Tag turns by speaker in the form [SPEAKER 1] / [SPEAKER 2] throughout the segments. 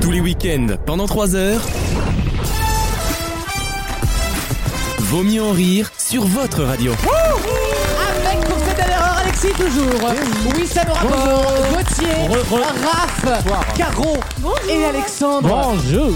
[SPEAKER 1] Tous les week-ends, pendant 3 heures. Vaut mieux en rire sur votre radio.
[SPEAKER 2] Avec pour cette année erreur Alexis toujours. Oui, ça nous rapport. Gauthier, Raph, Caro et Alexandre.
[SPEAKER 3] Bonjour.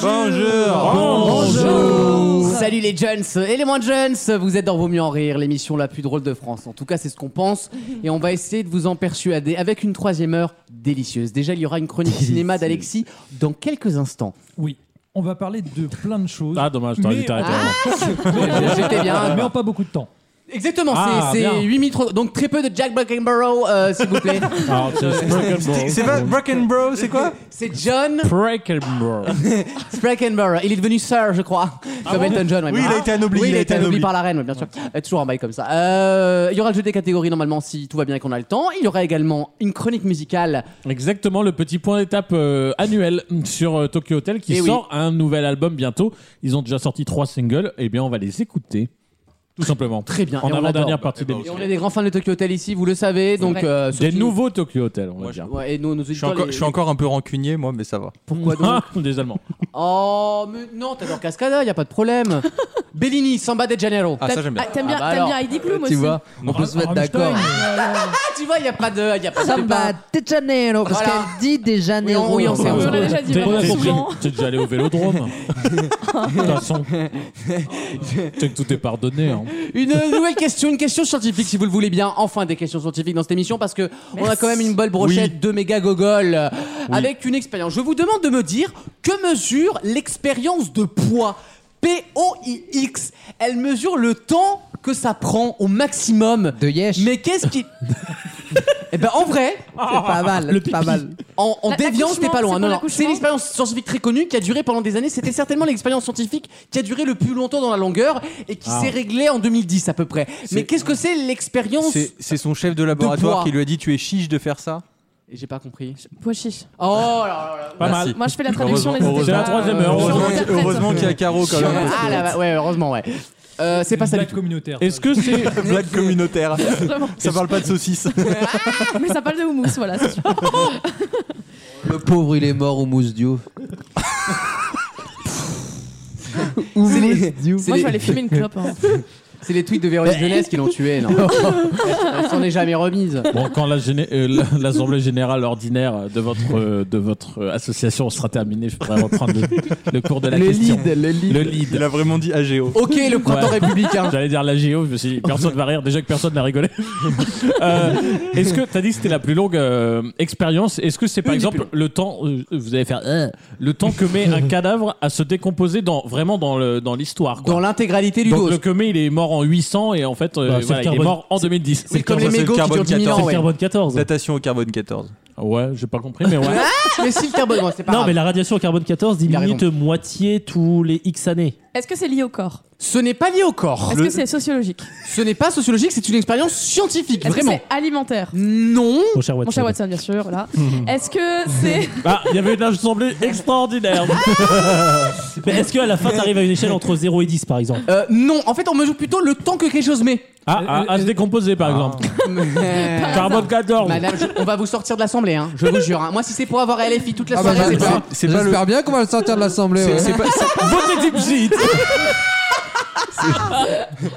[SPEAKER 2] Bonjour. Bonjour. Salut les jeunes et les moins jeunes. Vous êtes dans Vos mieux en rire, l'émission la plus drôle de France. En tout cas, c'est ce qu'on pense et on va essayer de vous en persuader avec une troisième heure délicieuse. Déjà, il y aura une chronique cinéma d'Alexis dans quelques instants.
[SPEAKER 3] Oui. On va parler de plein de choses.
[SPEAKER 4] Ah, dommage, t'aurais
[SPEAKER 3] Mais-
[SPEAKER 4] dû t'arrêter. avant.
[SPEAKER 2] Ah, J'étais bien.
[SPEAKER 3] Mais en pas beaucoup de temps.
[SPEAKER 2] Exactement,
[SPEAKER 3] Ah,
[SPEAKER 2] c'est-
[SPEAKER 3] bien.
[SPEAKER 2] c'est 8 minutes. trop- Donc très peu de Jack Black and Burrow, euh, s'il vous plaît.
[SPEAKER 4] Alors, tiens, Sprackenborough.
[SPEAKER 5] C'est pas Broken Bro, c'est quoi
[SPEAKER 2] C'est John
[SPEAKER 4] Sprackenborough.
[SPEAKER 2] Sprackenborough. Il est devenu Sir, je crois, comme Elton John. ouais,
[SPEAKER 5] Oui,
[SPEAKER 2] bien.
[SPEAKER 5] il a été anobli,
[SPEAKER 2] Oui, il, a été anobli
[SPEAKER 5] anobli.
[SPEAKER 2] par la reine, ouais, bien sûr. Euh, Toujours un bail comme ça. Euh, Il y aura le jeu des catégories normalement si tout va bien et qu'on a le temps. Il y aura également une chronique musicale.
[SPEAKER 4] Exactement, le petit point d'étape euh, annuel sur euh, Tokyo Hotel qui
[SPEAKER 2] Eh oui.
[SPEAKER 4] sort un nouvel album bientôt. Ils ont déjà sorti trois singles. Eh bien, on va les écouter. Tout simplement.
[SPEAKER 2] Très bien,
[SPEAKER 4] En
[SPEAKER 2] et on
[SPEAKER 4] avant-dernière
[SPEAKER 2] l'adore.
[SPEAKER 4] partie de
[SPEAKER 2] Et
[SPEAKER 4] l'émission.
[SPEAKER 2] on est des grands fans de Tokyo Hotel ici, vous le savez. Donc
[SPEAKER 6] vrai.
[SPEAKER 2] euh,
[SPEAKER 4] Des
[SPEAKER 2] surtout-
[SPEAKER 4] nouveaux Tokyo Hotel, on va dire.
[SPEAKER 2] Ouais, et nous, nos
[SPEAKER 5] je suis,
[SPEAKER 2] auditeurs,
[SPEAKER 5] encore,
[SPEAKER 2] les-
[SPEAKER 5] je suis encore un peu rancunier, moi, mais ça va.
[SPEAKER 2] Pourquoi donc
[SPEAKER 4] Des Allemands.
[SPEAKER 2] Oh, mais non, t'adores Cascada, y a pas de problème. Bellini, Samba de Janeiro.
[SPEAKER 5] Ah, ça, j'aime bien.
[SPEAKER 6] Ah, T'aimes bien,
[SPEAKER 2] Ah bah
[SPEAKER 6] t'aimes
[SPEAKER 2] alors.
[SPEAKER 6] bien Heidi Klum aussi.
[SPEAKER 7] Tu vois, on peut se mettre d'accord.
[SPEAKER 3] euh,
[SPEAKER 2] Ah, tu vois, y a pas de, y a pas de
[SPEAKER 7] Samba
[SPEAKER 2] débat.
[SPEAKER 7] de Janeiro, parce
[SPEAKER 2] Voilà.
[SPEAKER 7] qu'elle dit des Janeiro.
[SPEAKER 2] Oui, on- oui, on sait, on
[SPEAKER 6] On
[SPEAKER 2] sait.
[SPEAKER 6] l'a déjà dit vraiment souvent.
[SPEAKER 4] T'es déjà allé au vélodrome. De toute façon, tu sais que tout est pardonné. hein.
[SPEAKER 2] Une nouvelle question, une question scientifique, si vous le voulez bien. Enfin, des questions scientifiques dans cette émission parce que on a quand même une belle brochette de méga gogoles euh, avec une expérience. Je vous demande de me dire que mesure l'expérience de poids P-O-I-X. Elle mesure le temps que ça prend au maximum.
[SPEAKER 7] De Yesh.
[SPEAKER 2] Mais qu'est-ce qui. eh ben, en vrai,
[SPEAKER 7] C'est pas mal, pas mal.
[SPEAKER 2] en, en
[SPEAKER 6] La-
[SPEAKER 2] déviant,
[SPEAKER 6] l'accouchement,
[SPEAKER 2] c'était pas loin. Non,
[SPEAKER 6] c'est pour
[SPEAKER 2] non.
[SPEAKER 6] l'accouchement
[SPEAKER 2] C'est une expérience scientifique très connue qui a duré pendant des années. C'était certainement l'expérience scientifique qui a duré le plus longtemps dans la longueur et qui s'est réglée en 2010 à peu près. Mais qu'est-ce que c'est l'expérience
[SPEAKER 5] C'est c'est son chef de
[SPEAKER 2] poids.
[SPEAKER 5] laboratoire qui lui a dit Tu es chiche de faire ça
[SPEAKER 2] Et J'ai pas compris.
[SPEAKER 6] Pois chiche.
[SPEAKER 2] Oh là là là.
[SPEAKER 4] Pas
[SPEAKER 5] Merci.
[SPEAKER 4] mal.
[SPEAKER 6] Moi, je fais la traduction.
[SPEAKER 4] Heureusement-
[SPEAKER 6] n'hésitez
[SPEAKER 4] c'est la
[SPEAKER 6] pas.
[SPEAKER 4] troisième heure.
[SPEAKER 6] hein. Je hein. suis
[SPEAKER 5] Heureusement,
[SPEAKER 6] interprète.
[SPEAKER 5] heureusement qu'il y a Caro quand même.
[SPEAKER 2] Ah là, bah, ouais, heureusement, ouais. Euh, c'est pas ça du tout.
[SPEAKER 3] communautaire.
[SPEAKER 4] Est-ce que c'est.
[SPEAKER 7] Ah,
[SPEAKER 5] Blague communautaire.
[SPEAKER 6] Vraiment.
[SPEAKER 5] Ça parle pas de saucisse.
[SPEAKER 6] Mais ça parle de houmous, voilà. c'est sûr.
[SPEAKER 7] Le pauvre, il est mort au mousse Diouf.
[SPEAKER 2] C'est les, c'est
[SPEAKER 6] Moi, je
[SPEAKER 2] les-
[SPEAKER 6] vais aller fumer une clope. hein.
[SPEAKER 2] c'est les tweets de Véronique Jeunesse qui l'ont tué, non Elle s'en est jamais remise.
[SPEAKER 4] Bon, quand la géné- euh, la- l'assemblée générale ordinaire de votre, euh, de votre euh, association sera terminée, je pourrais reprendre le, le cours de la question.
[SPEAKER 2] le
[SPEAKER 4] Le
[SPEAKER 2] lead.
[SPEAKER 4] lead.
[SPEAKER 5] Il a vraiment dit AGO.
[SPEAKER 2] Ok, le printemps
[SPEAKER 4] Ouais.
[SPEAKER 2] républicain.
[SPEAKER 4] J'allais dire la géo, je me suis dit, personne va rire, déjà que personne n'a rigolé. Euh, Est-ce que, t'as dit que c'était la plus longue euh, expérience, est-ce que c'est par exemple le temps, euh, vous allez faire, euh, le temps que met un cadavre à se décomposer dans, vraiment dans le- dans l'histoire quoi.
[SPEAKER 2] Dans l'intégralité du
[SPEAKER 4] Donc
[SPEAKER 2] dos.
[SPEAKER 4] le que met, il est mort en 800 et en fait, euh,
[SPEAKER 3] Bah, c'est
[SPEAKER 4] voilà,
[SPEAKER 3] le
[SPEAKER 4] il est
[SPEAKER 3] carbone.
[SPEAKER 4] mort en 2010.
[SPEAKER 2] C'est comme
[SPEAKER 5] ça,
[SPEAKER 2] les
[SPEAKER 5] c'est le
[SPEAKER 2] mégots qui durent
[SPEAKER 5] carbone
[SPEAKER 2] 10 000
[SPEAKER 5] 14.
[SPEAKER 2] ans. ouais.
[SPEAKER 3] Carbone 14.
[SPEAKER 5] Datation au carbone 14.
[SPEAKER 4] Ouais, j'ai pas compris, mais ouais.
[SPEAKER 2] Ah, Mais si le carbone, bon, c'est pas
[SPEAKER 3] Non,
[SPEAKER 2] grave.
[SPEAKER 3] mais la radiation au carbone 14
[SPEAKER 2] Ah. Il a
[SPEAKER 3] diminue de moitié tous les X années.
[SPEAKER 6] Est-ce que c'est lié au corps
[SPEAKER 2] Ce n'est pas lié au corps.
[SPEAKER 6] Est-ce que c'est sociologique
[SPEAKER 2] Ce n'est pas sociologique, c'est une expérience scientifique,
[SPEAKER 6] Est-ce que
[SPEAKER 2] vraiment.
[SPEAKER 6] c'est alimentaire
[SPEAKER 2] Non.
[SPEAKER 3] Mon cher
[SPEAKER 6] Mon cher Watson, bien sûr, là. Est-ce que c'est.
[SPEAKER 4] Ah, il y avait une assemblée extraordinaire.
[SPEAKER 3] Mais est-ce qu'à la fin, t'arrives à une échelle entre 0 et 10, par exemple
[SPEAKER 2] Euh, non, en fait, on mesure plutôt le temps que quelque chose met.
[SPEAKER 4] Ah, ah, à se décomposer par exemple.
[SPEAKER 3] Ah,
[SPEAKER 2] Euh,
[SPEAKER 4] Carbone 14.
[SPEAKER 3] Bah,
[SPEAKER 2] Madame, je- on va vous sortir de l'assemblée, hein, je vous jure. hein. Moi, si c'est pour avoir LFI toute la
[SPEAKER 7] Ah bah,
[SPEAKER 2] soirée, c'est
[SPEAKER 7] j'espère-
[SPEAKER 2] pas.
[SPEAKER 5] c'est pas le-
[SPEAKER 7] J'espère bien qu'on va le sortir de l'Assemblée. ouais.
[SPEAKER 5] C'est pas-
[SPEAKER 4] Votez type shit.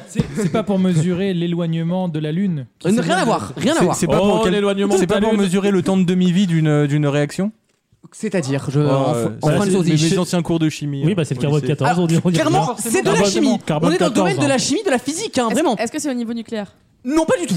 [SPEAKER 8] C'est c'est pas pour mesurer l'éloignement de la Lune.
[SPEAKER 2] Euh, Rien à voir, rien à
[SPEAKER 5] c'est-
[SPEAKER 2] voir.
[SPEAKER 5] c'est pas pour
[SPEAKER 4] Oh,
[SPEAKER 5] quel-
[SPEAKER 4] l'éloignement
[SPEAKER 5] c'est
[SPEAKER 4] de
[SPEAKER 5] pas
[SPEAKER 4] la
[SPEAKER 5] pour
[SPEAKER 4] Lune.
[SPEAKER 5] mesurer le temps de demi-vie d'une d'une réaction
[SPEAKER 2] C'est-à-dire, je.
[SPEAKER 5] Oh,
[SPEAKER 2] en-
[SPEAKER 5] euh,
[SPEAKER 2] en
[SPEAKER 5] ça,
[SPEAKER 2] fin de
[SPEAKER 5] c'est
[SPEAKER 2] sosie.
[SPEAKER 5] mes anciens cours de chimie. hein.
[SPEAKER 3] Oui, bah c'est le
[SPEAKER 5] au
[SPEAKER 3] carbone
[SPEAKER 5] lycée.
[SPEAKER 3] 14. on dit- on dit-
[SPEAKER 2] Ah, Clairement,
[SPEAKER 3] Non,
[SPEAKER 2] c'est de la chimie.
[SPEAKER 3] Carbone
[SPEAKER 2] On est dans le
[SPEAKER 3] 14,
[SPEAKER 2] domaine de la
[SPEAKER 3] hein.
[SPEAKER 2] chimie, de la physique, hein,
[SPEAKER 6] Est-ce-
[SPEAKER 2] vraiment.
[SPEAKER 6] Est-ce que c'est au niveau nucléaire
[SPEAKER 2] Non, pas du tout.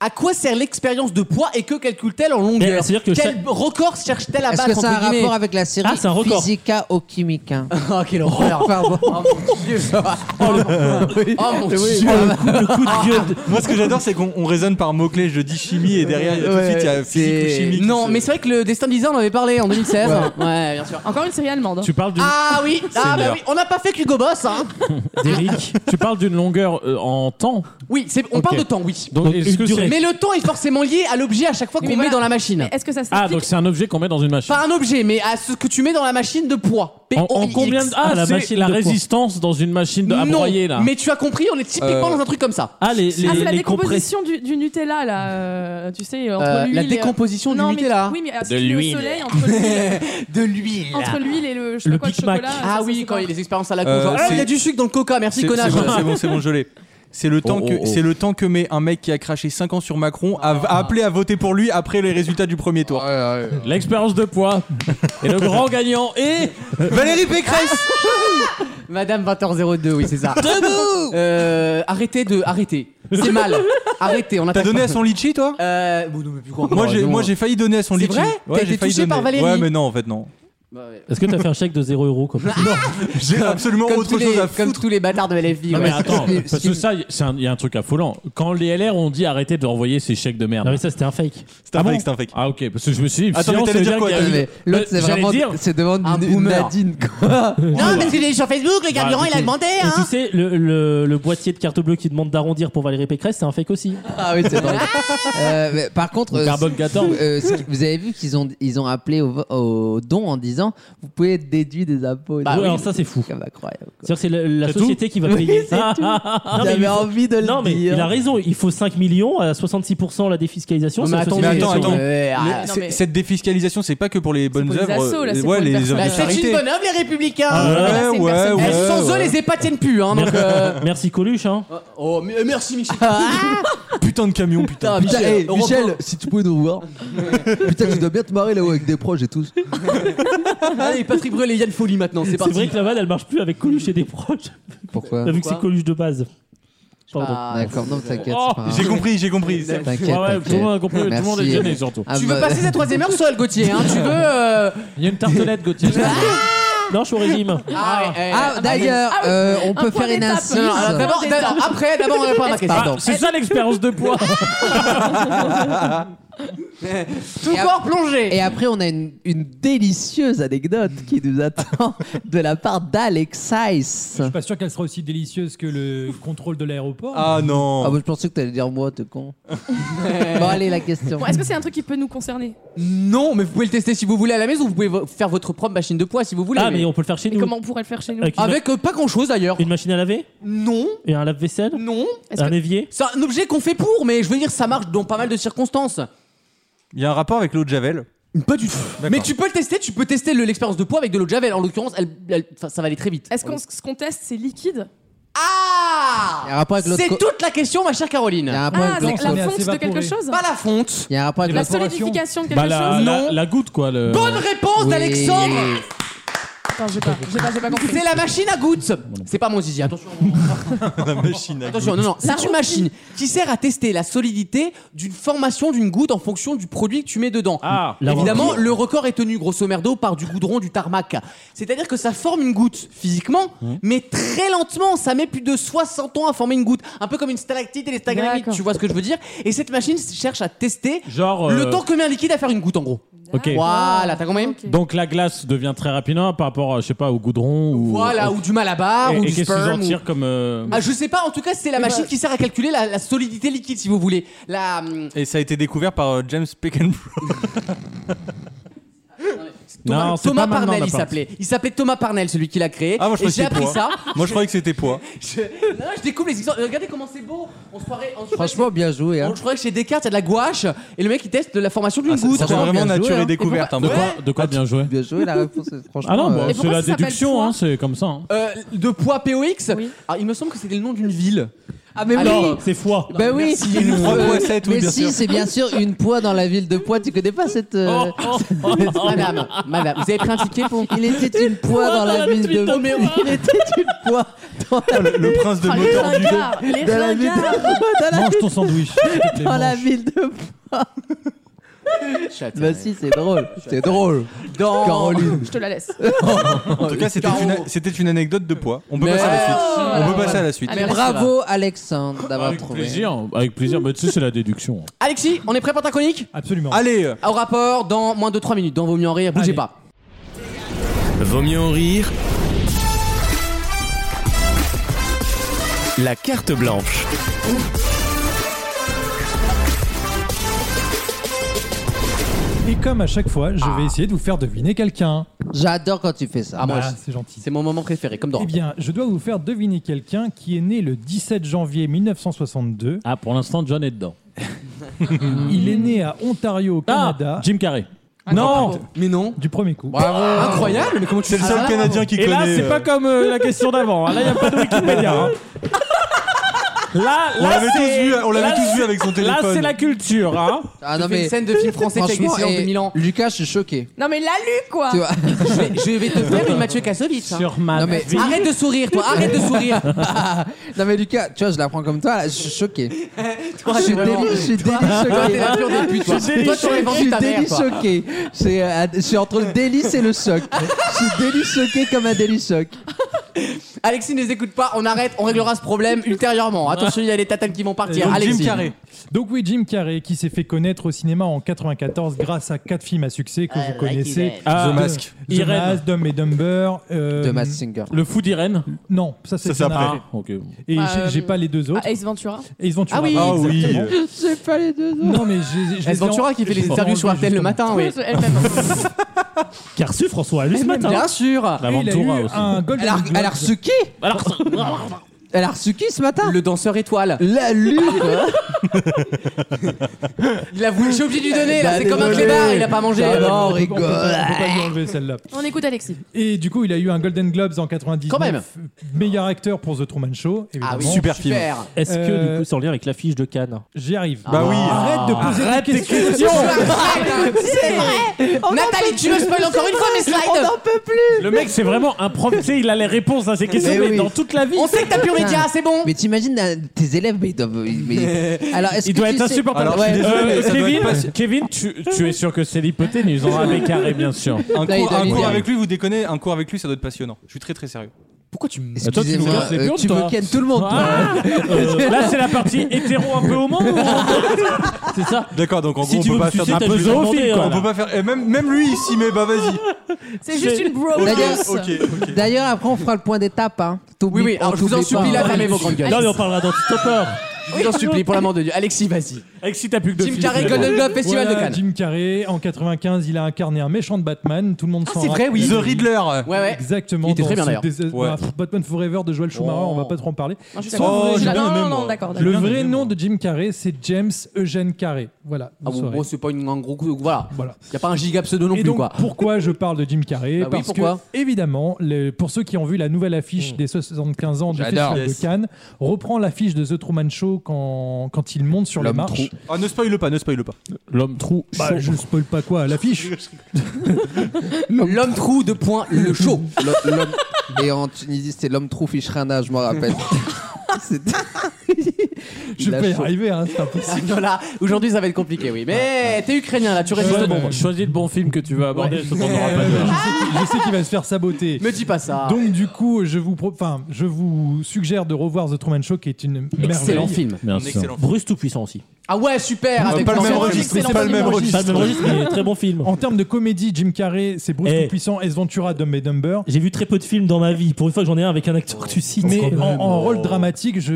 [SPEAKER 2] À quoi sert l'expérience de poids et que calcule-t-elle en longueur
[SPEAKER 3] Mais, Eh, c'est-à-dire que
[SPEAKER 2] Quel record cherche-t-elle à
[SPEAKER 7] Est-ce
[SPEAKER 2] battre
[SPEAKER 7] que ça a
[SPEAKER 2] entre
[SPEAKER 7] un
[SPEAKER 2] guillemets
[SPEAKER 7] rapport avec la série
[SPEAKER 3] Ah, c'est un record.
[SPEAKER 7] Physica au hein Chimica
[SPEAKER 2] Oh, quelle horreur
[SPEAKER 7] Pardon.
[SPEAKER 2] Oh mon dieu Oh mon- oh, mon dieu
[SPEAKER 5] Moi, ce que j'adore, c'est qu'on on raisonne par mots-clés. Je dis chimie et derrière, il y a tout de suite, il y a physique ou
[SPEAKER 2] C'est-
[SPEAKER 5] chimie. qui
[SPEAKER 2] Non,
[SPEAKER 5] se-
[SPEAKER 2] mais c'est vrai que le destin d'Isa, on en avait parlé en 2016. Ouais, bien sûr.
[SPEAKER 6] Encore une série allemande. hein.
[SPEAKER 4] Tu parles d'une
[SPEAKER 2] Ah oui, ah, bah oui, on n'a pas fait que Hugo Boss, hein.
[SPEAKER 4] Derrick, tu parles d'une longueur euh, en temps
[SPEAKER 2] Oui, c'est- on
[SPEAKER 4] Ok.
[SPEAKER 2] parle de temps, oui.
[SPEAKER 4] Donc,
[SPEAKER 3] Donc,
[SPEAKER 4] est-ce
[SPEAKER 3] une
[SPEAKER 4] que
[SPEAKER 3] durée.
[SPEAKER 4] c'est-
[SPEAKER 2] Mais le temps est forcément lié à l'objet à chaque fois
[SPEAKER 6] Oui,
[SPEAKER 2] qu'on
[SPEAKER 6] mais
[SPEAKER 2] met
[SPEAKER 6] voilà.
[SPEAKER 2] dans la machine.
[SPEAKER 6] Est-ce que ça
[SPEAKER 4] Ah, donc
[SPEAKER 6] s'explique
[SPEAKER 4] c'est un objet qu'on met dans une machine.
[SPEAKER 2] Pas un objet, mais à ce que tu mets dans la machine de poids.
[SPEAKER 4] En, en
[SPEAKER 2] POIX.
[SPEAKER 4] combien de... Ah,
[SPEAKER 3] Ah, la
[SPEAKER 4] c'est
[SPEAKER 3] machine
[SPEAKER 4] la
[SPEAKER 3] de poids.
[SPEAKER 4] résistance dans une machine de... à
[SPEAKER 2] Non,
[SPEAKER 4] broyer, là.
[SPEAKER 2] mais tu as compris, on est typiquement
[SPEAKER 5] Euh,
[SPEAKER 2] dans un truc comme ça.
[SPEAKER 3] Ah, les,
[SPEAKER 6] Ah, c'est la
[SPEAKER 3] les compressions.
[SPEAKER 6] décomposition du, du Nutella, là. euh, tu sais, entre
[SPEAKER 2] Euh,
[SPEAKER 6] l'huile.
[SPEAKER 2] la
[SPEAKER 6] et-
[SPEAKER 2] décomposition
[SPEAKER 6] non,
[SPEAKER 2] du
[SPEAKER 6] mais-
[SPEAKER 2] Nutella.
[SPEAKER 6] Oui, mais ah, si
[SPEAKER 4] De
[SPEAKER 6] tu mets au
[SPEAKER 4] l'huile.
[SPEAKER 6] soleil, entre l'huile-
[SPEAKER 2] De l'huile.
[SPEAKER 6] entre l'huile et le, je sais
[SPEAKER 3] Le
[SPEAKER 6] pas quoi, le
[SPEAKER 3] Big Mac.
[SPEAKER 6] chocolat.
[SPEAKER 2] Ah
[SPEAKER 6] ça, ça,
[SPEAKER 2] oui,
[SPEAKER 6] c'est
[SPEAKER 2] quand
[SPEAKER 6] pas-
[SPEAKER 2] il y a des expériences à la con.
[SPEAKER 5] Euh,
[SPEAKER 2] genre, ah, il y a
[SPEAKER 5] c'est-
[SPEAKER 2] du sucre dans le coca, merci
[SPEAKER 5] C'est c'est
[SPEAKER 2] connard.
[SPEAKER 5] bon, c'est bon, c'est bon, je l'ai. C'est le, temps
[SPEAKER 4] Oh,
[SPEAKER 5] que,
[SPEAKER 4] oh, oh.
[SPEAKER 5] c'est le temps que met un mec qui a craché 5 ans sur Macron à, à appeler à voter pour lui après les résultats du premier tour.
[SPEAKER 4] L'expérience de poids. Et le grand gagnant est...
[SPEAKER 5] Valérie Pécresse
[SPEAKER 2] Madame 20h02, oui, c'est ça. Euh, arrêtez de. Arrêtez. C'est mal. Arrêtez, on
[SPEAKER 5] T'as
[SPEAKER 2] attaque
[SPEAKER 5] donné
[SPEAKER 2] pas.
[SPEAKER 5] à son litchi, toi
[SPEAKER 2] Euh, bon, non, mais plus grand.
[SPEAKER 5] moi j'ai, moi j'ai failli donner à son
[SPEAKER 2] C'est
[SPEAKER 5] litchi.
[SPEAKER 2] vrai T'as
[SPEAKER 5] j'ai
[SPEAKER 2] été
[SPEAKER 5] failli
[SPEAKER 2] touché par
[SPEAKER 5] donner.
[SPEAKER 2] Valérie
[SPEAKER 5] Ouais mais non en fait non.
[SPEAKER 2] Bah ouais.
[SPEAKER 3] Est-ce que t'as fait un chèque de 0 euros comme
[SPEAKER 2] Hein
[SPEAKER 3] ça
[SPEAKER 5] J'ai absolument
[SPEAKER 2] Comme,
[SPEAKER 5] autre
[SPEAKER 2] tous
[SPEAKER 5] chose
[SPEAKER 2] les,
[SPEAKER 5] à
[SPEAKER 2] comme
[SPEAKER 5] foutre.
[SPEAKER 2] tous les bâtards de LFI.
[SPEAKER 4] Non
[SPEAKER 2] ouais.
[SPEAKER 4] mais attends,
[SPEAKER 2] Ce qui-
[SPEAKER 4] parce
[SPEAKER 2] ce
[SPEAKER 4] que
[SPEAKER 2] qui-
[SPEAKER 4] ça, il y a un truc affolant. Quand les LR ont dit arrêtez de envoyer ces chèques de merde.
[SPEAKER 3] Non, mais ça, c'était un fake.
[SPEAKER 5] C'est un
[SPEAKER 4] Ah bon
[SPEAKER 5] fake, c'est un fake.
[SPEAKER 4] Ah ok, parce que je me suis dit,
[SPEAKER 5] Attends,
[SPEAKER 4] sinon,
[SPEAKER 5] mais t'allais
[SPEAKER 4] ça veut
[SPEAKER 5] dire quoi,
[SPEAKER 4] qu'il y a
[SPEAKER 5] t'allais-
[SPEAKER 4] eu- Euh,
[SPEAKER 7] Mais L'autre, c'est
[SPEAKER 4] J'allais
[SPEAKER 7] vraiment.
[SPEAKER 4] dire-
[SPEAKER 7] C'est demande
[SPEAKER 2] Un
[SPEAKER 7] une- une
[SPEAKER 2] boomer.
[SPEAKER 7] Nadine, quoi.
[SPEAKER 2] Non, parce que j'ai sur Facebook, le carburant
[SPEAKER 5] Bah,
[SPEAKER 3] du
[SPEAKER 2] il a
[SPEAKER 3] coup.
[SPEAKER 2] augmenté.
[SPEAKER 3] Et tu
[SPEAKER 2] Hein.
[SPEAKER 3] sais, le, le- le boîtier de carte bleue qui demande d'arrondir pour Valérie Pécresse, c'est un fake aussi.
[SPEAKER 7] Ah oui, c'est vrai. Euh, mais par contre, euh,
[SPEAKER 4] Carbone
[SPEAKER 7] ce-
[SPEAKER 4] 14.
[SPEAKER 7] euh, ce qui- vous avez vu qu'ils ont, ils ont appelé au, vo- au don en disant vous pouvez être déduit des impôts.
[SPEAKER 3] Bah
[SPEAKER 7] Donc,
[SPEAKER 3] oui, alors ça, c'est fou.
[SPEAKER 7] quand même incroyable. quoi.
[SPEAKER 3] C'est-à-dire que c'est la, la
[SPEAKER 4] C'est tout
[SPEAKER 3] société qui va payer ça.
[SPEAKER 2] Ah,
[SPEAKER 3] Non, mais
[SPEAKER 7] J'avais
[SPEAKER 3] il faut-
[SPEAKER 7] envie de le
[SPEAKER 3] Non, mais
[SPEAKER 7] dire.
[SPEAKER 3] il a raison, il faut 5 millions à 66% la défiscalisation.
[SPEAKER 2] Non,
[SPEAKER 3] c'est
[SPEAKER 2] mais
[SPEAKER 3] la
[SPEAKER 2] attends,
[SPEAKER 5] mais
[SPEAKER 3] société
[SPEAKER 5] attends,
[SPEAKER 3] qui a-
[SPEAKER 5] attends.
[SPEAKER 2] Euh,
[SPEAKER 5] Le-
[SPEAKER 2] ah,
[SPEAKER 6] non,
[SPEAKER 5] c'est-
[SPEAKER 6] mais-
[SPEAKER 5] Cette défiscalisation c'est pas que pour les bonnes
[SPEAKER 6] pour les
[SPEAKER 5] œuvres.
[SPEAKER 6] assos, là,
[SPEAKER 5] euh,
[SPEAKER 6] c'est
[SPEAKER 5] ouais
[SPEAKER 6] pour une
[SPEAKER 5] les œuvres de
[SPEAKER 2] bah, C'est une
[SPEAKER 5] charité.
[SPEAKER 2] bonne œuvre, les républicains.
[SPEAKER 3] Ah,
[SPEAKER 2] Euh,
[SPEAKER 6] Voilà, c'est
[SPEAKER 5] Ouais
[SPEAKER 6] une
[SPEAKER 5] ouais
[SPEAKER 6] personne.
[SPEAKER 5] ouais.
[SPEAKER 2] eh, sans eux,
[SPEAKER 5] ouais.
[SPEAKER 2] les EHPAD tiennent plus. Hein, donc,
[SPEAKER 3] Merci,
[SPEAKER 2] euh,
[SPEAKER 3] Merci Coluche. Hein.
[SPEAKER 2] Oh, mais- euh, merci Michel.
[SPEAKER 5] Putain de camion putain.
[SPEAKER 2] Putain,
[SPEAKER 7] Putain, hey,
[SPEAKER 2] Ah, Michel, Europe
[SPEAKER 7] Michel,
[SPEAKER 2] un.
[SPEAKER 7] si tu pouvais nous revoir. Putain, tu dois bien te marrer là-haut avec des proches et tout.
[SPEAKER 2] Allez, Patrick Bruel et Yann Folly maintenant, c'est
[SPEAKER 3] C'est
[SPEAKER 2] parti.
[SPEAKER 3] vrai que la vanne, elle marche plus avec Coluche et des proches.
[SPEAKER 7] Pourquoi
[SPEAKER 3] vu que c'est Coluche de base. Pardon.
[SPEAKER 2] Ah,
[SPEAKER 7] D'accord, non, t'inquiète.
[SPEAKER 4] Oh,
[SPEAKER 7] c'est pas grave.
[SPEAKER 5] J'ai compris j'ai compris.
[SPEAKER 7] T'inquiète.
[SPEAKER 4] Ah ouais,
[SPEAKER 7] t'inquiète.
[SPEAKER 4] tout le monde a compris, tout le monde est
[SPEAKER 7] Merci.
[SPEAKER 4] gêné surtout.
[SPEAKER 7] Ah,
[SPEAKER 2] tu
[SPEAKER 7] bah,
[SPEAKER 2] veux passer ta troisième heure seule, Gauthier hein, Tu veux. euh,
[SPEAKER 3] Il y a une tartelette, Gauthier. non, je suis au régime.
[SPEAKER 2] Ah, ouais,
[SPEAKER 7] Ah,
[SPEAKER 2] eh, Ah,
[SPEAKER 7] d'ailleurs,
[SPEAKER 6] Ah oui.
[SPEAKER 7] euh, on
[SPEAKER 6] Un
[SPEAKER 7] peut
[SPEAKER 6] point
[SPEAKER 7] faire une
[SPEAKER 6] d'étape.
[SPEAKER 7] insulte.
[SPEAKER 2] non, alors, d'abord, d'abord, après, d'abord, on répond à ma question.
[SPEAKER 4] Ah, c'est ça l'expérience de poids.
[SPEAKER 2] Tout corps plongé.
[SPEAKER 7] Et après, on a une, une délicieuse anecdote qui nous attend de la part d'Alexis.
[SPEAKER 8] Je suis pas sûr qu'elle sera aussi délicieuse que le contrôle de l'aéroport.
[SPEAKER 5] Ah
[SPEAKER 7] Ah,
[SPEAKER 5] non.
[SPEAKER 7] bah, je pensais que t'allais dire moi, t'es con. bon, allez, la question.
[SPEAKER 6] Bon, Est-ce que c'est un truc qui peut nous concerner
[SPEAKER 2] Non, mais vous pouvez le tester si vous voulez à la maison. Vous pouvez vo- faire votre propre machine de poids si vous voulez.
[SPEAKER 3] Ah, mais
[SPEAKER 2] mais-
[SPEAKER 3] on peut le faire chez
[SPEAKER 6] Et
[SPEAKER 3] nous.
[SPEAKER 6] comment on pourrait le faire chez nous
[SPEAKER 3] Avec une, ma-
[SPEAKER 2] Avec euh, pas grand chose d'ailleurs.
[SPEAKER 3] une machine à laver
[SPEAKER 2] Non,
[SPEAKER 3] Et un lave-vaisselle
[SPEAKER 2] non.
[SPEAKER 6] Est-ce
[SPEAKER 3] Un
[SPEAKER 6] que-
[SPEAKER 3] évier
[SPEAKER 2] C'est un objet qu'on fait pour, mais je veux dire, ça marche dans pas mal de circonstances.
[SPEAKER 5] Il y a un rapport avec l'eau de Javel.
[SPEAKER 2] Pas du tout.
[SPEAKER 5] D'accord.
[SPEAKER 2] Mais tu peux le tester, tu peux tester le- l'expérience de poids avec de l'eau de Javel. En l'occurrence, elle- elle- enfin, ça va aller très vite.
[SPEAKER 6] Est-ce qu'on ce qu'on teste, c'est liquide
[SPEAKER 7] Il y
[SPEAKER 2] Ah
[SPEAKER 7] a un rapport avec l'autre
[SPEAKER 2] C'est
[SPEAKER 7] co-
[SPEAKER 2] toute la question, ma chère
[SPEAKER 7] Il y
[SPEAKER 2] Caroline.
[SPEAKER 7] a un rapport
[SPEAKER 6] Ah,
[SPEAKER 7] avec
[SPEAKER 8] non,
[SPEAKER 6] c'est
[SPEAKER 7] l'autre
[SPEAKER 8] ça
[SPEAKER 7] co-
[SPEAKER 8] m'est
[SPEAKER 6] la fonte
[SPEAKER 8] assez
[SPEAKER 6] de quelque
[SPEAKER 8] vaporé.
[SPEAKER 6] chose
[SPEAKER 2] Pas la fonte.
[SPEAKER 7] Il y a un rapport avec
[SPEAKER 6] La
[SPEAKER 7] l'autre co-
[SPEAKER 8] L'évaporation.
[SPEAKER 6] solidification de quelque
[SPEAKER 4] Bah, la,
[SPEAKER 6] chose
[SPEAKER 4] la,
[SPEAKER 2] Non.
[SPEAKER 4] la goutte quoi. Le...
[SPEAKER 2] Bonne réponse
[SPEAKER 7] Euh, Oui.
[SPEAKER 2] d'Alexandre.
[SPEAKER 6] Attends, j'ai pas, j'ai pas, j'ai pas compris.
[SPEAKER 2] C'est la machine à gouttes. C'est pas mon zizi, attention.
[SPEAKER 5] La machine. à
[SPEAKER 2] Attention, non, non,
[SPEAKER 6] La
[SPEAKER 2] c'est une
[SPEAKER 6] roue.
[SPEAKER 2] machine qui sert à tester la solidité d'une formation d'une goutte en fonction du produit que tu mets dedans.
[SPEAKER 4] Ah,
[SPEAKER 3] La
[SPEAKER 2] Évidemment,
[SPEAKER 3] vampire.
[SPEAKER 2] le record est tenu grosso merdo par du goudron, du tarmac. C'est-à-dire que ça forme une goutte physiquement,
[SPEAKER 4] Mmh.
[SPEAKER 2] mais très lentement. Ça met plus de 60 ans à former une goutte. Un peu comme une stalactite et les stalagmites,
[SPEAKER 6] D'accord.
[SPEAKER 2] tu vois ce que je veux dire Et cette machine cherche à tester
[SPEAKER 4] Genre. euh,
[SPEAKER 2] le temps que met un liquide à faire une goutte en gros.
[SPEAKER 4] Ok.
[SPEAKER 2] Voilà, t'as compris
[SPEAKER 6] Ok.
[SPEAKER 4] Donc la glace devient très rapidement par rapport à, je sais pas, au goudron ou.
[SPEAKER 2] Voilà, ou du malabar,
[SPEAKER 4] Et,
[SPEAKER 2] ou
[SPEAKER 4] et
[SPEAKER 2] du
[SPEAKER 4] qu'est-ce qu'ils en
[SPEAKER 2] sperme. ou-
[SPEAKER 4] tirent comme. euh,
[SPEAKER 2] Ah, je sais pas, en tout cas, c'est la machine qui sert à calculer la, la solidité liquide, si vous voulez. La, hum,
[SPEAKER 5] Et ça a été découvert par euh, James Peckinpah.
[SPEAKER 2] Thomas,
[SPEAKER 4] Non, c'est
[SPEAKER 2] Thomas
[SPEAKER 4] pas maintenant,
[SPEAKER 2] Parnell, il
[SPEAKER 4] d'accord.
[SPEAKER 2] s'appelait. Il s'appelait Thomas Parnell, celui qui l'a créé.
[SPEAKER 5] Ah, moi, je
[SPEAKER 2] et
[SPEAKER 5] croyais que
[SPEAKER 2] j'ai
[SPEAKER 5] c'était
[SPEAKER 2] appris
[SPEAKER 5] toi.
[SPEAKER 2] ça.
[SPEAKER 5] Moi je croyais que c'était poids.
[SPEAKER 2] Je... Non, je découvre les histoires. Regardez comment c'est beau. On se croirait. on se croirait-
[SPEAKER 7] Franchement, bien joué. Hein.
[SPEAKER 2] on- je crois que chez Descartes, il y a de la gouache et le mec il teste de la formation d'une
[SPEAKER 5] Ah, C'est
[SPEAKER 2] goutte.
[SPEAKER 7] ça,
[SPEAKER 2] quoi.
[SPEAKER 7] bien
[SPEAKER 5] vraiment
[SPEAKER 7] joué,
[SPEAKER 5] nature
[SPEAKER 7] hein.
[SPEAKER 5] et découverte. un
[SPEAKER 4] De
[SPEAKER 5] peu.
[SPEAKER 4] quoi, de quoi bien joué
[SPEAKER 7] Bien joué, la réponse est franchement.
[SPEAKER 4] Ah non, bah,
[SPEAKER 7] euh,
[SPEAKER 6] Et
[SPEAKER 4] c'est
[SPEAKER 6] pourquoi
[SPEAKER 4] la
[SPEAKER 6] ça s'appelle
[SPEAKER 4] déduction,
[SPEAKER 6] poids
[SPEAKER 4] hein, c'est comme ça. hein.
[SPEAKER 2] Euh, de poids POX.
[SPEAKER 6] Oui.
[SPEAKER 2] Ah, il me semble que c'était le nom d'une ville.
[SPEAKER 7] Ah, mais
[SPEAKER 2] Ah,
[SPEAKER 7] oui.
[SPEAKER 2] non.
[SPEAKER 3] C'est foie.
[SPEAKER 7] Ben oui.
[SPEAKER 5] Merci, une trois
[SPEAKER 7] Euh,
[SPEAKER 5] poids sept, oui,
[SPEAKER 7] mais
[SPEAKER 5] bien
[SPEAKER 7] si,
[SPEAKER 5] sûr.
[SPEAKER 7] c'est bien sûr une poids dans la ville de Poix. Tu connais pas cette.
[SPEAKER 4] Oh,
[SPEAKER 7] euh,
[SPEAKER 2] madame, madame, vous avez pris un ticket pour.
[SPEAKER 7] Il était une poix dans la ville de Il était une poix dans la,
[SPEAKER 5] Le, le prince de
[SPEAKER 6] Ah,
[SPEAKER 5] mots
[SPEAKER 6] les
[SPEAKER 5] tordus.
[SPEAKER 6] ringards, les
[SPEAKER 7] dans la ville
[SPEAKER 6] ringards.
[SPEAKER 7] de dans la,
[SPEAKER 3] Mange ton sandwich. s'il te plaît,
[SPEAKER 7] dans la
[SPEAKER 3] mange.
[SPEAKER 7] ville de Bah si, c'est drôle. C'est drôle. Oh.
[SPEAKER 2] Dans.
[SPEAKER 7] Caroline.
[SPEAKER 6] Je te la laisse.
[SPEAKER 5] En tout cas, c'était
[SPEAKER 2] Caro.
[SPEAKER 5] une, c'était une anecdote de poids. On peut passer à la suite. On peut passer à la suite.
[SPEAKER 2] Allez. Merci,
[SPEAKER 7] Bravo Alexandre d'avoir
[SPEAKER 4] Avec
[SPEAKER 7] trouvé.
[SPEAKER 4] plaisir, avec plaisir. Mais tu sais, c'est la déduction.
[SPEAKER 2] Alexis, on est prêt pour ta chronique
[SPEAKER 8] Absolument.
[SPEAKER 5] Allez, euh,
[SPEAKER 2] Au rapport dans moins de 3 minutes. Dans Vaut mieux en rire, bougez
[SPEAKER 8] Allez.
[SPEAKER 2] pas.
[SPEAKER 1] Vaut mieux en rire. La carte blanche.
[SPEAKER 8] Et comme à chaque fois, je
[SPEAKER 3] Ah.
[SPEAKER 8] vais essayer de vous faire deviner quelqu'un.
[SPEAKER 7] J'adore quand tu fais ça.
[SPEAKER 2] Ah, moi,
[SPEAKER 8] Voilà,
[SPEAKER 2] je-
[SPEAKER 8] c'est gentil.
[SPEAKER 2] C'est mon moment préféré, comme dans
[SPEAKER 8] Eh bien, je dois vous faire deviner quelqu'un qui est né le 17 janvier 1962.
[SPEAKER 4] Ah, pour l'instant, John est dedans.
[SPEAKER 3] Hmm.
[SPEAKER 8] Il est né à Ontario, au Canada,
[SPEAKER 4] Ah, Jim Carrey.
[SPEAKER 8] Non
[SPEAKER 2] Mais non
[SPEAKER 8] du premier coup.
[SPEAKER 2] Bravo Incroyable Mais comment tu
[SPEAKER 5] C'est le
[SPEAKER 2] fais
[SPEAKER 5] seul
[SPEAKER 2] ça
[SPEAKER 5] Canadien qui
[SPEAKER 4] Et là,
[SPEAKER 5] connaît.
[SPEAKER 4] c'est
[SPEAKER 5] euh,
[SPEAKER 4] pas comme euh, la question d'avant. hein. Là, il n'y a pas de Wikipédia. hein. Là,
[SPEAKER 5] On
[SPEAKER 4] là,
[SPEAKER 5] l'avait
[SPEAKER 4] c'est-
[SPEAKER 5] tous vu, on l'avait
[SPEAKER 4] là,
[SPEAKER 5] tous vu
[SPEAKER 4] c'est-
[SPEAKER 5] avec son
[SPEAKER 4] Là,
[SPEAKER 5] téléphone.
[SPEAKER 4] c'est la culture. Hein.
[SPEAKER 7] Ah
[SPEAKER 2] Je
[SPEAKER 7] non
[SPEAKER 2] fais
[SPEAKER 7] mais
[SPEAKER 2] une scène de film français qui a
[SPEAKER 7] franchement,
[SPEAKER 2] existé en
[SPEAKER 7] et
[SPEAKER 2] 2000 ans.
[SPEAKER 7] Lucas, je suis choqué.
[SPEAKER 6] Non, mais l'alu, quoi
[SPEAKER 7] Tu vois
[SPEAKER 2] je, vais, je vais te faire une Mathieu Kassovitz. hein.
[SPEAKER 4] Sur ma
[SPEAKER 7] Non, mais-
[SPEAKER 4] vie.
[SPEAKER 2] Arrête de sourire, toi, arrête de sourire.
[SPEAKER 7] Non mais Lucas, tu vois, je la prends comme toi, là, je suis choqué.
[SPEAKER 2] Toi,
[SPEAKER 7] je suis
[SPEAKER 2] vraiment-
[SPEAKER 7] déli- je suis déli
[SPEAKER 2] Toi, t'es la
[SPEAKER 7] choqué.
[SPEAKER 2] pure des putes, toi. Toi, t'aurais
[SPEAKER 7] Je
[SPEAKER 2] vendu
[SPEAKER 7] suis
[SPEAKER 2] ta mère,
[SPEAKER 7] déli
[SPEAKER 2] toi.
[SPEAKER 7] choqué. C'est, euh, Je suis entre le délice et le choc. Je suis déli choqué comme un déli choc.
[SPEAKER 2] Alexis ne les écoute pas, on arrête, on réglera ce problème ultérieurement. Attention, il y a les tatanes qui vont partir.
[SPEAKER 5] Donc, Jim
[SPEAKER 2] Alexis.
[SPEAKER 5] Carrey.
[SPEAKER 8] Donc oui, Jim Carrey, qui s'est fait connaître au cinéma en 94 grâce à quatre films à succès que vous connaissez.
[SPEAKER 4] Ah,
[SPEAKER 5] The Mask.
[SPEAKER 8] The
[SPEAKER 4] Irène.
[SPEAKER 8] Mask, Dumb et Dumber. euh,
[SPEAKER 7] De Matt Singer.
[SPEAKER 4] Le fou d'Irène.
[SPEAKER 8] Non, ça c'est
[SPEAKER 5] Ça, c'est
[SPEAKER 8] Donna.
[SPEAKER 5] après.
[SPEAKER 4] ok.
[SPEAKER 8] Et
[SPEAKER 6] Ah,
[SPEAKER 8] j'ai-
[SPEAKER 6] euh,
[SPEAKER 8] j'ai pas les deux autres.
[SPEAKER 6] Ah, Ace Ventura.
[SPEAKER 8] Et ils vont tuer.
[SPEAKER 2] Ah oui.
[SPEAKER 5] Ah oui. euh,
[SPEAKER 7] J'ai pas les deux autres.
[SPEAKER 8] Non mais j'ai. je les ai
[SPEAKER 2] Est-ce Ventura
[SPEAKER 8] en-
[SPEAKER 2] qui fait
[SPEAKER 8] je les
[SPEAKER 2] les
[SPEAKER 8] ai
[SPEAKER 2] interviews sur
[SPEAKER 8] enlevés,
[SPEAKER 2] Artel le matin,
[SPEAKER 8] justement.
[SPEAKER 2] Ah oui.
[SPEAKER 6] Elle-même.
[SPEAKER 4] Car su François, lui ce
[SPEAKER 2] Bien
[SPEAKER 4] matin.
[SPEAKER 2] sûr.
[SPEAKER 8] Et Il a eu
[SPEAKER 4] Ventura aussi.
[SPEAKER 8] un Golden
[SPEAKER 7] Elle a,
[SPEAKER 8] Globe.
[SPEAKER 7] elle a reçu qui Elle a reçu qui ce matin
[SPEAKER 2] Le danseur étoile.
[SPEAKER 7] La lune
[SPEAKER 2] Il a voulu, j'ai obligé de lui donner, là,
[SPEAKER 7] Bah,
[SPEAKER 2] c'est comme un
[SPEAKER 7] désolé.
[SPEAKER 2] clébard, il a pas mangé.
[SPEAKER 7] Ah, non,
[SPEAKER 8] On peut pas- on peut pas- on peut
[SPEAKER 7] rigole.
[SPEAKER 8] pas lui enlever celle-là.
[SPEAKER 6] On écoute Alexis.
[SPEAKER 8] Et du coup, il a eu un Golden Globes en 99.
[SPEAKER 2] Quand même.
[SPEAKER 8] Meilleur acteur pour The Truman Show, évidemment.
[SPEAKER 2] Ah oui,
[SPEAKER 5] Super film.
[SPEAKER 2] super.
[SPEAKER 3] Est-ce que
[SPEAKER 8] Euh,
[SPEAKER 3] du coup c'est en lien avec l'affiche de Cannes
[SPEAKER 8] J'y arrive. Ah.
[SPEAKER 5] Bah oui.
[SPEAKER 8] Arrête de poser des questions.
[SPEAKER 2] C'est vrai Nathalie, tu me spoil encore une fois mes slides
[SPEAKER 7] peut plus
[SPEAKER 4] Le mec, c'est vraiment un prof. tu sais, Il a les réponses à ses questions,
[SPEAKER 7] Mais
[SPEAKER 4] mais,
[SPEAKER 7] oui.
[SPEAKER 4] dans toute la vie.
[SPEAKER 2] On sait que t'as pure média, c'est bon
[SPEAKER 7] Mais t'imagines euh, tes élèves, mais ils doivent. ils- mais- Alors, est-ce
[SPEAKER 4] Il
[SPEAKER 7] que
[SPEAKER 4] doit
[SPEAKER 7] tu
[SPEAKER 4] être
[SPEAKER 7] sais-
[SPEAKER 4] insupportable. Euh,
[SPEAKER 5] Alors, je suis désolé, mais ça doit
[SPEAKER 4] Kevin,
[SPEAKER 5] être pas-
[SPEAKER 4] Kevin, tu, tu es sûr que c'est l'hypoténuse en AB carré, bien sûr.
[SPEAKER 5] Un
[SPEAKER 7] Là, il
[SPEAKER 5] cours,
[SPEAKER 7] doit
[SPEAKER 5] un
[SPEAKER 7] lui
[SPEAKER 5] cours
[SPEAKER 7] dire.
[SPEAKER 5] avec lui, vous déconnez, un cours avec lui, ça doit être passionnant. Je suis très très sérieux.
[SPEAKER 2] Pourquoi tu me...
[SPEAKER 4] Toi, tu me
[SPEAKER 7] Excusez-moi,
[SPEAKER 4] casses les
[SPEAKER 7] euh,
[SPEAKER 4] burnes,
[SPEAKER 7] tu
[SPEAKER 4] toi.
[SPEAKER 7] me cannes tout le monde. toi.
[SPEAKER 4] Ah Euh, là, c'est la partie hétéro un peu au monde. c'est ça.
[SPEAKER 5] D'accord, donc en
[SPEAKER 4] Si
[SPEAKER 5] gros,
[SPEAKER 4] tu
[SPEAKER 5] on
[SPEAKER 4] veux
[SPEAKER 5] peut
[SPEAKER 4] me
[SPEAKER 5] pas faire
[SPEAKER 4] sucer,
[SPEAKER 5] de-
[SPEAKER 4] t'as
[SPEAKER 5] on peut
[SPEAKER 4] juste à demander,
[SPEAKER 5] pas-
[SPEAKER 4] quoi,
[SPEAKER 5] on
[SPEAKER 4] là.
[SPEAKER 5] peut pas faire. Et même, même lui, il s'y met, bah vas-y.
[SPEAKER 6] C'est juste une bro.
[SPEAKER 7] La gueule.
[SPEAKER 6] force.
[SPEAKER 5] Ok, ok.
[SPEAKER 7] D'ailleurs, après, on fera le point d'étape. Hein.
[SPEAKER 2] Oui,
[SPEAKER 7] T'oublies
[SPEAKER 2] oui,
[SPEAKER 7] pas,
[SPEAKER 2] alors je vous en
[SPEAKER 7] t'oublies pas.
[SPEAKER 2] supplie, là, fermez vos grandes gueules.
[SPEAKER 4] Non, mais on parlera dans Stopper.
[SPEAKER 2] Je vous en supplie, pour l'amour de Dieu. Alexis, vas-y.
[SPEAKER 4] Avec si t'as plus que deux
[SPEAKER 2] Jim
[SPEAKER 4] filles,
[SPEAKER 2] Carrey,
[SPEAKER 4] finalement.
[SPEAKER 2] Golden Globe, Festival de
[SPEAKER 8] Voilà,
[SPEAKER 2] Cannes.
[SPEAKER 8] Jim Carrey, en 95, il a incarné un méchant de Batman. Tout le monde
[SPEAKER 2] Ah,
[SPEAKER 8] s'en
[SPEAKER 2] c'est vrai,
[SPEAKER 8] rappelle.
[SPEAKER 2] oui.
[SPEAKER 5] The Riddler.
[SPEAKER 2] Ouais, ouais.
[SPEAKER 8] Exactement.
[SPEAKER 2] Il était très
[SPEAKER 8] dans
[SPEAKER 2] bien,
[SPEAKER 8] ce dés-
[SPEAKER 5] Ouais.
[SPEAKER 8] bah, pff, Batman Forever de Joel Schumacher,
[SPEAKER 2] Oh.
[SPEAKER 8] on va pas trop en parler.
[SPEAKER 6] Non, je suis
[SPEAKER 8] Son
[SPEAKER 4] Oh,
[SPEAKER 6] d'accord.
[SPEAKER 8] vrai
[SPEAKER 6] Je la-
[SPEAKER 8] nom-
[SPEAKER 6] Non,
[SPEAKER 5] aimé,
[SPEAKER 6] non,
[SPEAKER 5] moi.
[SPEAKER 6] non, d'accord.
[SPEAKER 8] Le
[SPEAKER 5] bien
[SPEAKER 8] vrai
[SPEAKER 5] aimé,
[SPEAKER 8] nom
[SPEAKER 5] moi.
[SPEAKER 8] de Jim Carrey, c'est James Eugene Carrey. Voilà.
[SPEAKER 2] Ah
[SPEAKER 8] vous
[SPEAKER 2] bon,
[SPEAKER 8] saurez.
[SPEAKER 2] bon, c'est pas une- un gros coup, voilà.
[SPEAKER 8] Voilà.
[SPEAKER 2] Y a pas un giga pseudo non
[SPEAKER 8] Et
[SPEAKER 2] plus,
[SPEAKER 8] donc,
[SPEAKER 2] quoi.
[SPEAKER 8] pourquoi je parle de Jim Carrey
[SPEAKER 2] Bah oui,
[SPEAKER 8] Parce
[SPEAKER 2] pourquoi Hmm.
[SPEAKER 8] que, évidemment, le- pour ceux qui ont vu la nouvelle affiche des 75 ans du
[SPEAKER 7] J'adore.
[SPEAKER 8] Festival
[SPEAKER 5] Yes.
[SPEAKER 8] de Cannes, reprend l'affiche de The Truman Show quand, quand il monte sur les
[SPEAKER 7] L'homme
[SPEAKER 8] marches.
[SPEAKER 5] Ah, ne spoil pas, ne spoil pas.
[SPEAKER 4] L'homme trou.
[SPEAKER 8] Bah, je spoil pas quoi à l'affiche.
[SPEAKER 2] L'homme trou de point le show.
[SPEAKER 7] L'ho- l'homme- Et en Tunisie, c'était l'homme trou fiche Rana, je m'en rappelle. C'était-
[SPEAKER 8] je
[SPEAKER 7] Il a
[SPEAKER 8] vais y
[SPEAKER 7] chaud.
[SPEAKER 8] arriver, hein, c'est impossible.
[SPEAKER 2] Ah, non, là, aujourd'hui, ça va être compliqué, oui. Mais t'es ukrainien, là, tu restes
[SPEAKER 8] Ouais,
[SPEAKER 2] bon.
[SPEAKER 8] mais-
[SPEAKER 4] Choisis le bon film que tu veux aborder,
[SPEAKER 2] Ouais.
[SPEAKER 4] ça t'en aura pas
[SPEAKER 8] Euh,
[SPEAKER 4] de-
[SPEAKER 8] je sais- je sais qu'il va se faire saboter.
[SPEAKER 2] Me dis pas ça.
[SPEAKER 8] Donc du coup, je vous, pro- enfin, je vous suggère de revoir The Truman Show, qui est une
[SPEAKER 2] Excellent
[SPEAKER 8] merveille.
[SPEAKER 2] film.
[SPEAKER 4] Bien
[SPEAKER 5] Un
[SPEAKER 4] sûr.
[SPEAKER 5] excellent film.
[SPEAKER 4] Bruce Tout-Puissant aussi.
[SPEAKER 2] Ah ouais, super. avec
[SPEAKER 5] Pas le
[SPEAKER 2] Vincent
[SPEAKER 5] même
[SPEAKER 6] excellent
[SPEAKER 5] registre,
[SPEAKER 6] film.
[SPEAKER 5] c'est pas le même
[SPEAKER 6] Excellent
[SPEAKER 5] registre.
[SPEAKER 4] Pas le même registre, mais très bon film.
[SPEAKER 8] En termes de comédie, Jim Carrey, c'est Bruce
[SPEAKER 3] Eh.
[SPEAKER 8] Tout-Puissant, S. Ventura, Dumb et Dumber.
[SPEAKER 3] J'ai vu très peu de films dans ma vie. Pour une fois que j'en ai un avec un acteur que tu cites.
[SPEAKER 8] Mais en, en
[SPEAKER 3] Oh.
[SPEAKER 8] rôle dramatique, je,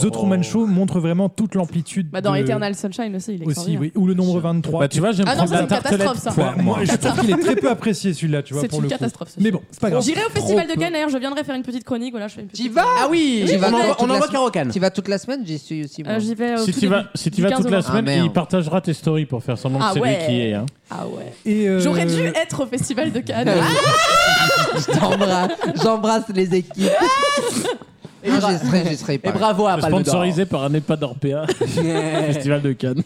[SPEAKER 8] The Truman Show montre vraiment toute l'amplitude.
[SPEAKER 6] Bah, dans
[SPEAKER 8] de-
[SPEAKER 6] Eternal Sunshine aussi, il est
[SPEAKER 8] aussi,
[SPEAKER 6] extraordinaire.
[SPEAKER 8] oui, ou le nombre 23.
[SPEAKER 4] Bah, tu vois, j'aime
[SPEAKER 6] Ah non,
[SPEAKER 4] prendre
[SPEAKER 6] ça,
[SPEAKER 4] la
[SPEAKER 6] c'est une catastrophe,
[SPEAKER 4] tartelette.
[SPEAKER 6] ça.
[SPEAKER 4] Poire, moi.
[SPEAKER 8] je trouve qu'il est très peu apprécié celui-là, tu vois,
[SPEAKER 6] C'est
[SPEAKER 8] pour
[SPEAKER 6] une
[SPEAKER 8] le coup.
[SPEAKER 6] catastrophe. ce
[SPEAKER 8] Mais
[SPEAKER 6] film.
[SPEAKER 8] bon, c'est pas grave.
[SPEAKER 6] J'irai au Festival
[SPEAKER 8] Trop
[SPEAKER 6] de Cannes, d'ailleurs, je viendrai faire une petite chronique. Voilà, je fais une petite.
[SPEAKER 7] T'y vas
[SPEAKER 2] Ah oui,
[SPEAKER 7] J'y
[SPEAKER 2] on
[SPEAKER 7] vais
[SPEAKER 2] envoie-
[SPEAKER 7] toute
[SPEAKER 2] on
[SPEAKER 7] la
[SPEAKER 2] envoie
[SPEAKER 7] semaine.
[SPEAKER 2] Carocan.
[SPEAKER 7] T'y vas toute la semaine J'y suis aussi. moi.
[SPEAKER 6] Euh, J'y vais au
[SPEAKER 4] Si
[SPEAKER 6] tout
[SPEAKER 4] tu vas,
[SPEAKER 6] début,
[SPEAKER 4] si tu
[SPEAKER 6] du
[SPEAKER 4] vas
[SPEAKER 6] 15
[SPEAKER 4] toute
[SPEAKER 6] au
[SPEAKER 4] la
[SPEAKER 6] 20.
[SPEAKER 4] semaine,
[SPEAKER 7] Ah, merde.
[SPEAKER 4] il partagera tes stories pour faire semblant
[SPEAKER 6] Ah
[SPEAKER 4] que c'est
[SPEAKER 6] ouais.
[SPEAKER 4] lui qui est. hein.
[SPEAKER 6] Ah ouais.
[SPEAKER 8] Et, euh,
[SPEAKER 6] J'aurais dû être au Festival de Cannes.
[SPEAKER 7] Je t'embrasse. J'embrasse les équipes.
[SPEAKER 2] Et,
[SPEAKER 7] Ah,
[SPEAKER 2] bra-
[SPEAKER 7] J'y serai, j'y serai
[SPEAKER 2] et
[SPEAKER 7] pas.
[SPEAKER 2] bravo à Palme Ah, d'Or.
[SPEAKER 4] Sponsorisé par un EHPAD Orpea, Festival de Cannes.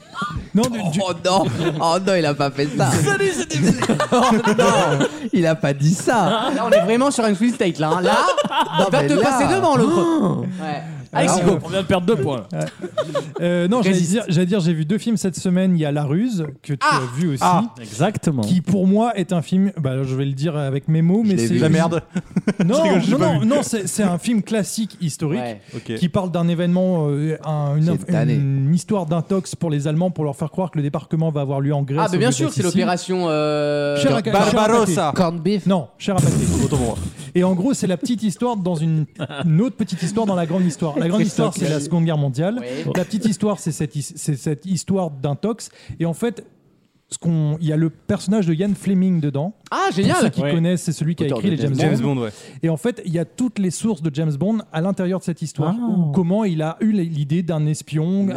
[SPEAKER 8] Non, du- du-
[SPEAKER 7] Oh non, oh non, il a pas fait ça. oh non, il a pas dit ça.
[SPEAKER 2] Là, on est vraiment sur une sweet state, là. hein. Là,
[SPEAKER 7] Non,
[SPEAKER 2] Ah, il va
[SPEAKER 7] mais
[SPEAKER 2] te
[SPEAKER 7] Ah, bah là-
[SPEAKER 2] passer devant, l'autre. Ouais.
[SPEAKER 7] Ah,
[SPEAKER 2] Alexis,
[SPEAKER 8] Alors,
[SPEAKER 2] go.
[SPEAKER 4] On vient de perdre deux points.
[SPEAKER 8] euh, non, j'allais
[SPEAKER 2] Résiste. Ah.
[SPEAKER 8] dire, j'allais dire, j'ai vu deux films cette semaine. Il y a La Ruse que tu as vu aussi.
[SPEAKER 5] Ah.
[SPEAKER 4] Exactement.
[SPEAKER 8] qui pour moi est un film, bah, je vais le dire avec mes mots, mais
[SPEAKER 7] l'ai
[SPEAKER 8] c'est
[SPEAKER 7] vu.
[SPEAKER 5] La merde.
[SPEAKER 8] Non,
[SPEAKER 5] rigole, je l'ai
[SPEAKER 8] non,
[SPEAKER 5] pas
[SPEAKER 8] non,
[SPEAKER 5] vu.
[SPEAKER 8] non, c'est c'est un film classique historique
[SPEAKER 2] Ouais.
[SPEAKER 5] Ok.
[SPEAKER 8] qui parle d'un événement, euh, un- une,
[SPEAKER 7] C'est tanné.
[SPEAKER 8] une histoire d'intox pour les Allemands pour leur faire croire que le débarquement va avoir lieu en Grèce.
[SPEAKER 2] Ah,
[SPEAKER 8] au
[SPEAKER 2] mais
[SPEAKER 8] lieu
[SPEAKER 2] bien
[SPEAKER 8] de
[SPEAKER 2] sûr, c'est
[SPEAKER 8] Sicile.
[SPEAKER 2] l'opération. euh,
[SPEAKER 8] Cher-
[SPEAKER 5] Barbarossa.
[SPEAKER 7] Corned beef.
[SPEAKER 8] Non, cher à pâté. Et en gros, c'est la petite histoire dans une, une autre petite histoire dans la grande histoire. La grande histoire, c'est la Seconde Guerre mondiale.
[SPEAKER 2] Oui.
[SPEAKER 8] La petite histoire, c'est cette, his- c'est cette histoire d'un tox. Et en fait, ce qu'on- il y a le personnage de Ian Fleming dedans.
[SPEAKER 2] Ah,
[SPEAKER 8] Pour ceux
[SPEAKER 2] génial
[SPEAKER 8] qui
[SPEAKER 4] Ouais.
[SPEAKER 8] connaissent, c'est celui qui a
[SPEAKER 2] Auteur
[SPEAKER 8] écrit
[SPEAKER 2] de
[SPEAKER 8] les James,
[SPEAKER 5] James
[SPEAKER 8] Bond.
[SPEAKER 5] Bond, ouais.
[SPEAKER 8] Et en fait, il y a toutes les sources de James Bond à l'intérieur de cette histoire. Ou comment il a eu l'idée d'un espion avec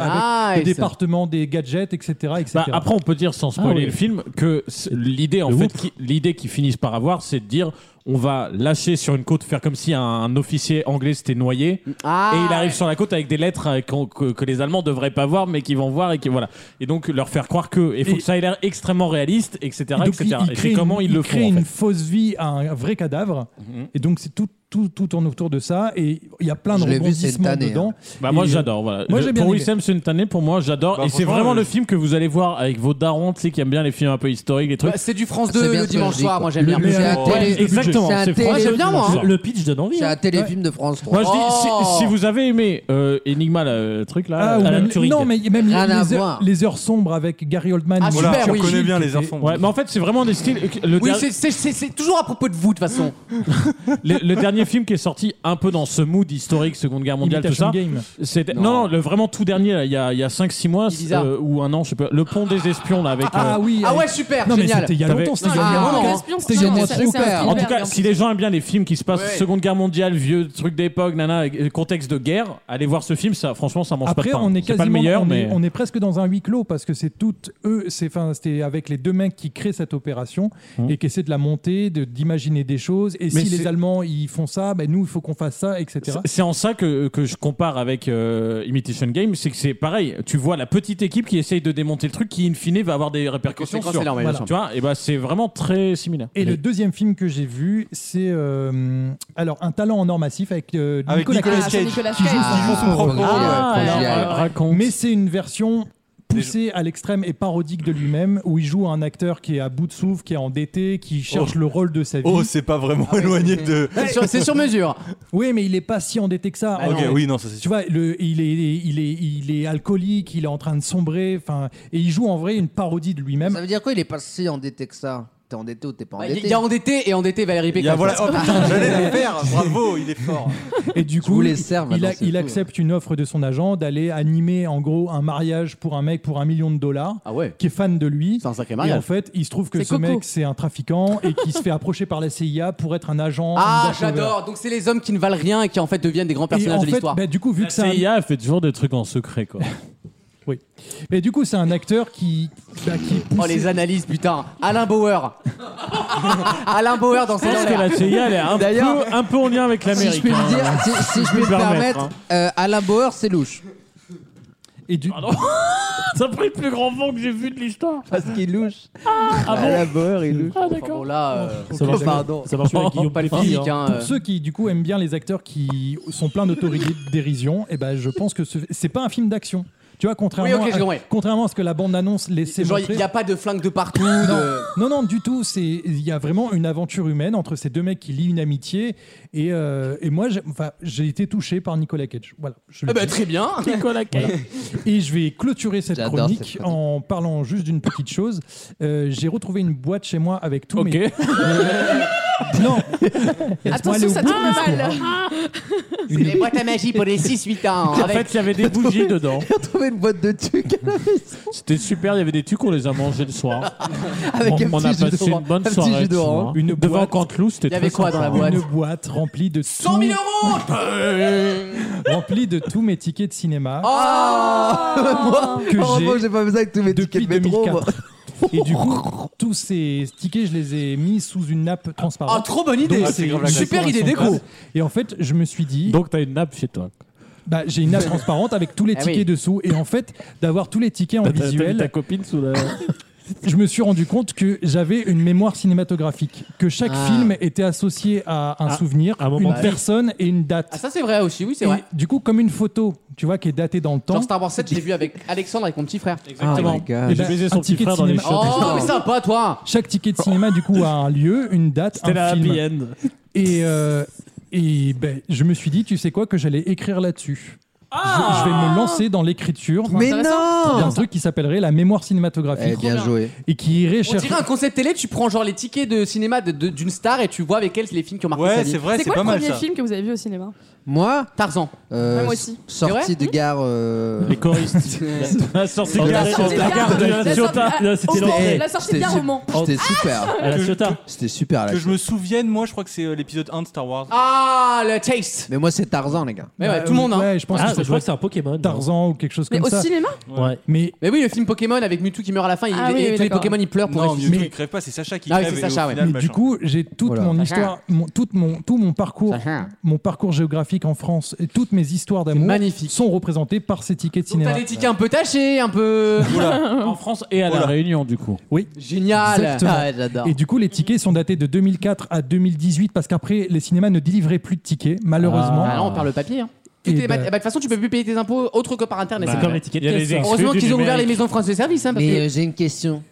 [SPEAKER 2] Nice.
[SPEAKER 8] le département des gadgets, etc. etc.
[SPEAKER 4] Bah, après, on peut dire sans spoiler
[SPEAKER 3] Ah oui.
[SPEAKER 4] le film que c'est- l'idée en
[SPEAKER 3] Le
[SPEAKER 4] fait,
[SPEAKER 3] whoop.
[SPEAKER 4] qui- l'idée qu'ils finissent par avoir, c'est de dire on va lâcher sur une côte, faire comme si un, officier anglais s'était noyé,
[SPEAKER 2] Ah,
[SPEAKER 4] et il arrive sur la côte avec des lettres euh, qu'on- que, que les Allemands devraient pas voir, mais qu'ils vont voir et qui voilà. Et donc leur faire croire que, et faut
[SPEAKER 8] Et-
[SPEAKER 4] que ça ait l'air extrêmement réaliste, etc.,
[SPEAKER 8] Et donc, il-
[SPEAKER 4] etc.
[SPEAKER 8] il
[SPEAKER 4] Et
[SPEAKER 8] crée
[SPEAKER 4] c'est
[SPEAKER 8] une-
[SPEAKER 4] comment ils
[SPEAKER 8] il
[SPEAKER 4] le
[SPEAKER 8] crée
[SPEAKER 4] font. en
[SPEAKER 8] une
[SPEAKER 4] fait.
[SPEAKER 8] fausse vie à un vrai cadavre. Et donc, c'est tout, tout, tout tourne autour de ça. Et il y a plein de
[SPEAKER 7] Je l'ai vu, c'est
[SPEAKER 8] rebondissements
[SPEAKER 7] tanné,
[SPEAKER 8] dedans.
[SPEAKER 4] Bah moi
[SPEAKER 8] Et- euh,
[SPEAKER 4] j'adore voilà.
[SPEAKER 8] Moi, j'ai bien
[SPEAKER 4] pour
[SPEAKER 8] aimé.
[SPEAKER 4] Wissem Suntane pour moi j'adore
[SPEAKER 5] Bah,
[SPEAKER 4] et c'est
[SPEAKER 5] franchement,
[SPEAKER 4] vraiment
[SPEAKER 5] euh,
[SPEAKER 4] le film que vous allez voir avec vos darons tu sais qui aiment bien les films un peu historiques les trucs.
[SPEAKER 2] bah, c'est du France
[SPEAKER 7] C'est
[SPEAKER 2] 2
[SPEAKER 7] bien
[SPEAKER 2] le
[SPEAKER 7] ce que je
[SPEAKER 2] dimanche
[SPEAKER 7] dis,
[SPEAKER 2] soir,
[SPEAKER 7] quoi.
[SPEAKER 2] moi j'aime bien.
[SPEAKER 7] Le- c'est un
[SPEAKER 2] Ouais.
[SPEAKER 7] télé-
[SPEAKER 2] Ouais.
[SPEAKER 4] exactement,
[SPEAKER 7] c'est un
[SPEAKER 4] c'est
[SPEAKER 7] télé-
[SPEAKER 4] François-
[SPEAKER 2] j'aime bien, moi, hein.
[SPEAKER 3] Le- Le pitch donne envie.
[SPEAKER 7] C'est
[SPEAKER 3] hein.
[SPEAKER 7] un téléfilm de France 3.
[SPEAKER 4] Moi je dis
[SPEAKER 2] Oh
[SPEAKER 4] si, si vous avez aimé euh, Enigma le truc là
[SPEAKER 8] Ah, ou
[SPEAKER 4] Alan
[SPEAKER 8] même-
[SPEAKER 4] Turing.
[SPEAKER 8] non, mais même les,
[SPEAKER 7] Rien à
[SPEAKER 8] les heures,
[SPEAKER 7] voir.
[SPEAKER 8] les heures sombres avec Gary Oldman.
[SPEAKER 2] Ah,
[SPEAKER 8] ou
[SPEAKER 5] Voilà,
[SPEAKER 2] super,
[SPEAKER 5] tu
[SPEAKER 2] oui.
[SPEAKER 5] reconnais bien les
[SPEAKER 8] Qui était-
[SPEAKER 5] enfants.
[SPEAKER 4] Ouais, mais en fait, c'est vraiment des styles. euh, Le,
[SPEAKER 2] Oui,
[SPEAKER 4] der-
[SPEAKER 2] c'est- c'est- c'est c'est toujours à propos de vous de toute façon.
[SPEAKER 4] le- le dernier film qui est sorti un peu dans ce mood historique, Seconde Guerre mondiale, tout
[SPEAKER 8] Imitation
[SPEAKER 4] ça.
[SPEAKER 8] Game.
[SPEAKER 4] c'était- Non, non, le vraiment tout dernier, là, il y a, il y a 5-6 mois
[SPEAKER 2] Ibiza.
[SPEAKER 4] euh, ou un an, je sais pas. Le pont des espions, là, avec. euh,
[SPEAKER 8] Ah oui.
[SPEAKER 2] Ah
[SPEAKER 8] avec-
[SPEAKER 2] ouais, super,
[SPEAKER 8] Non, mais
[SPEAKER 2] génial.
[SPEAKER 8] c'était il y a
[SPEAKER 4] T'avais-
[SPEAKER 8] longtemps. c'était il y a
[SPEAKER 2] Ah,
[SPEAKER 8] longtemps.
[SPEAKER 2] vraiment,
[SPEAKER 6] non,
[SPEAKER 2] hein.
[SPEAKER 6] l'espion,
[SPEAKER 7] C'était
[SPEAKER 6] non,
[SPEAKER 7] génial.
[SPEAKER 6] c'est- c'est un
[SPEAKER 7] Super.
[SPEAKER 6] Spielberg,
[SPEAKER 4] En tout
[SPEAKER 6] en
[SPEAKER 4] cas,
[SPEAKER 6] plus.
[SPEAKER 4] si les gens aiment bien les films qui se passent
[SPEAKER 2] Ouais.
[SPEAKER 4] Seconde Guerre mondiale, vieux truc d'époque, nana, euh, contexte de guerre, allez voir ce film, ça, franchement, ça mange
[SPEAKER 8] Après,
[SPEAKER 4] pas de pain.
[SPEAKER 8] on est
[SPEAKER 4] C'est
[SPEAKER 8] quasiment,
[SPEAKER 4] pas le meilleur,
[SPEAKER 8] on,
[SPEAKER 4] mais.
[SPEAKER 8] est, on est presque dans un huis clos parce que c'est tout eux, c'est enfin, c'était avec les deux mecs qui créent cette opération
[SPEAKER 4] Mhm.
[SPEAKER 8] et qui essaient de la monter, de d'imaginer des choses. Et
[SPEAKER 4] Mais
[SPEAKER 8] si les
[SPEAKER 4] c'est-
[SPEAKER 8] Allemands ils font ça, ben nous il faut qu'on fasse ça, etc.
[SPEAKER 4] C'est- C'est en ça que, que je compare avec euh, Imitation Game, c'est que c'est pareil. Tu vois la petite équipe qui essaye de démonter le truc, qui in fine va
[SPEAKER 8] Bah,
[SPEAKER 4] avoir des répercussions
[SPEAKER 2] Conséquences
[SPEAKER 4] sur.
[SPEAKER 2] énormes, bien
[SPEAKER 4] Voilà.
[SPEAKER 2] sûr.
[SPEAKER 4] Tu vois, et bah c'est vraiment très similaire.
[SPEAKER 8] Et le deuxième film que j'ai vu, c'est euh, alors un talent en or massif avec, euh,
[SPEAKER 5] Avec
[SPEAKER 8] Nicolas
[SPEAKER 5] Nicolas
[SPEAKER 8] Cage.
[SPEAKER 5] Cage.
[SPEAKER 6] Nicolas
[SPEAKER 8] qui joue
[SPEAKER 6] Cage.
[SPEAKER 8] son propre
[SPEAKER 7] Ah,
[SPEAKER 5] rôle.
[SPEAKER 7] Ah,
[SPEAKER 6] ouais.
[SPEAKER 7] ouais.
[SPEAKER 6] alors,
[SPEAKER 4] raconte.
[SPEAKER 8] Mais c'est une version poussée à l'extrême et parodique de lui-même où il joue un acteur qui est à bout de souffle, qui est endetté, qui cherche le rôle de sa vie.
[SPEAKER 5] Oh, c'est pas vraiment éloigné de.
[SPEAKER 2] C'est sur- C'est sur mesure.
[SPEAKER 8] oui, mais il est pas si endetté que ça.
[SPEAKER 2] Ah,
[SPEAKER 5] ok,
[SPEAKER 2] non.
[SPEAKER 5] oui, non, ça c'est
[SPEAKER 8] Tu
[SPEAKER 5] sûr.
[SPEAKER 8] vois, le, il, est, il, est, il est alcoolique, il est en train de sombrer, enfin, et il joue en vrai une parodie de
[SPEAKER 7] Ça
[SPEAKER 8] lui-même.
[SPEAKER 7] veut dire quoi Il est pas si endetté que ça T'es endetté ou t'es pas
[SPEAKER 2] Bah, Il
[SPEAKER 7] endetté
[SPEAKER 2] y a endetté et endetté Valérie
[SPEAKER 5] Il y a-
[SPEAKER 2] Pécresse.
[SPEAKER 5] voilà, oh putain, j'allais le faire, bravo, il est fort.
[SPEAKER 8] Et du
[SPEAKER 7] vous
[SPEAKER 8] coup,
[SPEAKER 7] les sers,
[SPEAKER 8] il,
[SPEAKER 7] maintenant,
[SPEAKER 8] a-
[SPEAKER 7] c'est
[SPEAKER 8] il
[SPEAKER 7] fou.
[SPEAKER 8] accepte une offre de son agent d'aller animer en gros un mariage pour un mec pour un million de dollars
[SPEAKER 2] Ah ouais,
[SPEAKER 8] qui est fan de lui.
[SPEAKER 2] c'est un sacré
[SPEAKER 8] Et en
[SPEAKER 2] mariage.
[SPEAKER 8] fait, il se trouve que
[SPEAKER 6] C'est
[SPEAKER 8] ce
[SPEAKER 6] Coco.
[SPEAKER 8] mec, c'est un trafiquant et qui se fait approcher par la CIA pour être un agent.
[SPEAKER 2] Ah,
[SPEAKER 8] undercover.
[SPEAKER 2] j'adore. Donc c'est les hommes qui ne valent rien et qui en fait deviennent des grands
[SPEAKER 8] Et
[SPEAKER 2] personnages
[SPEAKER 8] en
[SPEAKER 2] de
[SPEAKER 8] fait,
[SPEAKER 2] l'histoire.
[SPEAKER 8] bah, du coup, vu
[SPEAKER 4] La
[SPEAKER 8] que c'est un
[SPEAKER 4] CIA fait toujours des trucs en secret, quoi.
[SPEAKER 8] Et du coup, c'est un acteur qui, bah, qui est poussé-
[SPEAKER 2] Oh les analyses, putain. Alain Bauer. Alain Bauer dans
[SPEAKER 4] Je
[SPEAKER 2] cette
[SPEAKER 4] pense que la CIA, elle est un,
[SPEAKER 7] D'ailleurs,
[SPEAKER 4] peu, un peu en lien avec
[SPEAKER 7] Si
[SPEAKER 4] l'Amérique.
[SPEAKER 7] je puis le dire, si, si je puis me
[SPEAKER 4] permettre,
[SPEAKER 7] permettre, euh, Alain Bauer, c'est louche.
[SPEAKER 8] et du-
[SPEAKER 4] Ça a pris le plus grand vent que j'ai vu de l'histoire.
[SPEAKER 7] Parce qu'il louche.
[SPEAKER 4] Ah bon
[SPEAKER 7] Alain Bauer, il louche.
[SPEAKER 4] Ah,
[SPEAKER 2] Bon
[SPEAKER 4] d'accord.
[SPEAKER 2] là, euh,
[SPEAKER 3] Ça marche
[SPEAKER 7] Pardon.
[SPEAKER 3] Ça marche plus avec Guillaume
[SPEAKER 2] pas le
[SPEAKER 3] Pelletier, hein.
[SPEAKER 2] physique. Hein.
[SPEAKER 8] Pour ceux qui du coup aiment bien les acteurs qui sont pleins d'autorité de dérision, et ben je pense que ce c'est pas un film d'action. Tu vois contrairement
[SPEAKER 2] Oui, ok, j'ai
[SPEAKER 8] à,
[SPEAKER 2] compris.
[SPEAKER 8] contrairement à ce que la bande annonce laissait
[SPEAKER 2] Genre
[SPEAKER 8] montrer.
[SPEAKER 2] il n'y a pas de flingue de partout. de-
[SPEAKER 8] Non non du tout, c'est il y a vraiment une aventure humaine entre ces deux mecs qui lient une amitié et, euh, et moi j'ai enfin, j'ai été touché par Nicolas Cage. Voilà, je le
[SPEAKER 2] Eh ben,
[SPEAKER 8] dis.
[SPEAKER 2] très bien.
[SPEAKER 4] Nicolas Cage.
[SPEAKER 8] et je vais clôturer cette
[SPEAKER 7] J'adore
[SPEAKER 8] chronique,
[SPEAKER 7] cette chronique.
[SPEAKER 8] en parlant juste d'une petite chose. Euh, j'ai retrouvé une boîte chez moi avec tous
[SPEAKER 4] Ok.
[SPEAKER 8] mes Non. Laisse-moi aller
[SPEAKER 6] Attention,
[SPEAKER 8] au
[SPEAKER 6] ça
[SPEAKER 8] bout de
[SPEAKER 6] tourne
[SPEAKER 8] l'histoire.
[SPEAKER 6] mal.
[SPEAKER 2] C'est les boîtes à magie pour les 6-8 ans.
[SPEAKER 4] En
[SPEAKER 2] avec-
[SPEAKER 4] fait, il y avait des bougies dedans.
[SPEAKER 7] Il a trouvé une boîte de tuc à la maison
[SPEAKER 4] C'était super, il y avait des tucs, on les a mangés le soir.
[SPEAKER 7] avec
[SPEAKER 4] on,
[SPEAKER 7] un
[SPEAKER 4] on a
[SPEAKER 7] petit jus
[SPEAKER 4] passé
[SPEAKER 7] d'orange.
[SPEAKER 4] une bonne
[SPEAKER 7] Un petit
[SPEAKER 4] soirée.
[SPEAKER 7] jus
[SPEAKER 4] tu
[SPEAKER 7] d'orange.
[SPEAKER 4] vois.
[SPEAKER 8] Une
[SPEAKER 4] Devant
[SPEAKER 8] boîte.
[SPEAKER 4] Canteloup, c'était
[SPEAKER 2] Il y avait
[SPEAKER 4] très
[SPEAKER 2] quoi dans
[SPEAKER 4] sympa.
[SPEAKER 2] la boîte
[SPEAKER 8] Une boîte remplie de
[SPEAKER 2] 100 000
[SPEAKER 8] tous-
[SPEAKER 2] euros
[SPEAKER 8] remplie de tous mes tickets de cinéma
[SPEAKER 2] Oh,
[SPEAKER 6] Ah,
[SPEAKER 7] Oh
[SPEAKER 8] que
[SPEAKER 7] Heureusement que
[SPEAKER 8] j'ai
[SPEAKER 7] j'ai pas fait ça avec tous mes tickets
[SPEAKER 8] depuis
[SPEAKER 7] de métro.
[SPEAKER 8] 2004. Et du coup, tous ces tickets, je les ai mis sous une nappe
[SPEAKER 2] Ah,
[SPEAKER 8] transparente.
[SPEAKER 2] trop bonne idée.
[SPEAKER 8] Donc, c'est une
[SPEAKER 2] Super idée
[SPEAKER 8] décoration
[SPEAKER 2] déco.
[SPEAKER 8] classe. Et en fait, je me suis dit,
[SPEAKER 4] Donc, t'as une nappe chez toi.
[SPEAKER 8] bah, j'ai une nappe transparente avec tous les
[SPEAKER 2] Ah oui.
[SPEAKER 8] tickets dessous. Et en fait, d'avoir tous les tickets en
[SPEAKER 4] T'as- t'as- t'as mis ta
[SPEAKER 8] visuel,
[SPEAKER 4] copine sous la.
[SPEAKER 8] je me suis rendu compte que j'avais une mémoire cinématographique, que chaque
[SPEAKER 2] Ah.
[SPEAKER 8] film était associé à un
[SPEAKER 4] Ah,
[SPEAKER 8] souvenir,
[SPEAKER 4] un moment
[SPEAKER 8] une
[SPEAKER 4] de vie.
[SPEAKER 8] personne et une date.
[SPEAKER 2] Ah ça c'est vrai aussi, oui c'est
[SPEAKER 8] Et
[SPEAKER 2] vrai.
[SPEAKER 8] Du coup, comme une photo, tu vois, qui est datée dans le temps.
[SPEAKER 2] Genre Star Wars 7, j'ai vu avec Alexandre avec mon petit frère.
[SPEAKER 7] Oh my
[SPEAKER 4] Exactement. Et
[SPEAKER 7] God.
[SPEAKER 8] Eh
[SPEAKER 4] Ah, J'ai
[SPEAKER 8] ben,
[SPEAKER 4] baisé
[SPEAKER 8] un
[SPEAKER 4] son petit
[SPEAKER 8] ticket de
[SPEAKER 4] frère dans les
[SPEAKER 8] cinéma.
[SPEAKER 4] shops.
[SPEAKER 2] Oh, mais sympa toi
[SPEAKER 8] Chaque ticket de cinéma, du coup, a un lieu, une date,
[SPEAKER 4] C'était la
[SPEAKER 8] un film.
[SPEAKER 4] happy end.
[SPEAKER 8] Et, euh, et ben, je me suis dit, tu sais quoi, que j'allais écrire là-dessus. Je,
[SPEAKER 4] Ah
[SPEAKER 8] je vais me lancer dans l'écriture
[SPEAKER 7] Mais
[SPEAKER 6] intéressant.
[SPEAKER 8] d'un
[SPEAKER 7] non
[SPEAKER 8] truc qui s'appellerait la mémoire
[SPEAKER 7] Eh,
[SPEAKER 8] cinématographique
[SPEAKER 7] bien joué.
[SPEAKER 8] et qui irait
[SPEAKER 2] On
[SPEAKER 8] chercher.
[SPEAKER 2] dirait un concept télé, tu prends genre les tickets de cinéma de- de- d'une star et tu vois avec elle les films qui ont marqué sa
[SPEAKER 5] Ouais,
[SPEAKER 2] vie.
[SPEAKER 5] c'est vrai,
[SPEAKER 6] C'est
[SPEAKER 5] c'est
[SPEAKER 6] quoi
[SPEAKER 5] pas
[SPEAKER 6] le
[SPEAKER 5] mal
[SPEAKER 6] premier
[SPEAKER 5] ça.
[SPEAKER 6] film que vous avez vu au cinéma
[SPEAKER 7] Moi,
[SPEAKER 2] Tarzan.
[SPEAKER 7] euh,
[SPEAKER 6] Ouais, moi aussi. Mmh.
[SPEAKER 2] C'est
[SPEAKER 7] sortie de gare. euh,
[SPEAKER 4] Les choristes. La sortie de la
[SPEAKER 6] sortie de la gare.
[SPEAKER 4] de la Oh,
[SPEAKER 6] La
[SPEAKER 4] Ciotat.
[SPEAKER 6] sortie-
[SPEAKER 4] Non, C'était
[SPEAKER 6] C'était-
[SPEAKER 7] Eh,
[SPEAKER 4] l'entrée.
[SPEAKER 6] la sortie
[SPEAKER 7] c'était
[SPEAKER 6] bien
[SPEAKER 7] su-
[SPEAKER 6] roman. Ah
[SPEAKER 7] C'était super.
[SPEAKER 4] À la Ciotat.
[SPEAKER 7] C'était super. la
[SPEAKER 5] Que je me
[SPEAKER 7] chose.
[SPEAKER 5] souvienne, moi je crois que c'est euh, l'épisode 1 de Star Wars.
[SPEAKER 2] Ah, le taste.
[SPEAKER 7] Mais moi, c'est Tarzan, les gars.
[SPEAKER 2] Mais ouais,
[SPEAKER 8] Bah,
[SPEAKER 2] tout le monde. hein.
[SPEAKER 8] Ouais, je pense
[SPEAKER 3] Ah,
[SPEAKER 8] que
[SPEAKER 3] je
[SPEAKER 8] ça doit
[SPEAKER 3] crois
[SPEAKER 8] être
[SPEAKER 3] que c'est un Pokémon.
[SPEAKER 8] Tarzan ou quelque chose
[SPEAKER 6] Mais
[SPEAKER 8] comme
[SPEAKER 6] au
[SPEAKER 8] ça.
[SPEAKER 6] cinéma
[SPEAKER 3] Ouais.
[SPEAKER 8] Mais
[SPEAKER 2] Mais oui, le film Pokémon avec Mewtwo qui meurt à la fin, il-
[SPEAKER 6] Ah oui,
[SPEAKER 2] et
[SPEAKER 6] oui,
[SPEAKER 2] tous les
[SPEAKER 6] d'accord.
[SPEAKER 2] Pokémon ils pleurent pour
[SPEAKER 5] Non,
[SPEAKER 2] le
[SPEAKER 5] Mewtwo,
[SPEAKER 2] film.
[SPEAKER 5] il crève pas, c'est Sacha qui
[SPEAKER 2] Ah oui,
[SPEAKER 5] crève.
[SPEAKER 2] c'est
[SPEAKER 5] et au
[SPEAKER 2] Sacha, ouais.
[SPEAKER 5] final,
[SPEAKER 8] Mais
[SPEAKER 5] machin.
[SPEAKER 8] du coup, j'ai toute
[SPEAKER 7] Voilà.
[SPEAKER 8] mon histoire, mon- toute mon, tout mon parcours,
[SPEAKER 2] Sacha.
[SPEAKER 8] mon parcours géographique en France et toutes mes histoires d'amour
[SPEAKER 2] magnifique.
[SPEAKER 8] sont représentées par ces tickets de
[SPEAKER 2] Donc t'as
[SPEAKER 8] cinéma.
[SPEAKER 2] des tickets un peu tachés, un peu.
[SPEAKER 4] En France et à la
[SPEAKER 5] Voilà.
[SPEAKER 4] Réunion, du coup.
[SPEAKER 2] Génial.
[SPEAKER 8] Exactement.
[SPEAKER 7] ouais, j'adore.
[SPEAKER 2] Ah.
[SPEAKER 8] Et du coup, les tickets sont datés de 2004 à 2018 parce qu'après, les cinémas ne délivraient plus de tickets, malheureusement.
[SPEAKER 2] Ah, là, on perd le papier. hein.
[SPEAKER 8] Et
[SPEAKER 2] Tout est
[SPEAKER 8] bah-
[SPEAKER 2] mat- bah, De toute façon, tu peux plus payer tes impôts autre que par
[SPEAKER 4] Bah,
[SPEAKER 2] internet.
[SPEAKER 3] C'est
[SPEAKER 2] c'est
[SPEAKER 3] comme
[SPEAKER 2] vrai.
[SPEAKER 3] les tickets
[SPEAKER 4] Il y a
[SPEAKER 3] de
[SPEAKER 4] les
[SPEAKER 3] caisse. ça.
[SPEAKER 2] Heureusement
[SPEAKER 4] du
[SPEAKER 2] qu'ils ont ouvert les
[SPEAKER 4] numérique.
[SPEAKER 2] maisons France de service. hein, parce
[SPEAKER 7] Mais
[SPEAKER 2] que-
[SPEAKER 7] euh, j'ai une question.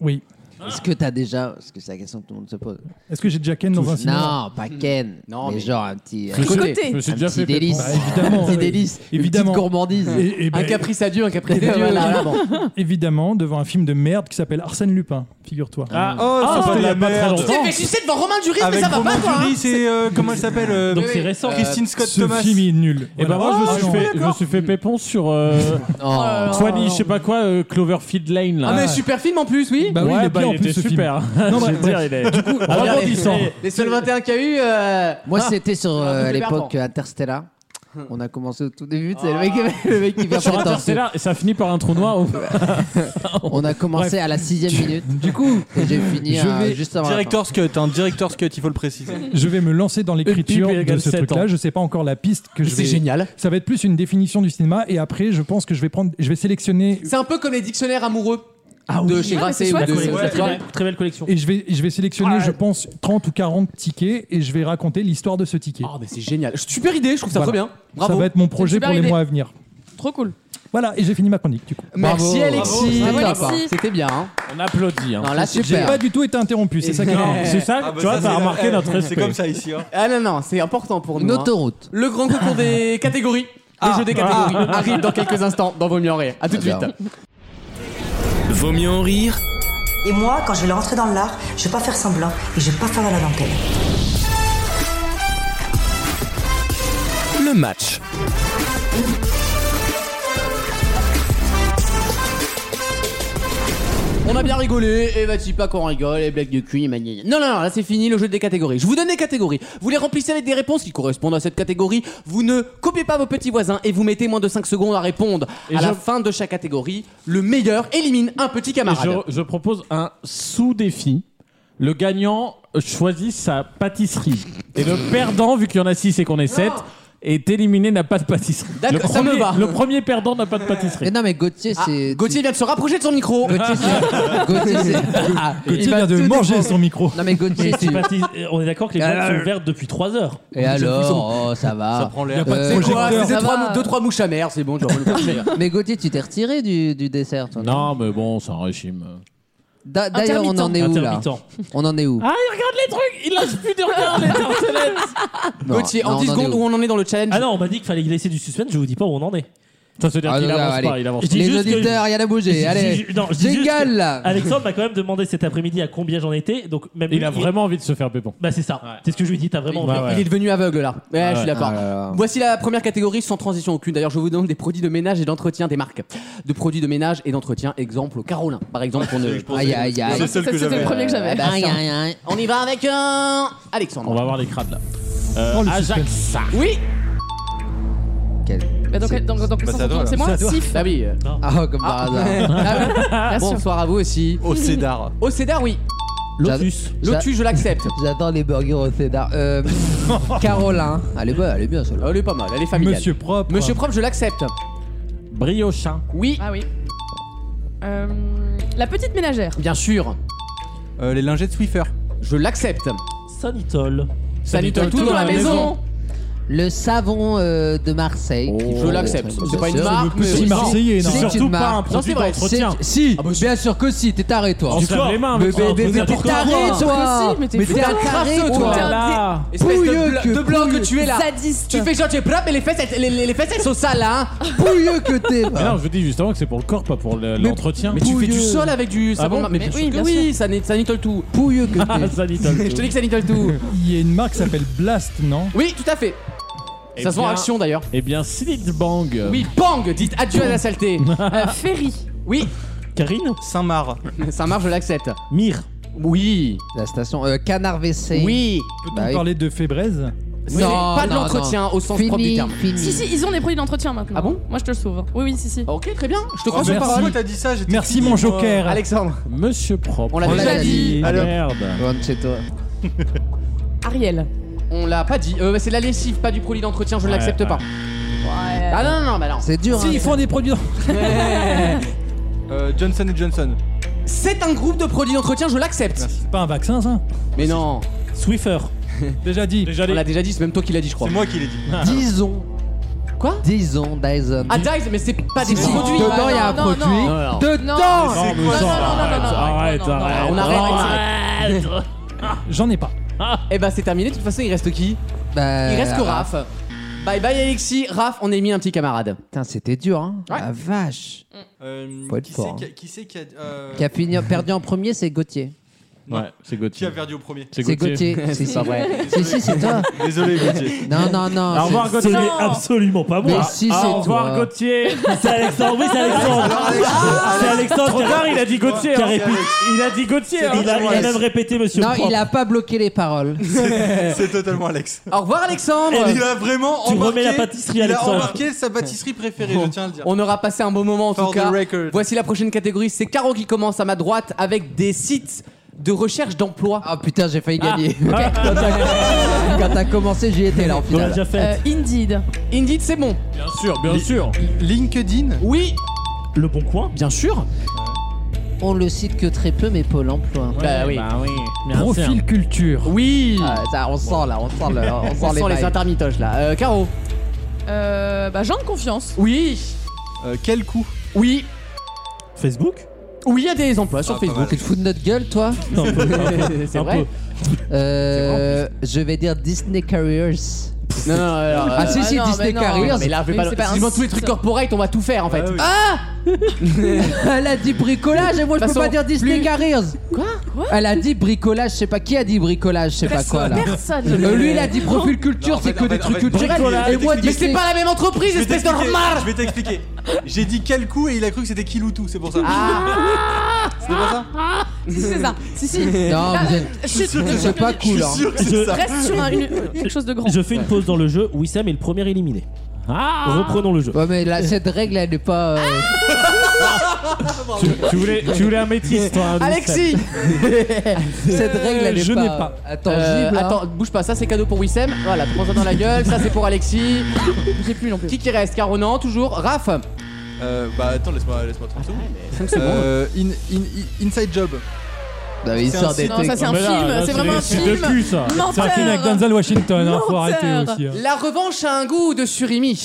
[SPEAKER 8] Oui.
[SPEAKER 7] Est-ce que t'as déjà. Parce que c'est la question que tout le monde se pose.
[SPEAKER 8] Est-ce que j'ai déjà Ken dans un cinéma
[SPEAKER 7] Mmh. Non, pas Ken.
[SPEAKER 2] Non,
[SPEAKER 7] mais,
[SPEAKER 2] mais-
[SPEAKER 7] genre un petit.
[SPEAKER 4] Je me suis-
[SPEAKER 6] Côté.
[SPEAKER 4] Je me suis
[SPEAKER 7] un
[SPEAKER 4] déjà
[SPEAKER 7] petit
[SPEAKER 4] fait.
[SPEAKER 7] délice.
[SPEAKER 8] Bah, évidemment,
[SPEAKER 7] un petit
[SPEAKER 8] oui.
[SPEAKER 7] délice.
[SPEAKER 8] Évidemment.
[SPEAKER 7] Une petite gourmandise.
[SPEAKER 8] Et- et
[SPEAKER 2] Un
[SPEAKER 8] ben,
[SPEAKER 2] caprice à Dieu, un caprice à Dieu.
[SPEAKER 7] Voilà, voilà, bon.
[SPEAKER 8] Évidemment, devant un film de merde qui s'appelle Arsène Lupin, figure-toi.
[SPEAKER 4] Ah,
[SPEAKER 5] Oh,
[SPEAKER 4] ah,
[SPEAKER 5] c'est pas
[SPEAKER 4] c'était
[SPEAKER 5] de
[SPEAKER 4] il y a
[SPEAKER 5] la
[SPEAKER 4] pas très
[SPEAKER 5] merde.
[SPEAKER 4] longtemps.
[SPEAKER 2] T'es fait sucer devant Romain Duris, mais
[SPEAKER 5] Avec
[SPEAKER 2] ça va
[SPEAKER 5] Romain
[SPEAKER 2] pas toi. hein.
[SPEAKER 5] Duris et euh, comment elle s'appelle euh,
[SPEAKER 3] Donc
[SPEAKER 2] Oui,
[SPEAKER 3] c'est
[SPEAKER 2] oui.
[SPEAKER 3] récent.
[SPEAKER 5] Christine Scott
[SPEAKER 8] Ce
[SPEAKER 5] Thomas.
[SPEAKER 8] film est nul.
[SPEAKER 4] Et bah,
[SPEAKER 8] Voilà.
[SPEAKER 4] moi, je me
[SPEAKER 8] Ah,
[SPEAKER 4] suis
[SPEAKER 8] non.
[SPEAKER 4] fait- je me suis fait pépon sur euh,
[SPEAKER 7] Oh.
[SPEAKER 6] là là.
[SPEAKER 4] Swanny, je sais pas quoi, euh, Cloverfield Lane. Là.
[SPEAKER 2] Ah, mais super film en plus, oui.
[SPEAKER 8] Bah oui,
[SPEAKER 4] Ouais,
[SPEAKER 8] il est bien en
[SPEAKER 4] était
[SPEAKER 8] plus ce film.
[SPEAKER 4] super. Non,
[SPEAKER 8] mais
[SPEAKER 4] dire, il est. Du coup, rebondissant.
[SPEAKER 2] Les- Les seuls 21 qu'il y a eu. euh,
[SPEAKER 7] Moi,
[SPEAKER 2] ah,
[SPEAKER 7] c'était sur euh,
[SPEAKER 2] double
[SPEAKER 7] à l'époque
[SPEAKER 2] Bertrand.
[SPEAKER 7] euh, Interstellar. On a commencé au tout début, c'est le mec,
[SPEAKER 6] Ah.
[SPEAKER 7] le mec qui vient
[SPEAKER 4] Sur
[SPEAKER 7] pas torse.
[SPEAKER 4] Interstellar, et ça finit par un trou noir. où-
[SPEAKER 7] On a commencé à la sixième minute. Du coup, et j'ai fini
[SPEAKER 8] je
[SPEAKER 7] euh,
[SPEAKER 8] vais-
[SPEAKER 7] juste avant. la fin.
[SPEAKER 5] Director's Cut, un Director's Cut, il faut le préciser.
[SPEAKER 8] Je vais me lancer dans l'écriture
[SPEAKER 4] Et puis, il
[SPEAKER 8] de
[SPEAKER 4] égale
[SPEAKER 8] ce
[SPEAKER 4] sept ans.
[SPEAKER 8] truc-là. Je sais pas encore la piste que je
[SPEAKER 2] C'est
[SPEAKER 8] vais.
[SPEAKER 2] génial.
[SPEAKER 8] Ça va être plus une définition du cinéma et après, je pense que je vais prendre, je vais sélectionner
[SPEAKER 2] C'est un peu comme les dictionnaires amoureux de chez
[SPEAKER 6] Ah, mais
[SPEAKER 2] Grasset
[SPEAKER 6] c'est
[SPEAKER 2] ou
[SPEAKER 6] chouette,
[SPEAKER 2] de.
[SPEAKER 6] c'est
[SPEAKER 2] ou de-
[SPEAKER 6] chouette.
[SPEAKER 2] Toi,
[SPEAKER 3] Très, très belle collection.
[SPEAKER 8] et je vais, je vais sélectionner,
[SPEAKER 4] Ah,
[SPEAKER 8] je pense, 30 ou 40 tickets et je vais raconter l'histoire de ce ticket.
[SPEAKER 2] Oh, mais c'est génial. Super idée, je trouve ça
[SPEAKER 8] Voilà.
[SPEAKER 2] très bien.
[SPEAKER 8] Ça
[SPEAKER 2] Bravo.
[SPEAKER 8] va être mon projet
[SPEAKER 6] super
[SPEAKER 8] pour les
[SPEAKER 6] idée.
[SPEAKER 8] mois à venir.
[SPEAKER 6] Trop cool.
[SPEAKER 8] Voilà, et j'ai fini ma chronique du coup.
[SPEAKER 2] Merci Alexis.
[SPEAKER 6] Bravo,
[SPEAKER 2] C'était
[SPEAKER 6] Alexis.
[SPEAKER 2] top, hein. C'était bien. hein.
[SPEAKER 4] On applaudit. hein.
[SPEAKER 2] Non, là,
[SPEAKER 8] J'ai
[SPEAKER 2] super.
[SPEAKER 8] pas du tout été interrompu, c'est ça qui est
[SPEAKER 2] Non.
[SPEAKER 4] C'est ça,
[SPEAKER 5] Ah, bah,
[SPEAKER 4] tu vois,
[SPEAKER 5] ça,
[SPEAKER 4] t'as
[SPEAKER 5] c'est la-
[SPEAKER 4] remarqué
[SPEAKER 5] eh,
[SPEAKER 4] notre
[SPEAKER 5] C'est
[SPEAKER 4] respect.
[SPEAKER 5] comme ça ici. hein.
[SPEAKER 2] Ah non, non, c'est important pour
[SPEAKER 7] Une
[SPEAKER 2] nous. hein.
[SPEAKER 7] autoroute.
[SPEAKER 2] Le grand concours des catégories.
[SPEAKER 4] Ah.
[SPEAKER 2] Le jeu des catégories arrive dans quelques instants dans Vos Mieux en Rire. A tout de suite.
[SPEAKER 7] J'adore.
[SPEAKER 1] Vaut mieux en rire
[SPEAKER 9] Et moi, quand je vais rentrer dans l'art, je vais pas faire semblant et je vais pas faire la dentelle.
[SPEAKER 1] le match.
[SPEAKER 2] On a bien rigolé, et vas-y pas qu'on rigole, et blague de cul, et magnifique. Non, non, non, là c'est fini, le jeu des catégories. Je vous donne des catégories. Vous les remplissez avec des réponses qui correspondent à cette catégorie. Vous ne copiez pas vos petits voisins et vous mettez moins de 5 secondes à répondre.
[SPEAKER 4] Et
[SPEAKER 2] à
[SPEAKER 4] je-
[SPEAKER 2] la fin de chaque catégorie, le meilleur élimine un petit
[SPEAKER 4] Et
[SPEAKER 2] camarade.
[SPEAKER 4] je, je propose un sous-défi. Le gagnant choisit sa pâtisserie. Et le perdant, vu qu'il y en a 6 et qu'on est 7, est éliminé, n'a pas de pâtisserie.
[SPEAKER 2] D'accord,
[SPEAKER 4] le
[SPEAKER 2] ça me
[SPEAKER 4] premier,
[SPEAKER 2] va.
[SPEAKER 4] le premier perdant n'a pas de
[SPEAKER 7] Mais
[SPEAKER 4] pâtisserie.
[SPEAKER 7] non, mais Gauthier,
[SPEAKER 2] Ah,
[SPEAKER 7] c'est.
[SPEAKER 2] Gauthier vient de se rapprocher de son micro.
[SPEAKER 7] Gauthier, c'est. Gauthier, c'est. Ah,
[SPEAKER 8] Gauthier
[SPEAKER 7] il va
[SPEAKER 8] vient de
[SPEAKER 7] tout
[SPEAKER 8] manger
[SPEAKER 7] défendre.
[SPEAKER 8] son micro.
[SPEAKER 7] Non, mais Gauthier,
[SPEAKER 3] C'est
[SPEAKER 7] tu.
[SPEAKER 3] pâtis- euh, On est d'accord que les boîtes
[SPEAKER 7] Ah,
[SPEAKER 3] sont vertes depuis 3 heures.
[SPEAKER 7] Et alors Oh, ça va.
[SPEAKER 5] Ça prend l'air.
[SPEAKER 8] pas de
[SPEAKER 7] Euh,
[SPEAKER 2] C'est quoi
[SPEAKER 8] projecteur.
[SPEAKER 2] C'est
[SPEAKER 6] Ça
[SPEAKER 2] trois
[SPEAKER 6] va.
[SPEAKER 2] mou- deux, trois mouches amères, c'est bon, tu vas pas nous faire chier.
[SPEAKER 7] Mais Gauthier, tu t'es retiré du, du dessert, toi.
[SPEAKER 4] Non, mais bon, c'est un régime.
[SPEAKER 7] D'a- D'ailleurs, on en est où là
[SPEAKER 3] Intermittent.
[SPEAKER 7] On en est où
[SPEAKER 4] Ah, il regarde les trucs Il lâche plus de regard les tartelettes
[SPEAKER 7] Non,
[SPEAKER 2] Gauthier,
[SPEAKER 7] non,
[SPEAKER 2] en 10
[SPEAKER 7] on est
[SPEAKER 2] secondes,
[SPEAKER 7] où
[SPEAKER 2] où on en est dans le challenge
[SPEAKER 3] Ah non, on m'a dit qu'il fallait laisser du suspense, je vous dis pas où on en est.
[SPEAKER 4] Ça veut dire
[SPEAKER 7] Ah,
[SPEAKER 4] qu'il
[SPEAKER 7] non, non,
[SPEAKER 4] avance
[SPEAKER 7] allez.
[SPEAKER 4] pas, il avance
[SPEAKER 3] Je
[SPEAKER 4] pas.
[SPEAKER 3] dis
[SPEAKER 7] Les
[SPEAKER 3] juste que-
[SPEAKER 7] auditeurs, il y a la
[SPEAKER 3] Je-
[SPEAKER 7] bouger.
[SPEAKER 3] je-
[SPEAKER 7] Allez.
[SPEAKER 3] je- non, je dis juste
[SPEAKER 7] Jingle
[SPEAKER 3] que
[SPEAKER 7] là
[SPEAKER 3] Alexandre m'a quand même demandé cet après-midi à combien j'en étais, donc même
[SPEAKER 4] Il
[SPEAKER 3] lui,
[SPEAKER 4] a vraiment envie de se faire pépon.
[SPEAKER 3] Bah c'est ça, c'est ce que je lui dis, t'as vraiment
[SPEAKER 4] Ouais,
[SPEAKER 3] envie.
[SPEAKER 4] ouais.
[SPEAKER 2] Il est devenu aveugle là. Ouais, je suis d'accord.
[SPEAKER 7] Ah là là.
[SPEAKER 2] Voici la première catégorie sans transition aucune. D'ailleurs, je vous donne des produits de ménage et d'entretien des marques. De produits de ménage et d'entretien, exemple Carolin, par exemple. pour ne-
[SPEAKER 7] Aïe, aïe, Ah, bah,
[SPEAKER 5] C'est
[SPEAKER 7] aïe.
[SPEAKER 5] le seul
[SPEAKER 6] Ça,
[SPEAKER 5] que
[SPEAKER 6] C'était
[SPEAKER 5] j'avais.
[SPEAKER 6] le premier que j'avais.
[SPEAKER 7] Aïe, aïe, aïe.
[SPEAKER 2] On y va avec un Alexandre.
[SPEAKER 4] On va voir les crades là. Euh,
[SPEAKER 8] Oh, le
[SPEAKER 4] Ajax.
[SPEAKER 2] Oui.
[SPEAKER 7] Quel-
[SPEAKER 6] Bah, donc, donc, donc,
[SPEAKER 5] Bah, c'est à toi,
[SPEAKER 6] c'est moi,
[SPEAKER 8] C'est à toi.
[SPEAKER 6] Sif.
[SPEAKER 2] Ah oui. euh,
[SPEAKER 7] Ah, comme
[SPEAKER 2] Ah.
[SPEAKER 7] par hasard.
[SPEAKER 2] Ah oui. Bonsoir à vous aussi.
[SPEAKER 5] Au Cédar.
[SPEAKER 2] Au Cédar, oui.
[SPEAKER 7] Lotus.
[SPEAKER 2] Lotus, je l'accepte.
[SPEAKER 7] J'adore les burgers au cheddar. Euh, Caroline, elle est, bonne, elle est bien celle-là.
[SPEAKER 2] Elle est pas mal, elle est familiale.
[SPEAKER 8] Monsieur propre.
[SPEAKER 2] Monsieur Propre, je l'accepte.
[SPEAKER 4] Briochin.
[SPEAKER 2] Oui,
[SPEAKER 6] Ah oui. Euh, la petite ménagère.
[SPEAKER 2] bien sûr.
[SPEAKER 5] Euh, Les lingettes Swiffer.
[SPEAKER 2] Je l'accepte.
[SPEAKER 3] Sanitol.
[SPEAKER 2] Sanitol, tout dans la maison.
[SPEAKER 7] Le savon euh, de Marseille. qui
[SPEAKER 2] Je
[SPEAKER 7] peut
[SPEAKER 2] l'accepte.
[SPEAKER 7] être-
[SPEAKER 2] C'est pas une
[SPEAKER 7] Oh, Bien sûr.
[SPEAKER 2] marque, mais
[SPEAKER 8] petit
[SPEAKER 2] c'est-
[SPEAKER 8] Marseillais, non
[SPEAKER 7] C'est une
[SPEAKER 4] Surtout pas un
[SPEAKER 7] marque.
[SPEAKER 2] Non,
[SPEAKER 4] produit
[SPEAKER 2] c'est vrai,
[SPEAKER 7] C'est-
[SPEAKER 4] d'entretien.
[SPEAKER 7] Si,
[SPEAKER 2] bah,
[SPEAKER 7] bien sûr que si, t'es taré toi.
[SPEAKER 4] On se lave
[SPEAKER 3] corps.
[SPEAKER 4] les mains,
[SPEAKER 7] Mais,
[SPEAKER 4] mais
[SPEAKER 7] mais- mais t'es taré
[SPEAKER 6] N'importe quoi.
[SPEAKER 7] toi
[SPEAKER 6] Mais t'es fou,
[SPEAKER 7] un
[SPEAKER 6] toi.
[SPEAKER 7] taré
[SPEAKER 2] Crasseux, toi.
[SPEAKER 7] toi
[SPEAKER 6] T'es un-
[SPEAKER 3] Là.
[SPEAKER 2] Espèce de,
[SPEAKER 7] Pouilleux
[SPEAKER 2] bla-
[SPEAKER 7] que
[SPEAKER 2] de blanc que
[SPEAKER 7] pouilleux.
[SPEAKER 2] tu es là.
[SPEAKER 6] Zadiste.
[SPEAKER 2] Tu fais genre, tu es propre, mais les fesses, elles, les, les- les fesses, elles sont sales, là, hein.
[SPEAKER 7] Pouilleux que t'es
[SPEAKER 4] Mais non, je vous dis justement que c'est pour le corps, pas pour le- l'entretien.
[SPEAKER 2] Mais tu fais du
[SPEAKER 7] Pouilleux.
[SPEAKER 2] sol avec du savon. là.
[SPEAKER 4] bon
[SPEAKER 2] Ah mais
[SPEAKER 6] Mais
[SPEAKER 2] bien
[SPEAKER 6] oui,
[SPEAKER 2] sûr que
[SPEAKER 6] bien
[SPEAKER 2] oui, ça n'est- ça nittole tout.
[SPEAKER 7] Pouilleux que
[SPEAKER 4] Ah,
[SPEAKER 7] t'es
[SPEAKER 4] ça dit tout.
[SPEAKER 2] Je te dis que ça nittole tout.
[SPEAKER 8] Il y a une marque qui s'appelle Blast, non
[SPEAKER 2] Oui, tout à fait.
[SPEAKER 4] Eh
[SPEAKER 2] ça se vend en
[SPEAKER 4] bien-
[SPEAKER 2] action d'ailleurs.
[SPEAKER 4] Eh bien, Slid Bang.
[SPEAKER 2] Oui, bang Dites adieu à la saleté.
[SPEAKER 6] Ferry.
[SPEAKER 2] Oui,
[SPEAKER 3] Karine
[SPEAKER 5] Saint-Marc.
[SPEAKER 2] ça marche, je l'accepte.
[SPEAKER 3] Mire.
[SPEAKER 2] Oui,
[SPEAKER 7] La station euh, Canard WC.
[SPEAKER 2] oui.
[SPEAKER 8] Peut-on
[SPEAKER 7] Bah oui.
[SPEAKER 8] parler de Fébreze
[SPEAKER 2] C'est
[SPEAKER 7] Non,
[SPEAKER 2] pas de
[SPEAKER 7] non,
[SPEAKER 2] l'entretien au sens propre du
[SPEAKER 7] Fini,
[SPEAKER 2] terme.
[SPEAKER 7] fini.
[SPEAKER 6] Si, si, ils ont des produits d'entretien maintenant.
[SPEAKER 2] Ah bon
[SPEAKER 6] Moi, je te le sauve. Oui, oui, si, si.
[SPEAKER 2] Ok, très bien. Je te crois
[SPEAKER 8] Oh,
[SPEAKER 2] sur
[SPEAKER 8] merci.
[SPEAKER 2] parole.
[SPEAKER 5] Pourquoi t'as dit ça J'étais
[SPEAKER 8] Merci
[SPEAKER 5] fini,
[SPEAKER 8] mon
[SPEAKER 5] moi.
[SPEAKER 8] joker
[SPEAKER 2] Alexandre,
[SPEAKER 4] Monsieur Propre.
[SPEAKER 2] on l'a
[SPEAKER 7] On
[SPEAKER 2] déjà
[SPEAKER 7] l'a
[SPEAKER 2] dit.
[SPEAKER 7] dit.
[SPEAKER 4] Alors- Merde.
[SPEAKER 7] Rentre chez toi.
[SPEAKER 6] Ariel.
[SPEAKER 2] On l'a pas dit. Euh, c'est la lessive, pas du produit d'entretien, je ne
[SPEAKER 4] Ouais,
[SPEAKER 2] l'accepte pas.
[SPEAKER 6] Ouais.
[SPEAKER 2] Ah non, non, non, bah non.
[SPEAKER 7] C'est dur. hein.
[SPEAKER 8] S'ils font des produits.
[SPEAKER 5] Euh, Johnson Johnson.
[SPEAKER 2] C'est un groupe de produits d'entretien, je l'accepte.
[SPEAKER 8] C'est pas un vaccin, ça
[SPEAKER 2] Mais non,
[SPEAKER 3] Swiffer.
[SPEAKER 8] Déjà dit.
[SPEAKER 3] Déjà
[SPEAKER 2] on
[SPEAKER 3] les.
[SPEAKER 2] l'a déjà dit, c'est même toi qui l'as dit, je crois.
[SPEAKER 5] C'est moi qui l'ai dit.
[SPEAKER 7] Disons.
[SPEAKER 2] Quoi
[SPEAKER 7] Disons, Dyson.
[SPEAKER 2] Ah, Dice, mais c'est pas des
[SPEAKER 7] Si, si,
[SPEAKER 2] produits.
[SPEAKER 7] dedans, il y a un
[SPEAKER 6] Ah non, non,
[SPEAKER 7] produit.
[SPEAKER 6] non.
[SPEAKER 2] Non, non.
[SPEAKER 7] Dedans
[SPEAKER 5] C'est
[SPEAKER 4] mais
[SPEAKER 5] quoi
[SPEAKER 4] ça,
[SPEAKER 6] non, non, non, non, non,
[SPEAKER 4] arrête,
[SPEAKER 6] non, non, non,
[SPEAKER 4] arrête,
[SPEAKER 2] non, Ah, on arrête.
[SPEAKER 4] arrête.
[SPEAKER 8] J'en ai pas.
[SPEAKER 2] Eh bah, c'est terminé, de toute façon, il reste qui
[SPEAKER 7] Bah,
[SPEAKER 2] Il reste que Raph. Bye bye Alexis, Raph, on est mis un petit camarade.
[SPEAKER 7] Putain, c'était dur, hein.
[SPEAKER 2] Ouais.
[SPEAKER 7] La vache.
[SPEAKER 5] Euh,
[SPEAKER 7] Faut être
[SPEAKER 5] qui
[SPEAKER 7] fort,
[SPEAKER 5] c'est qui a- Qui c'est qui a. euh,
[SPEAKER 7] Qui a fini, perdu en premier, c'est Gauthier.
[SPEAKER 4] Ouais, c'est
[SPEAKER 5] Qui
[SPEAKER 4] Gauthier.
[SPEAKER 5] a perdu au premier
[SPEAKER 7] C'est Gauthier. Si, si.
[SPEAKER 2] pas vrai.
[SPEAKER 7] Si, si, c'est toi.
[SPEAKER 5] Désolé, Gauthier.
[SPEAKER 7] Non, non, non.
[SPEAKER 4] Au revoir
[SPEAKER 7] c'est-
[SPEAKER 3] Ce
[SPEAKER 4] Gauthier.
[SPEAKER 3] n'est absolument pas
[SPEAKER 7] Mais
[SPEAKER 3] moi.
[SPEAKER 7] si, c'est
[SPEAKER 4] Au
[SPEAKER 7] toi.
[SPEAKER 4] revoir Gauthier.
[SPEAKER 3] C'est Alexandre. Oui, c'est Alexandre. C'est Alexandre.
[SPEAKER 4] Ah, Trop
[SPEAKER 3] qui a-
[SPEAKER 4] tard, il a dit Gauthier.
[SPEAKER 3] qui a
[SPEAKER 4] hein.
[SPEAKER 3] répété.
[SPEAKER 4] Il a dit Gauthier. hein.
[SPEAKER 3] Il a, il a même répété Monsieur
[SPEAKER 7] Non,
[SPEAKER 3] Propre.
[SPEAKER 7] il a pas bloqué les paroles.
[SPEAKER 5] C'est totalement Alex.
[SPEAKER 2] Au revoir Alexandre
[SPEAKER 5] Il a vraiment
[SPEAKER 3] Tu
[SPEAKER 5] embarqué.
[SPEAKER 3] remets la pâtisserie,
[SPEAKER 5] Il a
[SPEAKER 3] Alexandre.
[SPEAKER 5] embarqué sa pâtisserie préférée, je tiens à le dire.
[SPEAKER 2] On aura passé un bon moment en tout
[SPEAKER 5] For the
[SPEAKER 2] cas.
[SPEAKER 5] record.
[SPEAKER 2] Voici la prochaine catégorie, c'est Caro qui commence à ma droite avec des sites de recherche d'emploi.
[SPEAKER 7] Ah putain, j'ai failli gagner. Quand t'as- quand t'as commencé, j'y étais là en
[SPEAKER 3] On l'a
[SPEAKER 7] finale.
[SPEAKER 3] déjà fait.
[SPEAKER 6] Euh, Indeed.
[SPEAKER 2] Indeed, c'est bon.
[SPEAKER 4] Bien sûr, bien sûr.
[SPEAKER 5] LinkedIn
[SPEAKER 2] Oui,
[SPEAKER 3] Le Bon Coin.
[SPEAKER 2] bien sûr.
[SPEAKER 7] On le cite que très peu, mais Pôle emploi.
[SPEAKER 2] Bah oui.
[SPEAKER 4] Bien sûr.
[SPEAKER 8] Profil culture.
[SPEAKER 2] Oui.
[SPEAKER 7] Ah, ça, on sent là, on sent, le- on sent
[SPEAKER 2] on
[SPEAKER 7] les,
[SPEAKER 2] sent les
[SPEAKER 7] bails.
[SPEAKER 2] intermitoches là. Euh, Caro.
[SPEAKER 6] Euh, bah, gens de confiance.
[SPEAKER 2] Oui.
[SPEAKER 5] Euh, Quel coup
[SPEAKER 2] Oui.
[SPEAKER 3] Facebook.
[SPEAKER 2] Oui, il y a des emplois sur
[SPEAKER 5] Ah, pas
[SPEAKER 2] Facebook.
[SPEAKER 7] Tu te fous de notre gueule, toi
[SPEAKER 3] Non, un peu.
[SPEAKER 2] c'est
[SPEAKER 3] Un
[SPEAKER 2] vrai.
[SPEAKER 7] Euh, Je vais dire Disney Careers.
[SPEAKER 2] Non, non, alors,
[SPEAKER 7] Ah
[SPEAKER 2] euh,
[SPEAKER 7] si, si,
[SPEAKER 6] non,
[SPEAKER 7] Disney
[SPEAKER 6] mais non,
[SPEAKER 7] Careers.
[SPEAKER 2] mais là, on fait pas.
[SPEAKER 6] Mais c'est pas un
[SPEAKER 2] Excuse-moi, tous les trucs
[SPEAKER 6] site.
[SPEAKER 2] corporate, on va tout faire en fait.
[SPEAKER 5] Ah,
[SPEAKER 7] Elle a dit bricolage et moi je peux
[SPEAKER 2] Façon,
[SPEAKER 7] pas dire Disney
[SPEAKER 2] plus-
[SPEAKER 7] Careers. Quoi, Elle a dit bricolage, je sais pas qui a dit bricolage, je sais pas quoi là.
[SPEAKER 6] Personne.
[SPEAKER 7] Euh, lui il a dit profil
[SPEAKER 5] Non,
[SPEAKER 7] culture,
[SPEAKER 5] en
[SPEAKER 7] c'est
[SPEAKER 5] fait,
[SPEAKER 7] que
[SPEAKER 5] en
[SPEAKER 7] des
[SPEAKER 5] fait, en
[SPEAKER 7] trucs
[SPEAKER 5] fait, bricolage,
[SPEAKER 7] culturels. Et moi
[SPEAKER 5] Mais
[SPEAKER 2] Mais c'est
[SPEAKER 7] Disney.
[SPEAKER 2] pas la même entreprise,
[SPEAKER 5] Je vais
[SPEAKER 2] espèce de
[SPEAKER 5] t'expliquer.
[SPEAKER 2] remar
[SPEAKER 5] Je vais t'expliquer. J'ai dit quel coup et il a cru que c'était Kiloutou, c'est pour ça.
[SPEAKER 2] Ah,
[SPEAKER 5] C'était pas ça
[SPEAKER 6] Si, c'est ça. Si, si.
[SPEAKER 7] Non, vous êtes-
[SPEAKER 6] Je suis
[SPEAKER 5] sûr que
[SPEAKER 7] c'est pas
[SPEAKER 5] Je
[SPEAKER 7] cool.
[SPEAKER 5] suis
[SPEAKER 7] hein.
[SPEAKER 5] sûr que c'est
[SPEAKER 3] Je-
[SPEAKER 5] ça.
[SPEAKER 6] Reste sur un- une- quelque chose de grand.
[SPEAKER 3] Je fais une pause dans le jeu. Wissam est le premier éliminé. Reprenons le jeu.
[SPEAKER 7] Ouais mais là cette règle elle est pas. euh,
[SPEAKER 4] Tu, tu voulais, tu voulais un métis, toi. hein,
[SPEAKER 2] Alexis
[SPEAKER 7] Cette règle elle est
[SPEAKER 3] je
[SPEAKER 7] pas.
[SPEAKER 3] n'ai pas.
[SPEAKER 2] Euh,
[SPEAKER 7] Attangible. hein.
[SPEAKER 2] Attends, bouge pas, ça c'est cadeau pour Wissem. Voilà, prends ça dans la gueule, ça c'est pour Alexis. J'ai plus non plus. Qui qui reste Caronan, toujours. Raph
[SPEAKER 5] Euh, bah attends, laisse-moi laisse 30 secondes.
[SPEAKER 2] Cinq secondes.
[SPEAKER 5] Euh, in- in- in- inside Job.
[SPEAKER 7] Non, mais il
[SPEAKER 5] c'est
[SPEAKER 7] sort
[SPEAKER 5] un-
[SPEAKER 7] des
[SPEAKER 6] Non,
[SPEAKER 7] trucs.
[SPEAKER 6] ça c'est un
[SPEAKER 4] Mais là, là,
[SPEAKER 6] film. C'est vraiment un
[SPEAKER 4] C'est de
[SPEAKER 6] film.
[SPEAKER 4] cul, ça.
[SPEAKER 8] C'est un film avec
[SPEAKER 6] Menteur.
[SPEAKER 8] Denzel Washington, hein, faut arrêter
[SPEAKER 6] Menteur.
[SPEAKER 8] aussi. hein.
[SPEAKER 2] La revanche a un goût de surimi.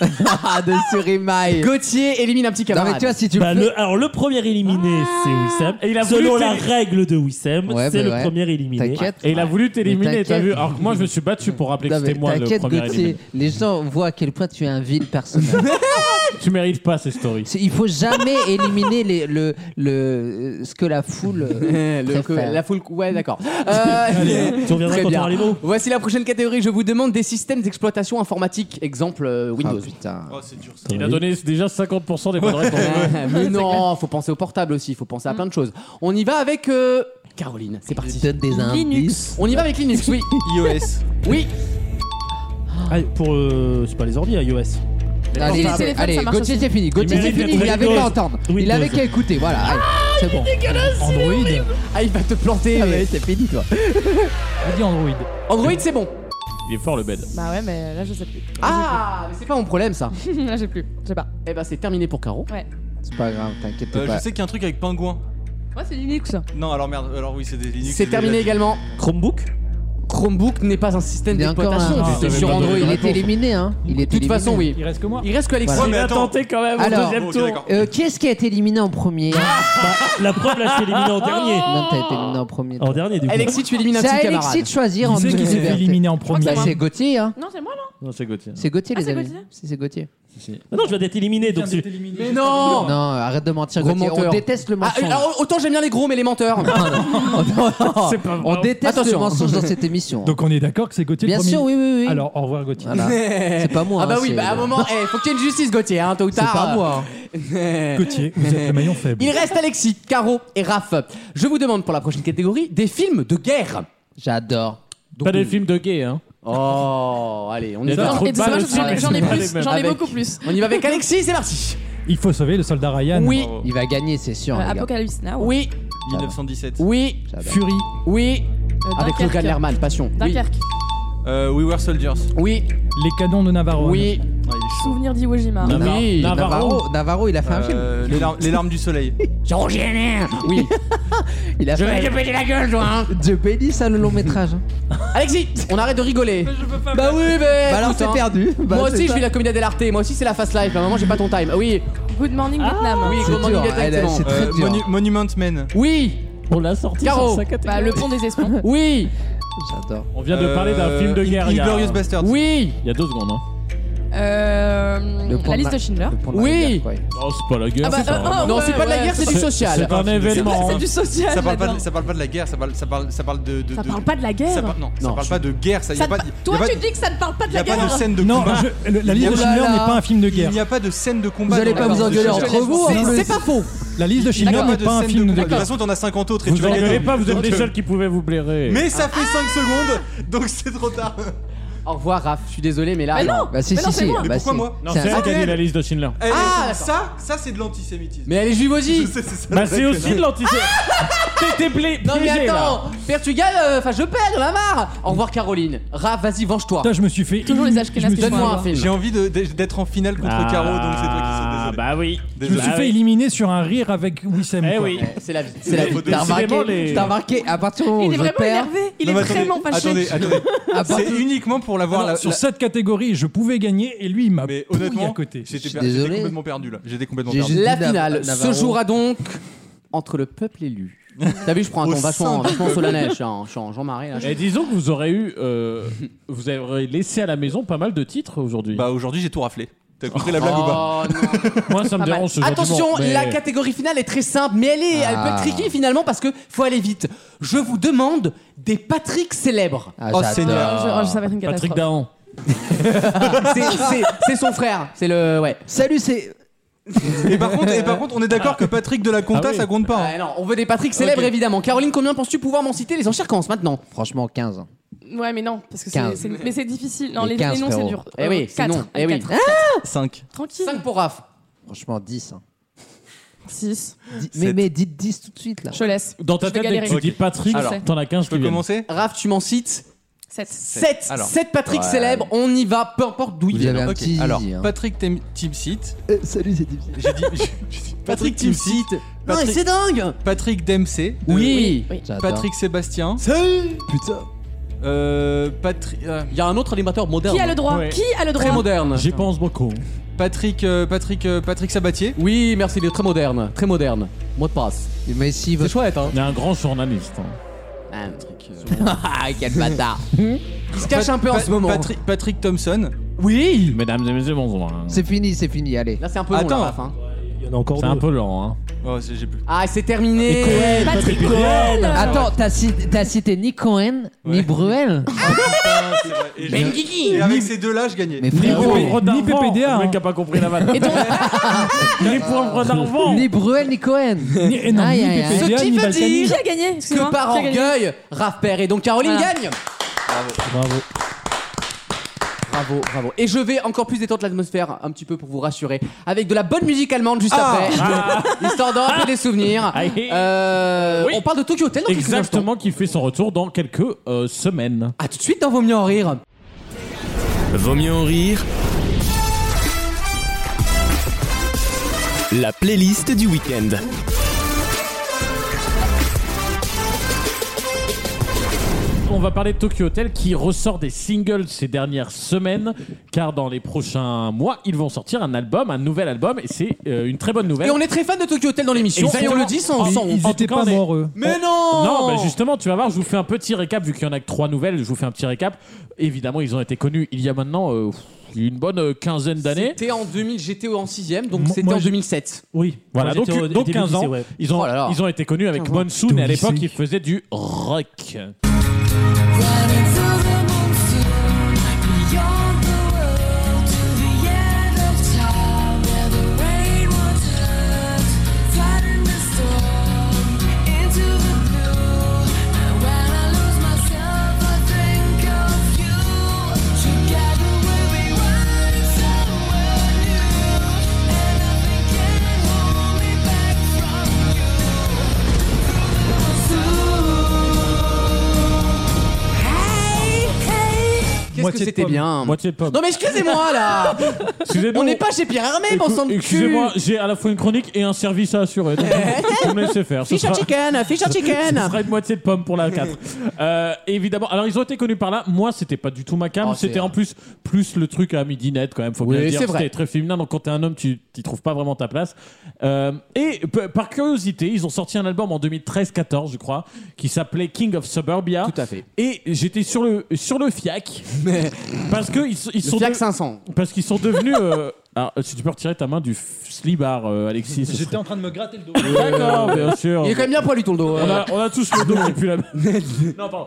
[SPEAKER 7] Ah, de surimaille.
[SPEAKER 2] Gauthier élimine un petit
[SPEAKER 7] Non
[SPEAKER 2] camarade.
[SPEAKER 7] mais tu vois si tu
[SPEAKER 3] Bah,
[SPEAKER 7] le fais-
[SPEAKER 3] le- alors le premier éliminé c'est Wissem.
[SPEAKER 4] Et il a
[SPEAKER 3] Selon
[SPEAKER 4] voulu
[SPEAKER 3] la
[SPEAKER 4] t'élim-
[SPEAKER 3] règle de Wissem,
[SPEAKER 7] Ouais,
[SPEAKER 3] c'est
[SPEAKER 7] bah
[SPEAKER 3] le
[SPEAKER 7] ouais.
[SPEAKER 3] premier éliminé.
[SPEAKER 7] T'inquiète.
[SPEAKER 4] Et il a voulu t'éliminer,
[SPEAKER 7] Mais
[SPEAKER 4] t'as
[SPEAKER 7] t'inquiète.
[SPEAKER 4] vu Alors que moi, je me suis battu pour rappeler que
[SPEAKER 7] Non, mais
[SPEAKER 4] c'était moi le
[SPEAKER 7] t'inquiète,
[SPEAKER 4] premier
[SPEAKER 7] Gauthier,
[SPEAKER 4] éliminé.
[SPEAKER 7] les gens voient à quel point tu es un vil personnage.
[SPEAKER 4] Tu mérites pas ces stories.
[SPEAKER 7] C'est- Il faut jamais éliminer les- le, le, ce que la foule euh,
[SPEAKER 2] Euh, le-
[SPEAKER 7] préfère.
[SPEAKER 2] la foule. Ouais, d'accord. Euh,
[SPEAKER 5] hein.
[SPEAKER 3] Allez, tu reviendras
[SPEAKER 2] Très
[SPEAKER 3] quand
[SPEAKER 2] bien.
[SPEAKER 3] t'auras les
[SPEAKER 4] hein.
[SPEAKER 3] mots.
[SPEAKER 2] Voici la prochaine catégorie. Je vous demande des systèmes d'exploitation informatique. Exemple euh,
[SPEAKER 7] Ah
[SPEAKER 2] Windows.
[SPEAKER 7] putain.
[SPEAKER 5] Oh, c'est dur ça.
[SPEAKER 4] Il a donné déjà 50% des bonnes réponses.
[SPEAKER 2] Ah, mais non, faut penser au portable aussi, faut penser à plein de choses. On y va avec euh, Caroline, c'est
[SPEAKER 7] Mm. Je
[SPEAKER 2] parti.
[SPEAKER 7] donne des indices.
[SPEAKER 6] Linux.
[SPEAKER 2] On y va avec Linux, oui.
[SPEAKER 5] iOS.
[SPEAKER 2] Oui,
[SPEAKER 3] Ah, pour euh, c'est pas les ordi, iOS.
[SPEAKER 6] portables.
[SPEAKER 7] Allez, c'est- allez,
[SPEAKER 6] Ça marche
[SPEAKER 7] Gauthier
[SPEAKER 6] aussi.
[SPEAKER 7] c'est fini. Gauthier
[SPEAKER 3] mérite
[SPEAKER 7] c'est fini.
[SPEAKER 3] d'être
[SPEAKER 7] Il avait
[SPEAKER 3] Windows.
[SPEAKER 7] qu'à entendre. Il
[SPEAKER 3] Windows.
[SPEAKER 7] avait qu'à écouter. Voilà. allez, c'est bon.
[SPEAKER 8] Android
[SPEAKER 2] ah, il va te planter.
[SPEAKER 7] Ah
[SPEAKER 2] mais-
[SPEAKER 7] ouais, c'est fini toi.
[SPEAKER 8] J'ai dit Android.
[SPEAKER 2] Android, c'est bon.
[SPEAKER 4] Il est fort le bed.
[SPEAKER 6] Bah ouais, mais là je sais plus.
[SPEAKER 2] Ah, mais c'est pas mon problème ça.
[SPEAKER 6] Là j'ai plus. Je sais pas.
[SPEAKER 2] Eh ben, c'est terminé pour Caro.
[SPEAKER 7] C'est pas grave, t'inquiète
[SPEAKER 5] Euh,
[SPEAKER 7] pas.
[SPEAKER 5] je sais qu'il y a un truc avec Pingouin.
[SPEAKER 6] Moi c'est Linux.
[SPEAKER 5] Non, alors merde, alors oui, c'est des Linux.
[SPEAKER 2] C'est terminé également.
[SPEAKER 3] Chromebook
[SPEAKER 2] Chromebook n'est pas un système
[SPEAKER 7] Il y a encore
[SPEAKER 2] d'exploitation.
[SPEAKER 7] un-
[SPEAKER 2] C'est
[SPEAKER 4] Ah,
[SPEAKER 2] sur
[SPEAKER 4] mais
[SPEAKER 2] Android.
[SPEAKER 4] pardon,
[SPEAKER 7] Il
[SPEAKER 4] Bonne
[SPEAKER 7] est éliminé, hein. Il est
[SPEAKER 2] De toute
[SPEAKER 7] éliminé.
[SPEAKER 2] façon, oui.
[SPEAKER 8] Il reste que moi.
[SPEAKER 2] Il reste qu'Alexis.
[SPEAKER 5] Ouais, mais
[SPEAKER 3] a
[SPEAKER 5] attends.
[SPEAKER 3] tenté quand même au
[SPEAKER 7] Alors,
[SPEAKER 3] deuxième
[SPEAKER 5] ok,
[SPEAKER 3] tour.
[SPEAKER 5] d'accord.
[SPEAKER 7] Euh, qui est-ce qui a été éliminé en premier
[SPEAKER 3] Bah, la preuve, là, je suis éliminé en dernier.
[SPEAKER 7] Non, t'as été éliminé en premier.
[SPEAKER 4] Oh,
[SPEAKER 3] En dernier, du coup.
[SPEAKER 2] Alexis, tu élimines un
[SPEAKER 7] C'est
[SPEAKER 2] petit
[SPEAKER 7] à Alexis
[SPEAKER 2] camarade.
[SPEAKER 7] de choisir
[SPEAKER 8] Qui
[SPEAKER 7] en
[SPEAKER 8] c'est
[SPEAKER 7] toute
[SPEAKER 8] qui s'est fait
[SPEAKER 7] liberté.
[SPEAKER 8] éliminer en premier
[SPEAKER 7] Bah, c'est Gauthier, hein.
[SPEAKER 6] Non, c'est moi là.
[SPEAKER 4] Non, c'est Gauthier.
[SPEAKER 7] C'est Gauthier,
[SPEAKER 6] Ah,
[SPEAKER 7] les
[SPEAKER 6] c'est
[SPEAKER 7] amis.
[SPEAKER 6] Gauthier
[SPEAKER 7] Si, c'est Gauthier.
[SPEAKER 3] Ah non, je viens d'être éliminé. Donc, c'est-
[SPEAKER 2] Mais non
[SPEAKER 7] Non, arrête de mentir,
[SPEAKER 2] Gros
[SPEAKER 7] Gauthier. On
[SPEAKER 2] menteur.
[SPEAKER 7] déteste le
[SPEAKER 2] Ah,
[SPEAKER 7] mensonge.
[SPEAKER 2] alors, Autant j'aime bien les gros, mais les menteurs.
[SPEAKER 3] c'est pas
[SPEAKER 7] On
[SPEAKER 3] vrai.
[SPEAKER 7] déteste
[SPEAKER 2] Attention.
[SPEAKER 7] le mensonge dans cette émission.
[SPEAKER 8] Donc on est d'accord que c'est Gauthier le
[SPEAKER 7] Bien
[SPEAKER 8] premier.
[SPEAKER 7] sûr, oui, oui, oui.
[SPEAKER 8] Alors au revoir Gauthier.
[SPEAKER 7] Voilà. C'est pas moi.
[SPEAKER 2] Ah bah
[SPEAKER 7] hein,
[SPEAKER 2] oui,
[SPEAKER 7] c'est-
[SPEAKER 2] bah à un moment, eh, faut qu'il y ait une justice, Gauthier, hein, tôt ou
[SPEAKER 7] C'est
[SPEAKER 2] tard.
[SPEAKER 7] pas moi. hein.
[SPEAKER 2] Euh,
[SPEAKER 8] Gauthier, vous êtes le maillon faible.
[SPEAKER 2] Il reste Alexis, Caro et Raph. Je vous demande pour la prochaine catégorie des films de guerre. euh,
[SPEAKER 7] J'adore.
[SPEAKER 4] Pas des films de gays, hein.
[SPEAKER 2] Oh, allez, on
[SPEAKER 4] Il y
[SPEAKER 2] y
[SPEAKER 4] a des
[SPEAKER 2] va.
[SPEAKER 4] trous de
[SPEAKER 6] Et dommage,
[SPEAKER 4] balles
[SPEAKER 6] parce que j'en ai- j'en ai
[SPEAKER 4] aussi.
[SPEAKER 6] plus, j'en ai
[SPEAKER 2] Avec-
[SPEAKER 6] beaucoup plus.
[SPEAKER 2] On y va avec Alexis, c'est parti.
[SPEAKER 8] Il faut sauver le soldat
[SPEAKER 4] Ah,
[SPEAKER 8] Ryan.
[SPEAKER 2] Oui,
[SPEAKER 7] Il va gagner, c'est sûr.
[SPEAKER 6] Euh,
[SPEAKER 7] les gars.
[SPEAKER 6] Apocalypse Now.
[SPEAKER 2] oui,
[SPEAKER 5] 1917.
[SPEAKER 2] oui,
[SPEAKER 7] J'adore.
[SPEAKER 8] Fury.
[SPEAKER 2] oui.
[SPEAKER 6] Euh,
[SPEAKER 2] Avec
[SPEAKER 6] Dunkerque.
[SPEAKER 2] Logan Lerman, passion. Oui,
[SPEAKER 6] Dunkerque.
[SPEAKER 5] Euh, We Were Soldiers.
[SPEAKER 2] oui,
[SPEAKER 8] Les canons de
[SPEAKER 4] Oh,
[SPEAKER 8] Navarro.
[SPEAKER 2] oui,
[SPEAKER 5] Ah, il est chaud.
[SPEAKER 6] Souvenir d'Iwo Jima.
[SPEAKER 4] Non.
[SPEAKER 7] Navarro-
[SPEAKER 4] Ah Oui,
[SPEAKER 7] Navarro,
[SPEAKER 4] Navarro.
[SPEAKER 7] Navarro, il a fait un film.
[SPEAKER 5] Euh, les, larmes, les larmes du soleil.
[SPEAKER 2] oui.
[SPEAKER 7] Il a
[SPEAKER 2] Je
[SPEAKER 7] fait
[SPEAKER 2] vais te péter la gueule, toi. hein.
[SPEAKER 7] Dieu bénisse ça le long métrage.
[SPEAKER 2] Alexis, on arrête de rigoler. Bah oui, mais.
[SPEAKER 7] Bah alors
[SPEAKER 2] écoute,
[SPEAKER 7] c'est
[SPEAKER 2] hein.
[SPEAKER 7] perdu. Bah,
[SPEAKER 2] Moi
[SPEAKER 7] c'est
[SPEAKER 2] aussi, je
[SPEAKER 7] ça.
[SPEAKER 2] suis la Comédie dell'arte. Moi aussi, c'est la fast life. À un moment, j'ai pas ton time. Ah Oui,
[SPEAKER 6] Good Morning Vietnam.
[SPEAKER 2] oui,
[SPEAKER 7] C'est
[SPEAKER 2] Good Morning
[SPEAKER 7] dur,
[SPEAKER 2] Vietnam,
[SPEAKER 7] elle, elle,
[SPEAKER 2] exactement.
[SPEAKER 7] c'est très
[SPEAKER 5] Euh,
[SPEAKER 7] dur.
[SPEAKER 5] Monu- Monument Men.
[SPEAKER 2] Oui,
[SPEAKER 3] On l'a sorti
[SPEAKER 2] Caro.
[SPEAKER 3] sur sa catégorie.
[SPEAKER 6] Bah, le pont des espions.
[SPEAKER 2] oui,
[SPEAKER 7] J'adore.
[SPEAKER 4] On vient de
[SPEAKER 5] Euh,
[SPEAKER 4] parler d'un film de guerre. il y a-
[SPEAKER 5] Inglourious Basterds.
[SPEAKER 2] oui,
[SPEAKER 4] Il y a deux secondes, hein.
[SPEAKER 6] Euh,
[SPEAKER 7] pont
[SPEAKER 6] la
[SPEAKER 7] de
[SPEAKER 6] liste
[SPEAKER 7] Mar-
[SPEAKER 6] de Schindler.
[SPEAKER 7] Le point de la
[SPEAKER 2] Oui.
[SPEAKER 7] rivière, quoi.
[SPEAKER 4] Oh, c'est pas la guerre.
[SPEAKER 6] Ah bah,
[SPEAKER 4] c'est pas-
[SPEAKER 6] euh, oh,
[SPEAKER 2] Non,
[SPEAKER 6] ouais,
[SPEAKER 2] c'est pas de la
[SPEAKER 6] ouais,
[SPEAKER 2] guerre,
[SPEAKER 6] ça
[SPEAKER 2] c'est du
[SPEAKER 4] c'est- hein.
[SPEAKER 2] social.
[SPEAKER 4] C'est un événement.
[SPEAKER 6] C'est du social.
[SPEAKER 5] Ça parle, pas
[SPEAKER 6] j'adore.
[SPEAKER 5] de, ça parle pas de la guerre, ça parle, ça parle, ça parle de. de-
[SPEAKER 6] Ça
[SPEAKER 5] de-
[SPEAKER 6] parle pas de la guerre.
[SPEAKER 5] ça parle- non, ça
[SPEAKER 2] Non,
[SPEAKER 5] parle
[SPEAKER 2] je-
[SPEAKER 5] pas de guerre. Ça, y a
[SPEAKER 6] Ça-
[SPEAKER 5] pas, de- y a
[SPEAKER 6] Toi,
[SPEAKER 5] pas de-
[SPEAKER 6] tu dis que ça ne parle pas de
[SPEAKER 5] y a
[SPEAKER 6] la
[SPEAKER 5] pas de
[SPEAKER 6] guerre.
[SPEAKER 5] scène de
[SPEAKER 8] Non,
[SPEAKER 5] combat.
[SPEAKER 8] je- le- la liste de
[SPEAKER 5] Oh là
[SPEAKER 8] Schindler
[SPEAKER 7] là.
[SPEAKER 8] n'est pas un film de
[SPEAKER 5] Il
[SPEAKER 8] guerre.
[SPEAKER 5] n'y a pas de scène de combat.
[SPEAKER 7] Vous allez
[SPEAKER 5] dans
[SPEAKER 7] pas
[SPEAKER 5] la
[SPEAKER 7] vous
[SPEAKER 5] liste de
[SPEAKER 7] engueuler
[SPEAKER 5] Schindler.
[SPEAKER 7] entre vous. en
[SPEAKER 2] C'est
[SPEAKER 7] plus.
[SPEAKER 2] c'est pas faux.
[SPEAKER 8] La liste de Schindler
[SPEAKER 5] Il n'y a
[SPEAKER 8] n'est pas un
[SPEAKER 5] scène
[SPEAKER 8] film de
[SPEAKER 5] combat. De toute
[SPEAKER 8] guerre.
[SPEAKER 5] façon, t'en as 50 autres et
[SPEAKER 4] Vous
[SPEAKER 5] tu vas gagner.
[SPEAKER 4] n'engueulez pas, vous êtes les seuls qui pouvaient vous blairer.
[SPEAKER 5] euh, Mais ça fait 5 secondes, donc c'est trop tard.
[SPEAKER 2] Au revoir, Raph. Je suis désolé, mais là.
[SPEAKER 6] Mais non.
[SPEAKER 7] Bah si,
[SPEAKER 6] Mais
[SPEAKER 7] si,
[SPEAKER 6] non, c'est
[SPEAKER 7] si.
[SPEAKER 6] moi.
[SPEAKER 7] bah,
[SPEAKER 5] Mais pourquoi
[SPEAKER 7] si.
[SPEAKER 5] moi
[SPEAKER 4] Non, c'est
[SPEAKER 7] C'est un-
[SPEAKER 4] elle qui a
[SPEAKER 5] Adrien.
[SPEAKER 4] dit la liste de Schindler.
[SPEAKER 5] Eh,
[SPEAKER 2] Ah,
[SPEAKER 5] ça, ça, ça, c'est de l'antisémitisme.
[SPEAKER 2] Mais elle est juive aussi.
[SPEAKER 5] Je sais, c'est ça.
[SPEAKER 4] Bah, c'est aussi de l'antisémitisme. T'étais blé-
[SPEAKER 2] Non mais
[SPEAKER 4] piégé, là.
[SPEAKER 2] attends, Portugal, euh, enfin je perds, la marre. Au revoir Caroline. Raph, vas-y, venge-toi.
[SPEAKER 8] Putain, je me suis fait.
[SPEAKER 6] Toujours les
[SPEAKER 8] je me
[SPEAKER 6] Ashkenaz
[SPEAKER 8] suis-
[SPEAKER 6] qui font
[SPEAKER 2] Donne-moi un
[SPEAKER 6] avoir.
[SPEAKER 5] J'ai
[SPEAKER 2] film.
[SPEAKER 5] envie de- d'être en finale contre Caro, donc c'est toi qui sont
[SPEAKER 4] Ah,
[SPEAKER 5] désolé. Ah
[SPEAKER 4] Bah oui.
[SPEAKER 8] je me suis
[SPEAKER 4] Bah
[SPEAKER 8] fait
[SPEAKER 4] oui.
[SPEAKER 8] éliminer sur un rire avec Wissem.
[SPEAKER 4] Eh
[SPEAKER 8] quoi.
[SPEAKER 4] oui.
[SPEAKER 2] Eh, C'est la vie.
[SPEAKER 7] C'est la vie.
[SPEAKER 5] Faut
[SPEAKER 7] T'as
[SPEAKER 4] décidément
[SPEAKER 7] remarqué,
[SPEAKER 4] les-
[SPEAKER 7] t'as remarqué, à partir du moment où
[SPEAKER 6] Il est
[SPEAKER 7] je
[SPEAKER 6] vraiment
[SPEAKER 7] perds,
[SPEAKER 6] énervé. Il
[SPEAKER 5] Non,
[SPEAKER 6] est
[SPEAKER 5] mais attendez,
[SPEAKER 6] vraiment fâché.
[SPEAKER 5] Attendez, attendez.
[SPEAKER 7] à partir-
[SPEAKER 5] C'est uniquement pour l'avoir
[SPEAKER 8] Alors,
[SPEAKER 5] la.
[SPEAKER 8] sur
[SPEAKER 5] la-
[SPEAKER 8] cette catégorie, je pouvais gagner et lui, il m'a
[SPEAKER 5] Mais
[SPEAKER 8] pourri
[SPEAKER 5] honnêtement,
[SPEAKER 8] à côté.
[SPEAKER 5] j'étais
[SPEAKER 7] suis
[SPEAKER 5] per- j'étais
[SPEAKER 7] désolé.
[SPEAKER 5] complètement perdu là. J'étais complètement
[SPEAKER 7] J'ai
[SPEAKER 5] perdu.
[SPEAKER 7] juste-
[SPEAKER 2] La
[SPEAKER 7] Nav-
[SPEAKER 2] finale se
[SPEAKER 7] Navarro.
[SPEAKER 2] jouera donc entre le peuple élu. T'as vu, je prends un
[SPEAKER 5] Au
[SPEAKER 2] ton
[SPEAKER 5] sein
[SPEAKER 2] vachement,
[SPEAKER 5] du
[SPEAKER 2] vachement
[SPEAKER 5] peuple.
[SPEAKER 2] solennel. Je suis en, je suis en Jean-Marie là.
[SPEAKER 4] Et eh, disons que vous aurez eu, euh, vous aurez laissé à la maison pas mal de titres aujourd'hui.
[SPEAKER 5] Bah aujourd'hui, j'ai tout raflé. T'as compris la
[SPEAKER 2] Oh,
[SPEAKER 5] blague ou pas
[SPEAKER 2] non.
[SPEAKER 4] Moi, ça me
[SPEAKER 6] Pas mal.
[SPEAKER 4] dérange ce genre
[SPEAKER 2] Attention,
[SPEAKER 4] d'humour, mais-
[SPEAKER 2] la catégorie finale est très simple, mais elle, est, elle peut être
[SPEAKER 7] Ah.
[SPEAKER 2] tricky finalement parce que faut aller vite. Je vous demande des Patrick célèbres.
[SPEAKER 7] Ah,
[SPEAKER 5] Oh,
[SPEAKER 7] j'adore.
[SPEAKER 5] Seigneur.
[SPEAKER 6] Ah, je- oh, Ça va être une
[SPEAKER 4] Patrick
[SPEAKER 6] catastrophe.
[SPEAKER 4] Dahan.
[SPEAKER 2] C'est- c'est- C'est son frère. C'est le ouais.
[SPEAKER 7] Salut, c'est.
[SPEAKER 5] Et par contre, et par contre, on est d'accord que Patrick de la Conta,
[SPEAKER 4] Ah oui.
[SPEAKER 5] ça compte pas. hein.
[SPEAKER 2] Ah, non, on veut des Patrick célèbres évidemment. Caroline, combien penses-tu pouvoir m'en citer Les enchères commencent maintenant.
[SPEAKER 7] Franchement, 15. ans.
[SPEAKER 6] Ouais, mais non, parce que c'est.
[SPEAKER 7] 15.
[SPEAKER 6] c'est- Mais c'est difficile. Non,
[SPEAKER 7] Mais
[SPEAKER 6] les les
[SPEAKER 7] 15,
[SPEAKER 6] noms, c'est
[SPEAKER 7] frérot.
[SPEAKER 6] dur.
[SPEAKER 2] Eh
[SPEAKER 6] Euh,
[SPEAKER 2] oui, c'est
[SPEAKER 6] quatre.
[SPEAKER 2] non. Eh oui.
[SPEAKER 6] Quatre.
[SPEAKER 5] 5.
[SPEAKER 6] Tranquille.
[SPEAKER 2] 5 pour Raph.
[SPEAKER 7] Franchement, 10. hein.
[SPEAKER 6] 6.
[SPEAKER 7] Dix- Mais,
[SPEAKER 5] Sept.
[SPEAKER 7] mais dites 10 tout de suite là.
[SPEAKER 6] Je laisse.
[SPEAKER 4] Dans ta
[SPEAKER 6] Je vais
[SPEAKER 4] tête, dès que
[SPEAKER 6] galérer.
[SPEAKER 4] tu dis Patrick,
[SPEAKER 5] Alors,
[SPEAKER 4] t'en as 15
[SPEAKER 5] Je peux
[SPEAKER 4] qui viennent.
[SPEAKER 5] commencer
[SPEAKER 2] Raph, tu m'en cites
[SPEAKER 6] 7.
[SPEAKER 2] 7.
[SPEAKER 5] Alors.
[SPEAKER 2] 7 Patrick
[SPEAKER 7] Ouais.
[SPEAKER 2] célèbres. On y va, peu importe d'où ils
[SPEAKER 7] Vous avez
[SPEAKER 2] viennent.
[SPEAKER 7] un
[SPEAKER 5] Ok,
[SPEAKER 7] petit.
[SPEAKER 5] Alors,
[SPEAKER 7] hein.
[SPEAKER 5] Patrick Tim- Timsit.
[SPEAKER 7] Euh, salut, c'est difficile.
[SPEAKER 5] J'ai dit, j'ai dit Patrick Timsit.
[SPEAKER 2] Non, mais
[SPEAKER 5] Patrick-
[SPEAKER 2] c'est dingue
[SPEAKER 5] Patrick Dempsey.
[SPEAKER 2] Oui.
[SPEAKER 6] Oui.
[SPEAKER 7] J'adore.
[SPEAKER 5] Patrick Sébastien.
[SPEAKER 7] putain.
[SPEAKER 5] Euh, Patri- euh,
[SPEAKER 2] Il y a un autre animateur moderne.
[SPEAKER 6] Qui a le droit
[SPEAKER 4] Ouais.
[SPEAKER 6] Qui a le
[SPEAKER 2] Très
[SPEAKER 6] droit
[SPEAKER 2] moderne.
[SPEAKER 4] J'y pense beaucoup.
[SPEAKER 5] Patrick, euh, Patrick, euh, Patrick Sabatier.
[SPEAKER 2] Oui, merci, il est très moderne. Très moderne. Mot de passe.
[SPEAKER 7] Mais si,
[SPEAKER 2] C'est
[SPEAKER 7] votre...
[SPEAKER 2] chouette, hein
[SPEAKER 4] Il y a un grand journaliste. hein.
[SPEAKER 2] Ah, quel bâtard Il se cache
[SPEAKER 5] Pat-
[SPEAKER 2] un peu en
[SPEAKER 5] Pa-
[SPEAKER 2] ce moment.
[SPEAKER 5] Patrick, Patrick Thompson.
[SPEAKER 2] Oui
[SPEAKER 4] Mesdames et messieurs, bonjour. hein.
[SPEAKER 7] c'est fini, c'est fini, allez.
[SPEAKER 2] Là, c'est un peu long,
[SPEAKER 5] Attends.
[SPEAKER 2] la raf, hein.
[SPEAKER 8] Il y en a encore
[SPEAKER 4] C'est un peu lent. hein.
[SPEAKER 5] Oh, j'ai j'ai plus.
[SPEAKER 2] Ah, c'est terminé
[SPEAKER 6] Patrick Cohen
[SPEAKER 7] Attends, t'as cité, t'as cité ni Cohen, ni
[SPEAKER 5] Ouais.
[SPEAKER 7] Bruel.
[SPEAKER 5] Ah, c'est vrai. Et j'ai-
[SPEAKER 2] Guigui
[SPEAKER 5] Et avec ces deux-là, je gagnais.
[SPEAKER 7] Mais
[SPEAKER 4] Les
[SPEAKER 7] frérot,
[SPEAKER 4] poivres
[SPEAKER 8] Euh, ni
[SPEAKER 4] d'Arvor,
[SPEAKER 8] PPDA,
[SPEAKER 4] Le
[SPEAKER 8] hein.
[SPEAKER 4] mec a pas compris la vanne.
[SPEAKER 6] Et donc,
[SPEAKER 4] Les poivres d'Arvor.
[SPEAKER 7] ni Bruel, ni Cohen.
[SPEAKER 8] Ni, eh non,
[SPEAKER 7] Aïe,
[SPEAKER 8] ni
[SPEAKER 7] aïe, aïe.
[SPEAKER 8] PPDA,
[SPEAKER 2] Ce qui
[SPEAKER 8] ni
[SPEAKER 2] veut
[SPEAKER 8] Balkany.
[SPEAKER 2] dire- hein.
[SPEAKER 6] qui a gagné Excuse-moi,
[SPEAKER 2] que par
[SPEAKER 6] qui a gagné
[SPEAKER 2] orgueil, Raph perd. Et donc Caroline
[SPEAKER 6] Voilà.
[SPEAKER 2] gagne
[SPEAKER 8] Bravo.
[SPEAKER 2] Bravo, bravo. Et je vais encore plus détendre l'atmosphère un petit peu pour vous rassurer avec de la bonne musique allemande juste après. Histoire d'en rappeler des souvenirs.
[SPEAKER 4] Ah. Aïe.
[SPEAKER 2] Euh,
[SPEAKER 4] Oui.
[SPEAKER 2] On parle de Tokyo Hotel dans quelques instants.
[SPEAKER 4] Exactement, qui fait son retour dans quelques euh, semaines.
[SPEAKER 2] À tout de suite dans Vaut mieux en rire.
[SPEAKER 1] Vaut mieux en rire. La playlist du week-end.
[SPEAKER 4] on va parler de Tokyo Hotel qui ressort des singles ces dernières semaines, car dans les prochains mois, ils vont sortir un album, un nouvel album, et c'est euh, une très bonne nouvelle.
[SPEAKER 2] Et on est très fan de Tokyo Hotel dans l'émission. Et on
[SPEAKER 4] Exactement.
[SPEAKER 2] le dit sans.
[SPEAKER 8] Ils-
[SPEAKER 2] sans honte.
[SPEAKER 8] Ils
[SPEAKER 4] en
[SPEAKER 8] étaient
[SPEAKER 4] tout cas,
[SPEAKER 8] pas
[SPEAKER 4] on est-
[SPEAKER 8] morts, eux.
[SPEAKER 2] Mais oh non
[SPEAKER 4] Non, bah justement, tu vas voir, je vous fais un petit récap, vu qu'il y en a que trois nouvelles, je vous fais un petit récap. Évidemment, ils ont été connus il y a maintenant euh, une bonne euh, quinzaine d'années.
[SPEAKER 2] C'était en 2000, j'étais en 6ème, donc
[SPEAKER 8] Moi,
[SPEAKER 2] c'était
[SPEAKER 8] moi,
[SPEAKER 2] en
[SPEAKER 8] j'ai-
[SPEAKER 2] 2007.
[SPEAKER 3] Oui.
[SPEAKER 4] Voilà,
[SPEAKER 3] Moi,
[SPEAKER 4] donc,
[SPEAKER 3] j'étais au- au
[SPEAKER 4] donc
[SPEAKER 3] début
[SPEAKER 4] 15
[SPEAKER 3] du lycée,
[SPEAKER 4] ans,
[SPEAKER 3] ouais.
[SPEAKER 4] ils, ont,
[SPEAKER 2] Oh là là.
[SPEAKER 4] ils ont été connus avec Monsoon, et à l'époque, ils faisaient du rock.
[SPEAKER 2] Qu'est-ce que
[SPEAKER 8] Moitié de
[SPEAKER 2] c'était
[SPEAKER 8] pomme.
[SPEAKER 2] bien
[SPEAKER 4] Moitié de pomme.
[SPEAKER 2] Non mais excusez-moi là
[SPEAKER 4] Excusez-nous.
[SPEAKER 2] On n'est pas chez Pierre Hermé, bon sang de cul
[SPEAKER 4] Excusez-moi, j'ai à la fois une chronique et un service à assurer. Donc, vous me laissez faire. Ce
[SPEAKER 2] Fish and
[SPEAKER 4] sera,
[SPEAKER 2] chicken, fish and
[SPEAKER 4] ce
[SPEAKER 2] chicken
[SPEAKER 4] sera une moitié de pomme pour la 4. Euh, évidemment, alors ils ont été connus par là. Moi, c'était pas du tout ma cam.
[SPEAKER 2] Oh, c'est
[SPEAKER 4] c'était en
[SPEAKER 2] vrai.
[SPEAKER 4] plus, plus le truc à midi net quand même. Faut
[SPEAKER 2] Oui,
[SPEAKER 4] bien le dire.
[SPEAKER 2] c'est vrai.
[SPEAKER 4] C'était très féminin. Donc quand t'es un homme, tu t'y trouves pas vraiment ta place. Euh, et p- par curiosité, ils ont sorti un album en 2013-14, je crois, qui s'appelait King of Suburbia.
[SPEAKER 2] Tout à fait.
[SPEAKER 4] Et j'étais sur le, sur le fiac. parce que ils, sont- ils
[SPEAKER 2] Le
[SPEAKER 4] sont.
[SPEAKER 2] Fiac
[SPEAKER 4] de-
[SPEAKER 2] 500.
[SPEAKER 4] parce qu'ils sont devenus. euh, alors, si tu peux retirer ta main du f- slibard, euh, Alexis. ce
[SPEAKER 8] J'étais
[SPEAKER 4] serait-
[SPEAKER 8] en train de me gratter le dos.
[SPEAKER 4] D'accord, bien sûr.
[SPEAKER 2] Il est quand même bien poilu ton dos.
[SPEAKER 4] Oh, On a, on a tous le dos qui pue la Non, pardon.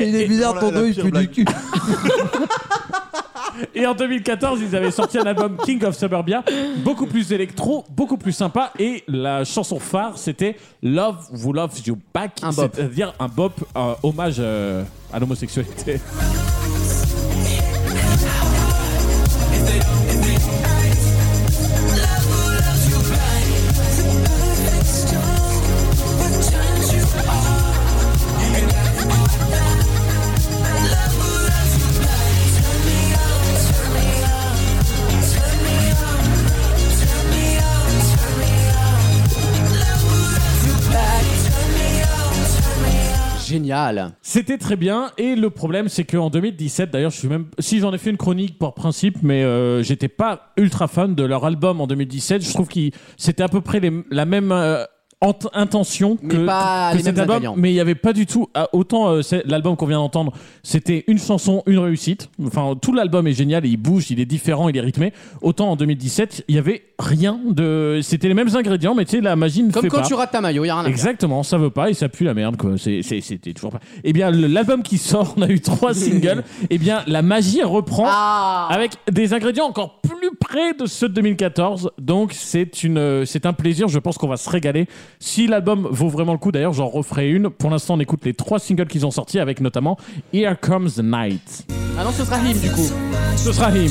[SPEAKER 7] Il est
[SPEAKER 5] oh
[SPEAKER 7] bizarre, ton dos, il pue du cul.
[SPEAKER 4] Et en 2014, ils avaient sorti un album King of Suburbia, beaucoup plus électro, beaucoup plus sympa. Et la chanson phare, c'était Love Who Loves You Back.
[SPEAKER 2] Un bop.
[SPEAKER 4] C'est-à-dire un bop, un hommage euh, à l'homosexualité.
[SPEAKER 2] Génial.
[SPEAKER 4] C'était très bien et le problème c'est qu'en 2017 d'ailleurs je suis même si j'en ai fait une chronique par principe mais euh, j'étais pas ultra fan de leur album en 2017 je trouve que c'était à peu près les- la même euh, int- intention
[SPEAKER 2] Mais
[SPEAKER 4] que,
[SPEAKER 2] pas
[SPEAKER 4] que
[SPEAKER 2] les
[SPEAKER 4] cet
[SPEAKER 2] mêmes
[SPEAKER 4] album
[SPEAKER 2] ingrédients.
[SPEAKER 4] mais il y avait pas du tout ah, autant euh, c'est- l'album qu'on vient d'entendre c'était une chanson une réussite enfin tout l'album est génial il bouge il est différent il est rythmé autant en 2017 il y avait rien de c'était les mêmes ingrédients mais tu sais la magie ne
[SPEAKER 2] Comme
[SPEAKER 4] fait
[SPEAKER 2] quand
[SPEAKER 4] pas.
[SPEAKER 2] tu rates ta maillot, il y a rien à faire.
[SPEAKER 4] Exactement, ça veut pas et ça pue la merde quoi. C'est- c'est- C'était toujours pas. Eh bien, le- l'album qui sort, on a eu trois singles. Eh bien, la magie reprend
[SPEAKER 2] Ah
[SPEAKER 4] avec des ingrédients encore plus près de ceux de 2014. Donc, c'est une, euh, c'est un plaisir. Je pense qu'on va se régaler. Si l'album vaut vraiment le coup, d'ailleurs, j'en referai une. Pour l'instant, on écoute les trois singles qu'ils ont sortis avec notamment Here Comes the Night.
[SPEAKER 2] Ah non, ce sera him du coup.
[SPEAKER 4] Ce sera him.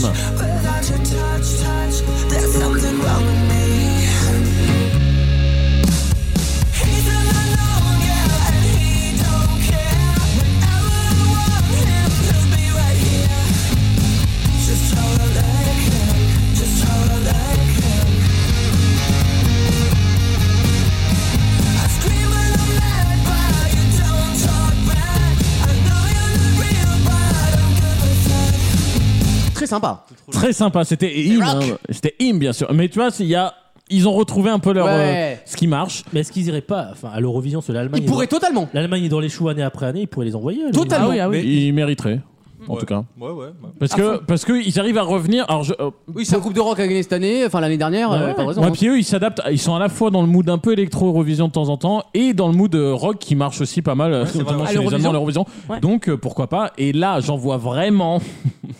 [SPEAKER 2] Très sympa.
[SPEAKER 4] Très sympa. C'était him.
[SPEAKER 2] rock.
[SPEAKER 4] hein. C'était him, bien sûr. Mais tu vois, il y a, ils ont retrouvé un peu leur,
[SPEAKER 2] Ouais.
[SPEAKER 4] euh, ce qui marche.
[SPEAKER 3] Mais est-ce qu'ils iraient pas, enfin, à l'Eurovision, sur l'Allemagne
[SPEAKER 2] Il pourrait
[SPEAKER 3] est dans-
[SPEAKER 2] totalement.
[SPEAKER 3] L'Allemagne est dans les choux année après année, ils pourraient les envoyer. à l'Eurovision.
[SPEAKER 2] Totalement.
[SPEAKER 4] Mais il mériterait, en
[SPEAKER 5] Ouais.
[SPEAKER 4] tout cas.
[SPEAKER 5] Ouais, ouais. ouais.
[SPEAKER 4] ah Parce que parce que ils arrivent à revenir. Alors je, euh,
[SPEAKER 2] Oui, c'est un groupe de rock à gagner cette année, enfin l'année dernière,
[SPEAKER 3] Ah
[SPEAKER 2] euh, pas de raison.
[SPEAKER 4] Bah ouais,
[SPEAKER 2] hein.
[SPEAKER 4] puis eux, ils s'adaptent. Ils sont à la fois dans le mood un peu électro Eurovision de temps en temps et dans le mood euh, rock qui marche aussi pas mal, euh, notamment
[SPEAKER 3] vrai.
[SPEAKER 4] chez
[SPEAKER 3] À
[SPEAKER 4] les Allemands, l'Eurovision.
[SPEAKER 3] Ouais.
[SPEAKER 4] Donc euh, pourquoi pas. Et là, j'en vois vraiment.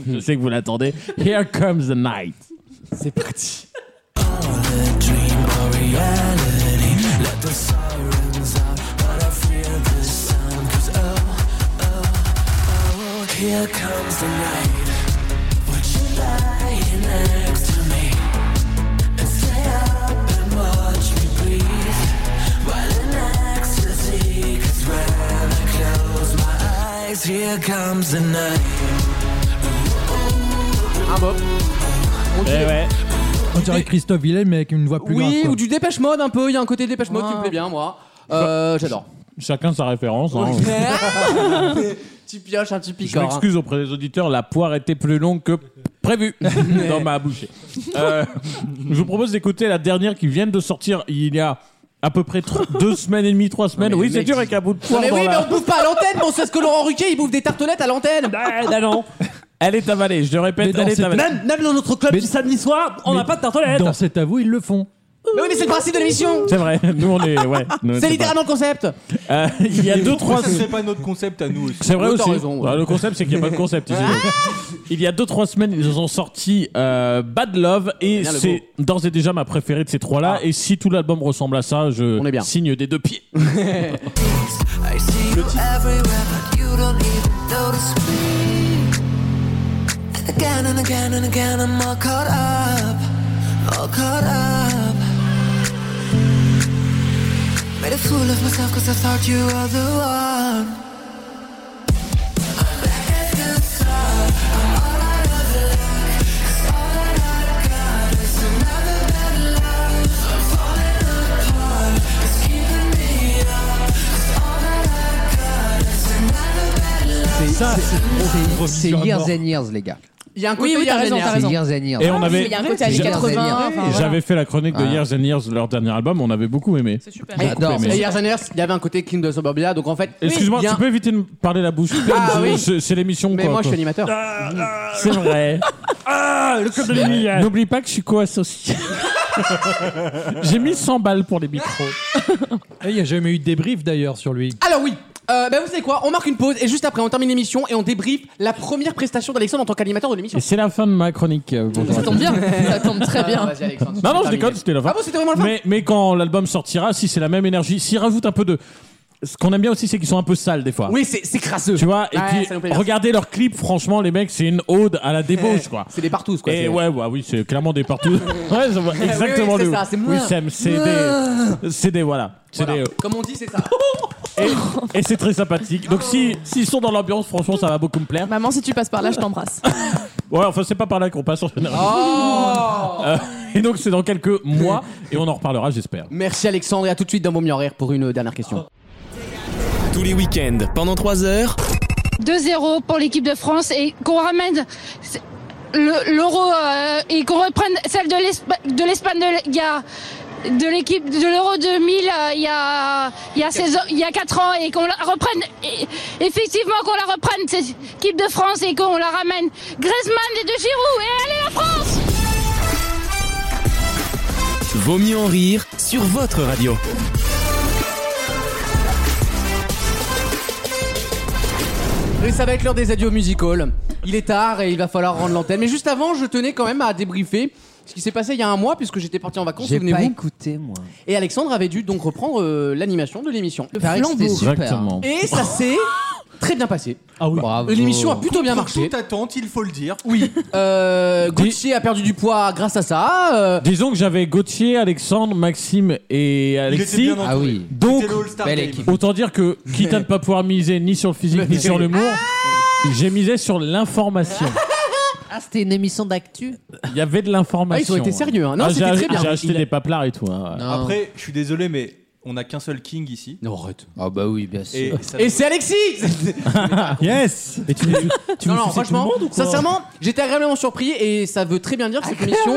[SPEAKER 4] je sais que vous l'attendez. Here comes the night.
[SPEAKER 2] C'est parti.
[SPEAKER 10] oh,
[SPEAKER 2] Un bop. On dit-
[SPEAKER 8] On dirait Christophe Willem, mais avec une voix plus grave.
[SPEAKER 2] oui,
[SPEAKER 8] quoi.
[SPEAKER 2] ou du dépêche mode un peu, il y a un côté dépêche mode qui me plaît bien, moi. Euh, J'adore.
[SPEAKER 4] Chacun sa référence. hein.
[SPEAKER 2] tu pioches un petit
[SPEAKER 4] Je
[SPEAKER 2] picor. hein.
[SPEAKER 4] m'excuse auprès des auditeurs, la poire était plus longue que prévu dans ma bouchée. Euh, je vous propose d'écouter la dernière qui vient de sortir il y a à peu près tro- deux semaines et demie, trois semaines.
[SPEAKER 2] mais
[SPEAKER 4] Oui,
[SPEAKER 2] le
[SPEAKER 4] c'est
[SPEAKER 2] mec,
[SPEAKER 4] dur
[SPEAKER 2] il-
[SPEAKER 4] avec un bout de
[SPEAKER 2] Non,
[SPEAKER 4] poire.
[SPEAKER 2] mais
[SPEAKER 4] dans
[SPEAKER 2] oui, mais
[SPEAKER 4] la-
[SPEAKER 2] on bouffe pas à l'antenne, bon, c'est ce que Laurent Ruquier, il bouffe des tartelettes à l'antenne.
[SPEAKER 3] Ah, bah non.
[SPEAKER 4] eh, ben Elle est avalée, je le
[SPEAKER 8] Mais
[SPEAKER 4] répète,
[SPEAKER 8] dans
[SPEAKER 4] elle est
[SPEAKER 8] cette-
[SPEAKER 4] avalée.
[SPEAKER 3] Même, même dans notre club du samedi soir, on
[SPEAKER 8] mais-
[SPEAKER 3] n'a pas de tartelette.
[SPEAKER 8] Dans cet avou, ils le font.
[SPEAKER 2] Mais oui, mais c'est le principe de l'émission.
[SPEAKER 4] C'est vrai, nous on est. Ouais, nous, on
[SPEAKER 2] C'est
[SPEAKER 4] sait
[SPEAKER 2] littéralement le concept.
[SPEAKER 4] pas. Euh, il y a deux, trois.
[SPEAKER 5] ça serait pas notre concept à nous aussi
[SPEAKER 4] C'est vrai
[SPEAKER 2] Oui,
[SPEAKER 4] aussi.
[SPEAKER 2] t'as raison, ouais. Ah
[SPEAKER 4] Ah, le concept, c'est qu'il n'y a pas de concept. ils disent. Il y a deux, trois semaines, ils ont sorti euh, Bad Love et
[SPEAKER 2] Ah, bien, le Ah.
[SPEAKER 4] c'est d'ores et déjà ma préférée de ces trois-là. Et si tout l'album ressemble à ça, je
[SPEAKER 2] On est bien.
[SPEAKER 4] signe des deux pieds.
[SPEAKER 10] Again and again and again, I'm all caught up, all caught up. Made a fool of myself cause I thought you were the one. I'm back at the top, I'm all out of luck, 'cause all I got is another bad love. I'm falling apart, it's keeping me up, 'cause all that I got is another bad love.
[SPEAKER 7] C'est-
[SPEAKER 8] Ça,
[SPEAKER 7] c'est-
[SPEAKER 8] c'est
[SPEAKER 7] c'est- c'est
[SPEAKER 8] Eurovision à
[SPEAKER 7] Years
[SPEAKER 8] mort.
[SPEAKER 7] and Years, les gars.
[SPEAKER 2] Il y a un
[SPEAKER 6] Oui,
[SPEAKER 2] côté
[SPEAKER 6] oui, t'as raison, t'as
[SPEAKER 2] Yarenia.
[SPEAKER 7] C'est
[SPEAKER 6] raison.
[SPEAKER 7] Years and Years.
[SPEAKER 4] Et on avait.
[SPEAKER 6] Il y a un côté années
[SPEAKER 7] J'avais-
[SPEAKER 6] 80. enfin, voilà.
[SPEAKER 4] J'avais fait la chronique de
[SPEAKER 7] Ah.
[SPEAKER 4] Years and Years, leur dernier album, on avait beaucoup aimé.
[SPEAKER 6] C'est super.
[SPEAKER 2] Et-
[SPEAKER 7] J'adore.
[SPEAKER 4] mais-
[SPEAKER 2] Et Yarenia, il y avait un côté clean de Soberbia, donc en fait.
[SPEAKER 4] Excuse-moi,
[SPEAKER 2] il y a
[SPEAKER 4] tu
[SPEAKER 2] un-
[SPEAKER 4] peux éviter de me parler la bouche pleine,
[SPEAKER 2] Ah
[SPEAKER 4] je-
[SPEAKER 2] oui.
[SPEAKER 4] c'est- C'est l'émission
[SPEAKER 2] Mais
[SPEAKER 4] quoi,
[SPEAKER 2] moi, je
[SPEAKER 4] quoi.
[SPEAKER 2] suis animateur.
[SPEAKER 4] C'est vrai.
[SPEAKER 3] Ah, le club de minuit. euh.
[SPEAKER 4] N'oublie pas que je suis co-associé. J'ai mis 100 balles pour les micros.
[SPEAKER 8] Et Il n'y a jamais eu de débrief d'ailleurs sur lui.
[SPEAKER 2] Alors oui. Euh, bah vous savez quoi On marque une pause et juste après on termine l'émission et on débriefe la première prestation d'Alexandre en tant qu'animateur de l'émission.
[SPEAKER 4] Et c'est la fin de ma chronique. euh, bonjour à
[SPEAKER 6] Ça
[SPEAKER 4] tous.
[SPEAKER 6] tombe bien, ça tombe très
[SPEAKER 2] Ah,
[SPEAKER 6] bien.
[SPEAKER 2] vas-y, Alexandre,
[SPEAKER 4] Non, non, je
[SPEAKER 2] terminé.
[SPEAKER 4] déconne, c'était la fin.
[SPEAKER 2] Ah bon, c'était vraiment la fin
[SPEAKER 4] mais, mais quand l'album sortira, si c'est la même énergie, s'il rajoute un peu de. Ce qu'on aime bien aussi, c'est qu'ils sont un peu sales des fois.
[SPEAKER 2] Oui, c'est c'est crasseux.
[SPEAKER 4] Tu vois, et
[SPEAKER 2] Ouais, ça nous plaît
[SPEAKER 4] puis
[SPEAKER 2] bien.
[SPEAKER 4] regardez leurs clips, franchement, les mecs, c'est une ode à la débauche, quoi.
[SPEAKER 2] C'est des partous quoi.
[SPEAKER 4] Et
[SPEAKER 2] c'est-
[SPEAKER 4] ouais, ouais, oui, c'est clairement des partout. ouais, ça va, exactement.
[SPEAKER 2] oui, c'est
[SPEAKER 4] de
[SPEAKER 2] ça,
[SPEAKER 4] ouf.
[SPEAKER 2] c'est
[SPEAKER 4] oui,
[SPEAKER 2] moi. Ah.
[SPEAKER 4] Sam, c'est des, c'est des, voilà, c'est
[SPEAKER 2] Voilà.
[SPEAKER 4] des. euh,
[SPEAKER 2] Comme on dit, c'est ça.
[SPEAKER 4] Et c'est très sympathique. Donc si s'ils sont dans l'ambiance, franchement, ça va beaucoup me plaire.
[SPEAKER 6] Maman, si tu passes par là, je t'embrasse.
[SPEAKER 4] Ouais, enfin, c'est pas par là qu'on passe en général.
[SPEAKER 2] Oh.
[SPEAKER 4] Euh, et donc c'est dans quelques mois et on en reparlera, j'espère.
[SPEAKER 2] Merci Alexandre et à tout de suite dans Vos Mieux en Rire pour une dernière question.
[SPEAKER 1] Tous les week-ends, pendant 3 heures,
[SPEAKER 10] 2-0 pour l'équipe de France et qu'on ramène le- l'euro euh, et qu'on reprenne celle de l'Espa- de l'Espagne de l- il y a- de l'équipe de l'euro 2000 euh, il y a il y a 16 ans- il y a 4 ans et qu'on la reprenne et- effectivement qu'on la reprenne cette équipe de France et qu'on la ramène Griezmann et de Giroud et allez la France
[SPEAKER 1] Vaut mieux en rire sur votre radio.
[SPEAKER 2] Et ça va être l'heure des adieux musicals. Il est tard et il va falloir rendre l'antenne. Mais juste avant, je tenais quand même à débriefer ce qui s'est passé il y a un mois puisque j'étais parti en vacances,
[SPEAKER 7] J'ai pas
[SPEAKER 2] souvenez-vous.
[SPEAKER 7] écouté, moi.
[SPEAKER 2] Et Alexandre avait dû donc reprendre euh, l'animation de l'émission.
[SPEAKER 7] Le flambeau.
[SPEAKER 4] Exactement.
[SPEAKER 2] Et ça s'est très bien passé.
[SPEAKER 7] Ah oui. Bravo.
[SPEAKER 2] L'émission a plutôt bien
[SPEAKER 5] Pour
[SPEAKER 2] marché.
[SPEAKER 5] toute attente il faut le dire
[SPEAKER 2] Oui. Euh, Gauthier a perdu du poids grâce à ça. euh,
[SPEAKER 4] Disons que j'avais Gauthier, Alexandre, Maxime et Alexis.
[SPEAKER 5] bien entouré.
[SPEAKER 7] Ah oui.
[SPEAKER 4] Donc
[SPEAKER 5] C'était le All-Star
[SPEAKER 7] belle
[SPEAKER 5] Game.
[SPEAKER 7] équipe.
[SPEAKER 4] autant dire que quitte à ne pas pouvoir miser ni sur le physique ni sur l'humour,
[SPEAKER 2] Ah
[SPEAKER 4] j'ai misé sur l'information.
[SPEAKER 7] Ah, c'était une émission d'actu
[SPEAKER 4] Il y avait de
[SPEAKER 2] Ah,
[SPEAKER 4] l'information.
[SPEAKER 2] ils ont été sérieux. hein. Non,
[SPEAKER 4] Ah, j'ai
[SPEAKER 2] c'était très bien.
[SPEAKER 4] j'ai acheté
[SPEAKER 2] Il-
[SPEAKER 4] des paplards et tout. hein, ouais.
[SPEAKER 7] Non.
[SPEAKER 5] après je suis désolé mais on a qu'un seul king ici
[SPEAKER 2] Non, arrête.
[SPEAKER 7] Ah, bah oui, bien sûr.
[SPEAKER 5] et ça-
[SPEAKER 2] Et c'est Alexis
[SPEAKER 4] Yes
[SPEAKER 8] Et tu, tu,
[SPEAKER 2] Non, non, franchement, sincèrement, j'étais agréablement surpris et ça veut très bien dire que cette émission.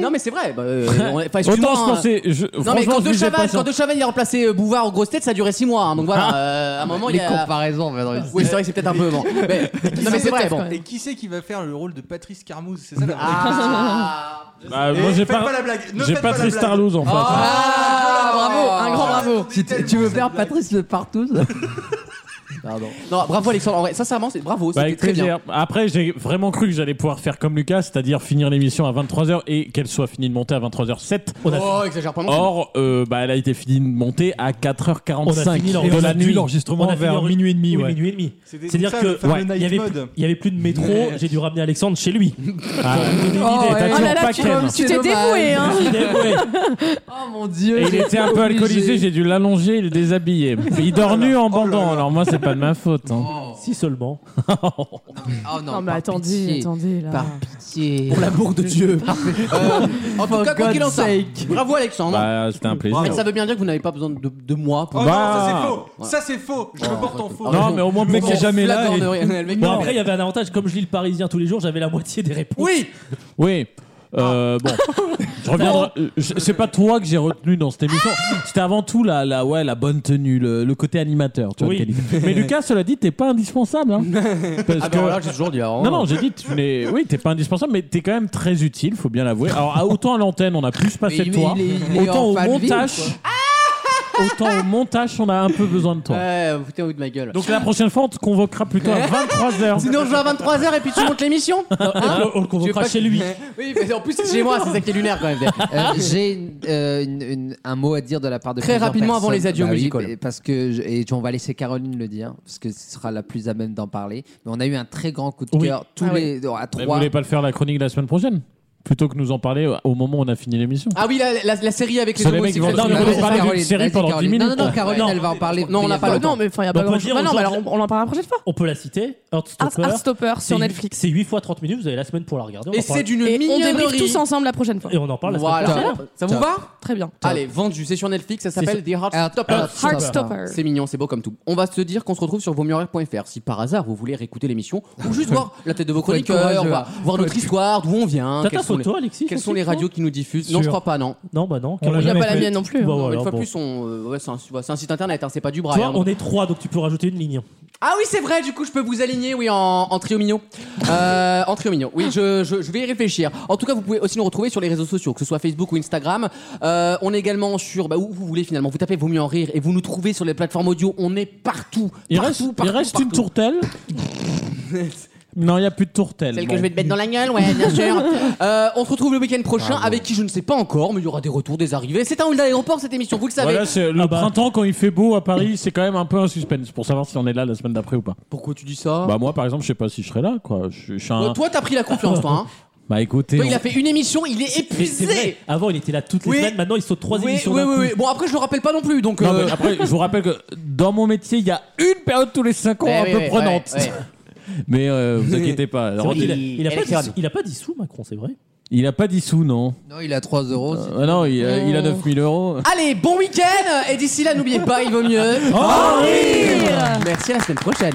[SPEAKER 2] Non, mais c'est vrai. bah, euh, on est- enfin, excuse-moi,
[SPEAKER 4] Autant je
[SPEAKER 2] hein.
[SPEAKER 4] pensais. Je,
[SPEAKER 2] Non, mais
[SPEAKER 4] franchement,
[SPEAKER 2] quand
[SPEAKER 4] je
[SPEAKER 2] De
[SPEAKER 4] lisais pas
[SPEAKER 2] Chavannes,
[SPEAKER 4] ça.
[SPEAKER 2] quand De Chavannes, il a remplacé euh, Bouvard aux grosses têtes, ça a duré 6 mois. hein. donc voilà, euh, à un moment, il y
[SPEAKER 7] Les
[SPEAKER 2] a.
[SPEAKER 7] comparaisons, on va dans
[SPEAKER 2] Oui, c'est vrai que c'est peut-être un peu avant. Mais... Non, mais c'est vrai, bon.
[SPEAKER 5] et qui c'est qui va faire le rôle de Patrice Carmouze c'est ça la vraie
[SPEAKER 2] Ah,
[SPEAKER 4] Bah,
[SPEAKER 5] question.
[SPEAKER 4] moi,
[SPEAKER 5] Et
[SPEAKER 4] j'ai
[SPEAKER 5] faites pas,
[SPEAKER 4] pas.
[SPEAKER 5] la blague ne
[SPEAKER 4] J'ai
[SPEAKER 5] faites
[SPEAKER 4] pas
[SPEAKER 5] la
[SPEAKER 4] Tristan
[SPEAKER 5] blague.
[SPEAKER 4] Starlows en fait. Bah,
[SPEAKER 2] Ah, bravo, un grand bravo.
[SPEAKER 7] oh, Si tu tu veux faire Patrice le partout Pardon.
[SPEAKER 2] Non, bravo Alexandre. En vrai, sincèrement, c'est bravo,
[SPEAKER 4] Bah,
[SPEAKER 2] c'était
[SPEAKER 4] avec
[SPEAKER 2] très bien.
[SPEAKER 4] plaisir. Après, j'ai vraiment cru que j'allais pouvoir faire comme Lucas, c'est-à-dire finir l'émission à 23h et qu'elle soit finie de monter à 23h07.
[SPEAKER 2] Oh, exagère pas non plus.
[SPEAKER 4] Or, euh, bah, elle a été finie de monter à 4h45
[SPEAKER 3] On a fini
[SPEAKER 4] de la nuit.
[SPEAKER 8] l'enregistrement
[SPEAKER 3] On a fini
[SPEAKER 8] vers
[SPEAKER 3] l'enregistrement-
[SPEAKER 8] minuit et demi.
[SPEAKER 3] Oui,
[SPEAKER 8] ouais.
[SPEAKER 3] minuit et demi.
[SPEAKER 5] C'était
[SPEAKER 3] C'est-à-dire
[SPEAKER 5] ça,
[SPEAKER 3] que-
[SPEAKER 5] le fameux
[SPEAKER 3] ouais, il y
[SPEAKER 5] night
[SPEAKER 3] avait,
[SPEAKER 5] mode.
[SPEAKER 3] il y avait plus de métro, j'ai dû ramener Alexandre chez lui.
[SPEAKER 4] Ah,
[SPEAKER 7] Oh,
[SPEAKER 4] t'as
[SPEAKER 7] ouais.
[SPEAKER 4] toujours
[SPEAKER 6] Oh là là,
[SPEAKER 4] pas
[SPEAKER 6] tu
[SPEAKER 4] Ken.
[SPEAKER 6] tu t'es
[SPEAKER 7] dommage.
[SPEAKER 6] dévoué, hein.
[SPEAKER 4] Il est- ouais.
[SPEAKER 7] Oh mon dieu.
[SPEAKER 4] Et il était un peu
[SPEAKER 7] Oh
[SPEAKER 4] alcoolisé, j'ai dû l'allonger et le déshabiller. Il dort nu en bandant, alors moi c'est pas de ma faute. hein.
[SPEAKER 3] Si seulement.
[SPEAKER 7] Oh non,
[SPEAKER 6] Non, mais
[SPEAKER 7] par
[SPEAKER 6] attendez,
[SPEAKER 7] pitié.
[SPEAKER 6] attendez là.
[SPEAKER 7] Par pitié.
[SPEAKER 2] Pour l'amour de Dieu. Euh, en tout
[SPEAKER 7] For
[SPEAKER 2] cas, quoi qu'il en
[SPEAKER 7] God's
[SPEAKER 2] soit.
[SPEAKER 7] sake.
[SPEAKER 2] Bravo Alexandre.
[SPEAKER 4] Bah, c'était un plaisir.
[SPEAKER 2] Mais ça veut bien dire que vous n'avez pas besoin de, de moi pour.
[SPEAKER 5] Oh non, ça
[SPEAKER 4] Bah.
[SPEAKER 5] c'est faux. Ça c'est faux. Je me porte en faux.
[SPEAKER 4] Non, mais au moins,
[SPEAKER 8] Le mec
[SPEAKER 4] pour-
[SPEAKER 8] est jamais
[SPEAKER 2] La
[SPEAKER 8] là. et-
[SPEAKER 2] gornerie, le mec-
[SPEAKER 3] Bon, après, il y avait un avantage. Comme je lis le Parisien tous les jours, j'avais la moitié des réponses.
[SPEAKER 2] Oui,
[SPEAKER 4] Oui. Euh, bon, je reviendrai. euh, je- C'est pas toi que j'ai retenu dans cette émission. C'était avant tout la, la, ouais, la bonne tenue, le, le côté animateur. Tu vois,
[SPEAKER 3] Oui.
[SPEAKER 4] de qualité. Mais Lucas, cela dit, t'es pas indispensable. hein. bah, Parce
[SPEAKER 2] ah
[SPEAKER 4] que-
[SPEAKER 2] ben voilà, j'ai toujours dit avant.
[SPEAKER 4] Non, non, j'ai dit, tu n'es, oui, t'es pas indispensable, mais t'es quand même très utile, faut bien l'avouer. Alors, à- autant à l'antenne, on a plus passé
[SPEAKER 7] Mais
[SPEAKER 4] de
[SPEAKER 7] il-
[SPEAKER 4] toi,
[SPEAKER 7] il est- il est
[SPEAKER 4] autant
[SPEAKER 7] en
[SPEAKER 4] au
[SPEAKER 7] fin de vie,
[SPEAKER 4] montage, autant au montage, on a un peu besoin de toi.
[SPEAKER 2] Ouais, vous foutez-vous de ma gueule.
[SPEAKER 4] Donc la prochaine fois, on te convoquera plutôt à 23h.
[SPEAKER 2] Sinon, je joue à 23h et puis tu montes l'émission
[SPEAKER 4] Ah,
[SPEAKER 2] Hein
[SPEAKER 3] on le
[SPEAKER 2] Tu veux
[SPEAKER 3] convoquera
[SPEAKER 2] pas
[SPEAKER 3] chez
[SPEAKER 2] que-
[SPEAKER 3] lui.
[SPEAKER 2] Oui, mais en plus, c'est chez moi, c'est ça qui est lunaire quand même.
[SPEAKER 7] Euh, J'ai une- euh, une- une- un mot à dire de la part de
[SPEAKER 2] Très
[SPEAKER 7] plusieurs
[SPEAKER 2] rapidement avant
[SPEAKER 7] personnes.
[SPEAKER 2] les adieux
[SPEAKER 7] Bah oui,
[SPEAKER 2] musicals.
[SPEAKER 7] mais parce que je- et on va laisser Caroline le dire parce que ce sera la plus à même d'en parler. Mais on a eu un très grand coup de
[SPEAKER 3] Oui.
[SPEAKER 7] cœur tous
[SPEAKER 6] Ah oui.
[SPEAKER 7] les
[SPEAKER 4] Mais
[SPEAKER 7] à
[SPEAKER 4] vous
[SPEAKER 7] trois.
[SPEAKER 4] voulez pas le faire la chronique la semaine prochaine Plutôt que nous en parler au moment où on a fini l'émission.
[SPEAKER 2] Ah oui, la, la- la série avec les
[SPEAKER 4] C'est les mecs qui vont-
[SPEAKER 2] homosexuels.
[SPEAKER 4] Non, mais
[SPEAKER 7] Vas-y,
[SPEAKER 4] on peut parler
[SPEAKER 7] Caroline,
[SPEAKER 4] d'une série
[SPEAKER 7] vas-y,
[SPEAKER 4] pendant 10
[SPEAKER 7] Caroline.
[SPEAKER 4] minutes.
[SPEAKER 7] Non, non, non,
[SPEAKER 4] quoi.
[SPEAKER 7] Caroline,
[SPEAKER 3] Non.
[SPEAKER 7] elle va en parler.
[SPEAKER 2] Non, on n'a pas le temps.
[SPEAKER 6] Non, mais enfin, il n'y a
[SPEAKER 3] Bah,
[SPEAKER 6] pas
[SPEAKER 3] on peut
[SPEAKER 6] grand
[SPEAKER 3] dire
[SPEAKER 6] chose. non,
[SPEAKER 3] aux
[SPEAKER 6] mais
[SPEAKER 3] gens-
[SPEAKER 6] alors on, on en parlera la prochaine fois.
[SPEAKER 3] On peut la citer. Heartstopper.
[SPEAKER 6] Heartstopper
[SPEAKER 3] C'est
[SPEAKER 6] sur
[SPEAKER 3] huit-
[SPEAKER 6] Netflix.
[SPEAKER 3] C'est 8 fois 30 minutes, vous avez la semaine pour la regarder. on
[SPEAKER 2] Et
[SPEAKER 3] en parle.
[SPEAKER 2] c'est d'une
[SPEAKER 6] Et on débriefe
[SPEAKER 2] mignonnerie.
[SPEAKER 6] tous ensemble la prochaine fois.
[SPEAKER 3] Et on en parle la semaine
[SPEAKER 2] Voilà.
[SPEAKER 3] prochaine.
[SPEAKER 2] Ça vous va
[SPEAKER 6] Très bien.
[SPEAKER 2] Allez, vendu, c'est sur Netflix, ça s'appelle The
[SPEAKER 7] Ah,
[SPEAKER 2] Heart
[SPEAKER 7] Heart-
[SPEAKER 2] Stopper.
[SPEAKER 6] Heartstopper.
[SPEAKER 2] C'est mignon, c'est beau comme tout. On va se dire qu'on se retrouve sur vosmieuxhoraires.fr si par hasard vous voulez réécouter l'émission ou juste voir la tête de vos
[SPEAKER 7] Faut être
[SPEAKER 2] chroniqueurs,
[SPEAKER 7] courageux,
[SPEAKER 2] voir, voir notre histoire, d'où on vient,
[SPEAKER 3] T'as
[SPEAKER 2] quelles
[SPEAKER 3] ta
[SPEAKER 2] sont les,
[SPEAKER 3] photo, Alexis
[SPEAKER 2] quelles
[SPEAKER 3] sur
[SPEAKER 2] sont les
[SPEAKER 3] Twitter
[SPEAKER 2] radios qui nous diffusent. Non,
[SPEAKER 3] Sûr.
[SPEAKER 2] je crois pas, non.
[SPEAKER 3] Non, bah non.
[SPEAKER 8] On l'a
[SPEAKER 6] Il n'y a
[SPEAKER 8] jamais
[SPEAKER 6] pas la
[SPEAKER 8] fait.
[SPEAKER 6] mienne non plus.
[SPEAKER 3] Bon,
[SPEAKER 6] hein.
[SPEAKER 2] Non,
[SPEAKER 3] voilà,
[SPEAKER 2] mais une fois de
[SPEAKER 3] bon.
[SPEAKER 2] plus, on, euh, ouais, c'est un, c'est un site internet, hein, c'est pas du bras.
[SPEAKER 3] Toi,
[SPEAKER 2] hein.
[SPEAKER 3] on est 3 donc tu peux rajouter une ligne.
[SPEAKER 2] Ah oui, c'est vrai, du coup, je peux vous aligner, oui, en, en trio mignon. Euh, en trio mignon, oui, je, je, je vais y réfléchir. En tout cas, vous pouvez aussi nous retrouver sur les réseaux sociaux, que ce soit Facebook ou Instagram. Euh, on est également sur, bah, où vous voulez finalement, vous tapez Vaut mieux en rire et vous nous trouvez sur les plateformes audio. On est partout.
[SPEAKER 4] Il
[SPEAKER 2] partout,
[SPEAKER 4] reste, il
[SPEAKER 2] partout,
[SPEAKER 4] reste une
[SPEAKER 2] partout.
[SPEAKER 4] tourtelle. non, il n'y a plus de tourtelle.
[SPEAKER 2] Celle
[SPEAKER 4] Bon.
[SPEAKER 2] que je vais te mettre dans la gueule, ouais, bien sûr. Euh, on se retrouve le week-end prochain avec qui je ne sais pas encore, mais il y aura des retours, des arrivées. C'est un Hulda Aéroport cette émission, vous le savez.
[SPEAKER 4] Voilà, c'est le
[SPEAKER 3] Ah bah.
[SPEAKER 4] printemps quand il fait beau à Paris, c'est quand même un peu un suspense pour savoir si on est là la semaine d'après ou pas.
[SPEAKER 2] Pourquoi tu dis ça
[SPEAKER 4] Bah moi par exemple, je sais pas si je serai là quoi. Je, je suis un-
[SPEAKER 2] Oh. Toi, Toi, t'as pris la confiance, toi. Hein.
[SPEAKER 4] Bah écoutez,
[SPEAKER 2] Toi, il
[SPEAKER 4] on-
[SPEAKER 2] a fait une émission, il est
[SPEAKER 3] Mais c'est vrai,
[SPEAKER 2] épuisé.
[SPEAKER 3] avant il était là toutes les
[SPEAKER 2] Oui.
[SPEAKER 3] semaines, maintenant il saute 3
[SPEAKER 2] oui,
[SPEAKER 3] émissions.
[SPEAKER 2] oui,
[SPEAKER 3] d'un
[SPEAKER 2] oui,
[SPEAKER 3] coup.
[SPEAKER 2] oui. Bon, après, je le rappelle pas non plus, donc.
[SPEAKER 4] Non,
[SPEAKER 2] euh,
[SPEAKER 4] mais après je vous rappelle que dans mon métier, il y a une période tous les 5 ans
[SPEAKER 2] Ouais,
[SPEAKER 4] un
[SPEAKER 2] ouais,
[SPEAKER 4] peu
[SPEAKER 2] ouais,
[SPEAKER 4] prenante.
[SPEAKER 2] Eh ouais, ouais.
[SPEAKER 4] Mais euh, vous inquiétez pas,
[SPEAKER 3] C'est vrai
[SPEAKER 4] il,
[SPEAKER 3] qu'il a-
[SPEAKER 4] a...
[SPEAKER 3] il, a pas
[SPEAKER 2] Électronique.
[SPEAKER 3] dissous- il a pas dissous Macron, c'est vrai.
[SPEAKER 4] il a pas dissous non.
[SPEAKER 7] Non, il a 3 euros. c'est-
[SPEAKER 4] Ah non, il, a- il a 9000 euros.
[SPEAKER 2] Allez, bon
[SPEAKER 3] Oh,
[SPEAKER 2] Ah week-end Et d'ici là, n'oubliez pas, il vaut mieux.
[SPEAKER 4] Oh,
[SPEAKER 2] Merci à la semaine prochaine.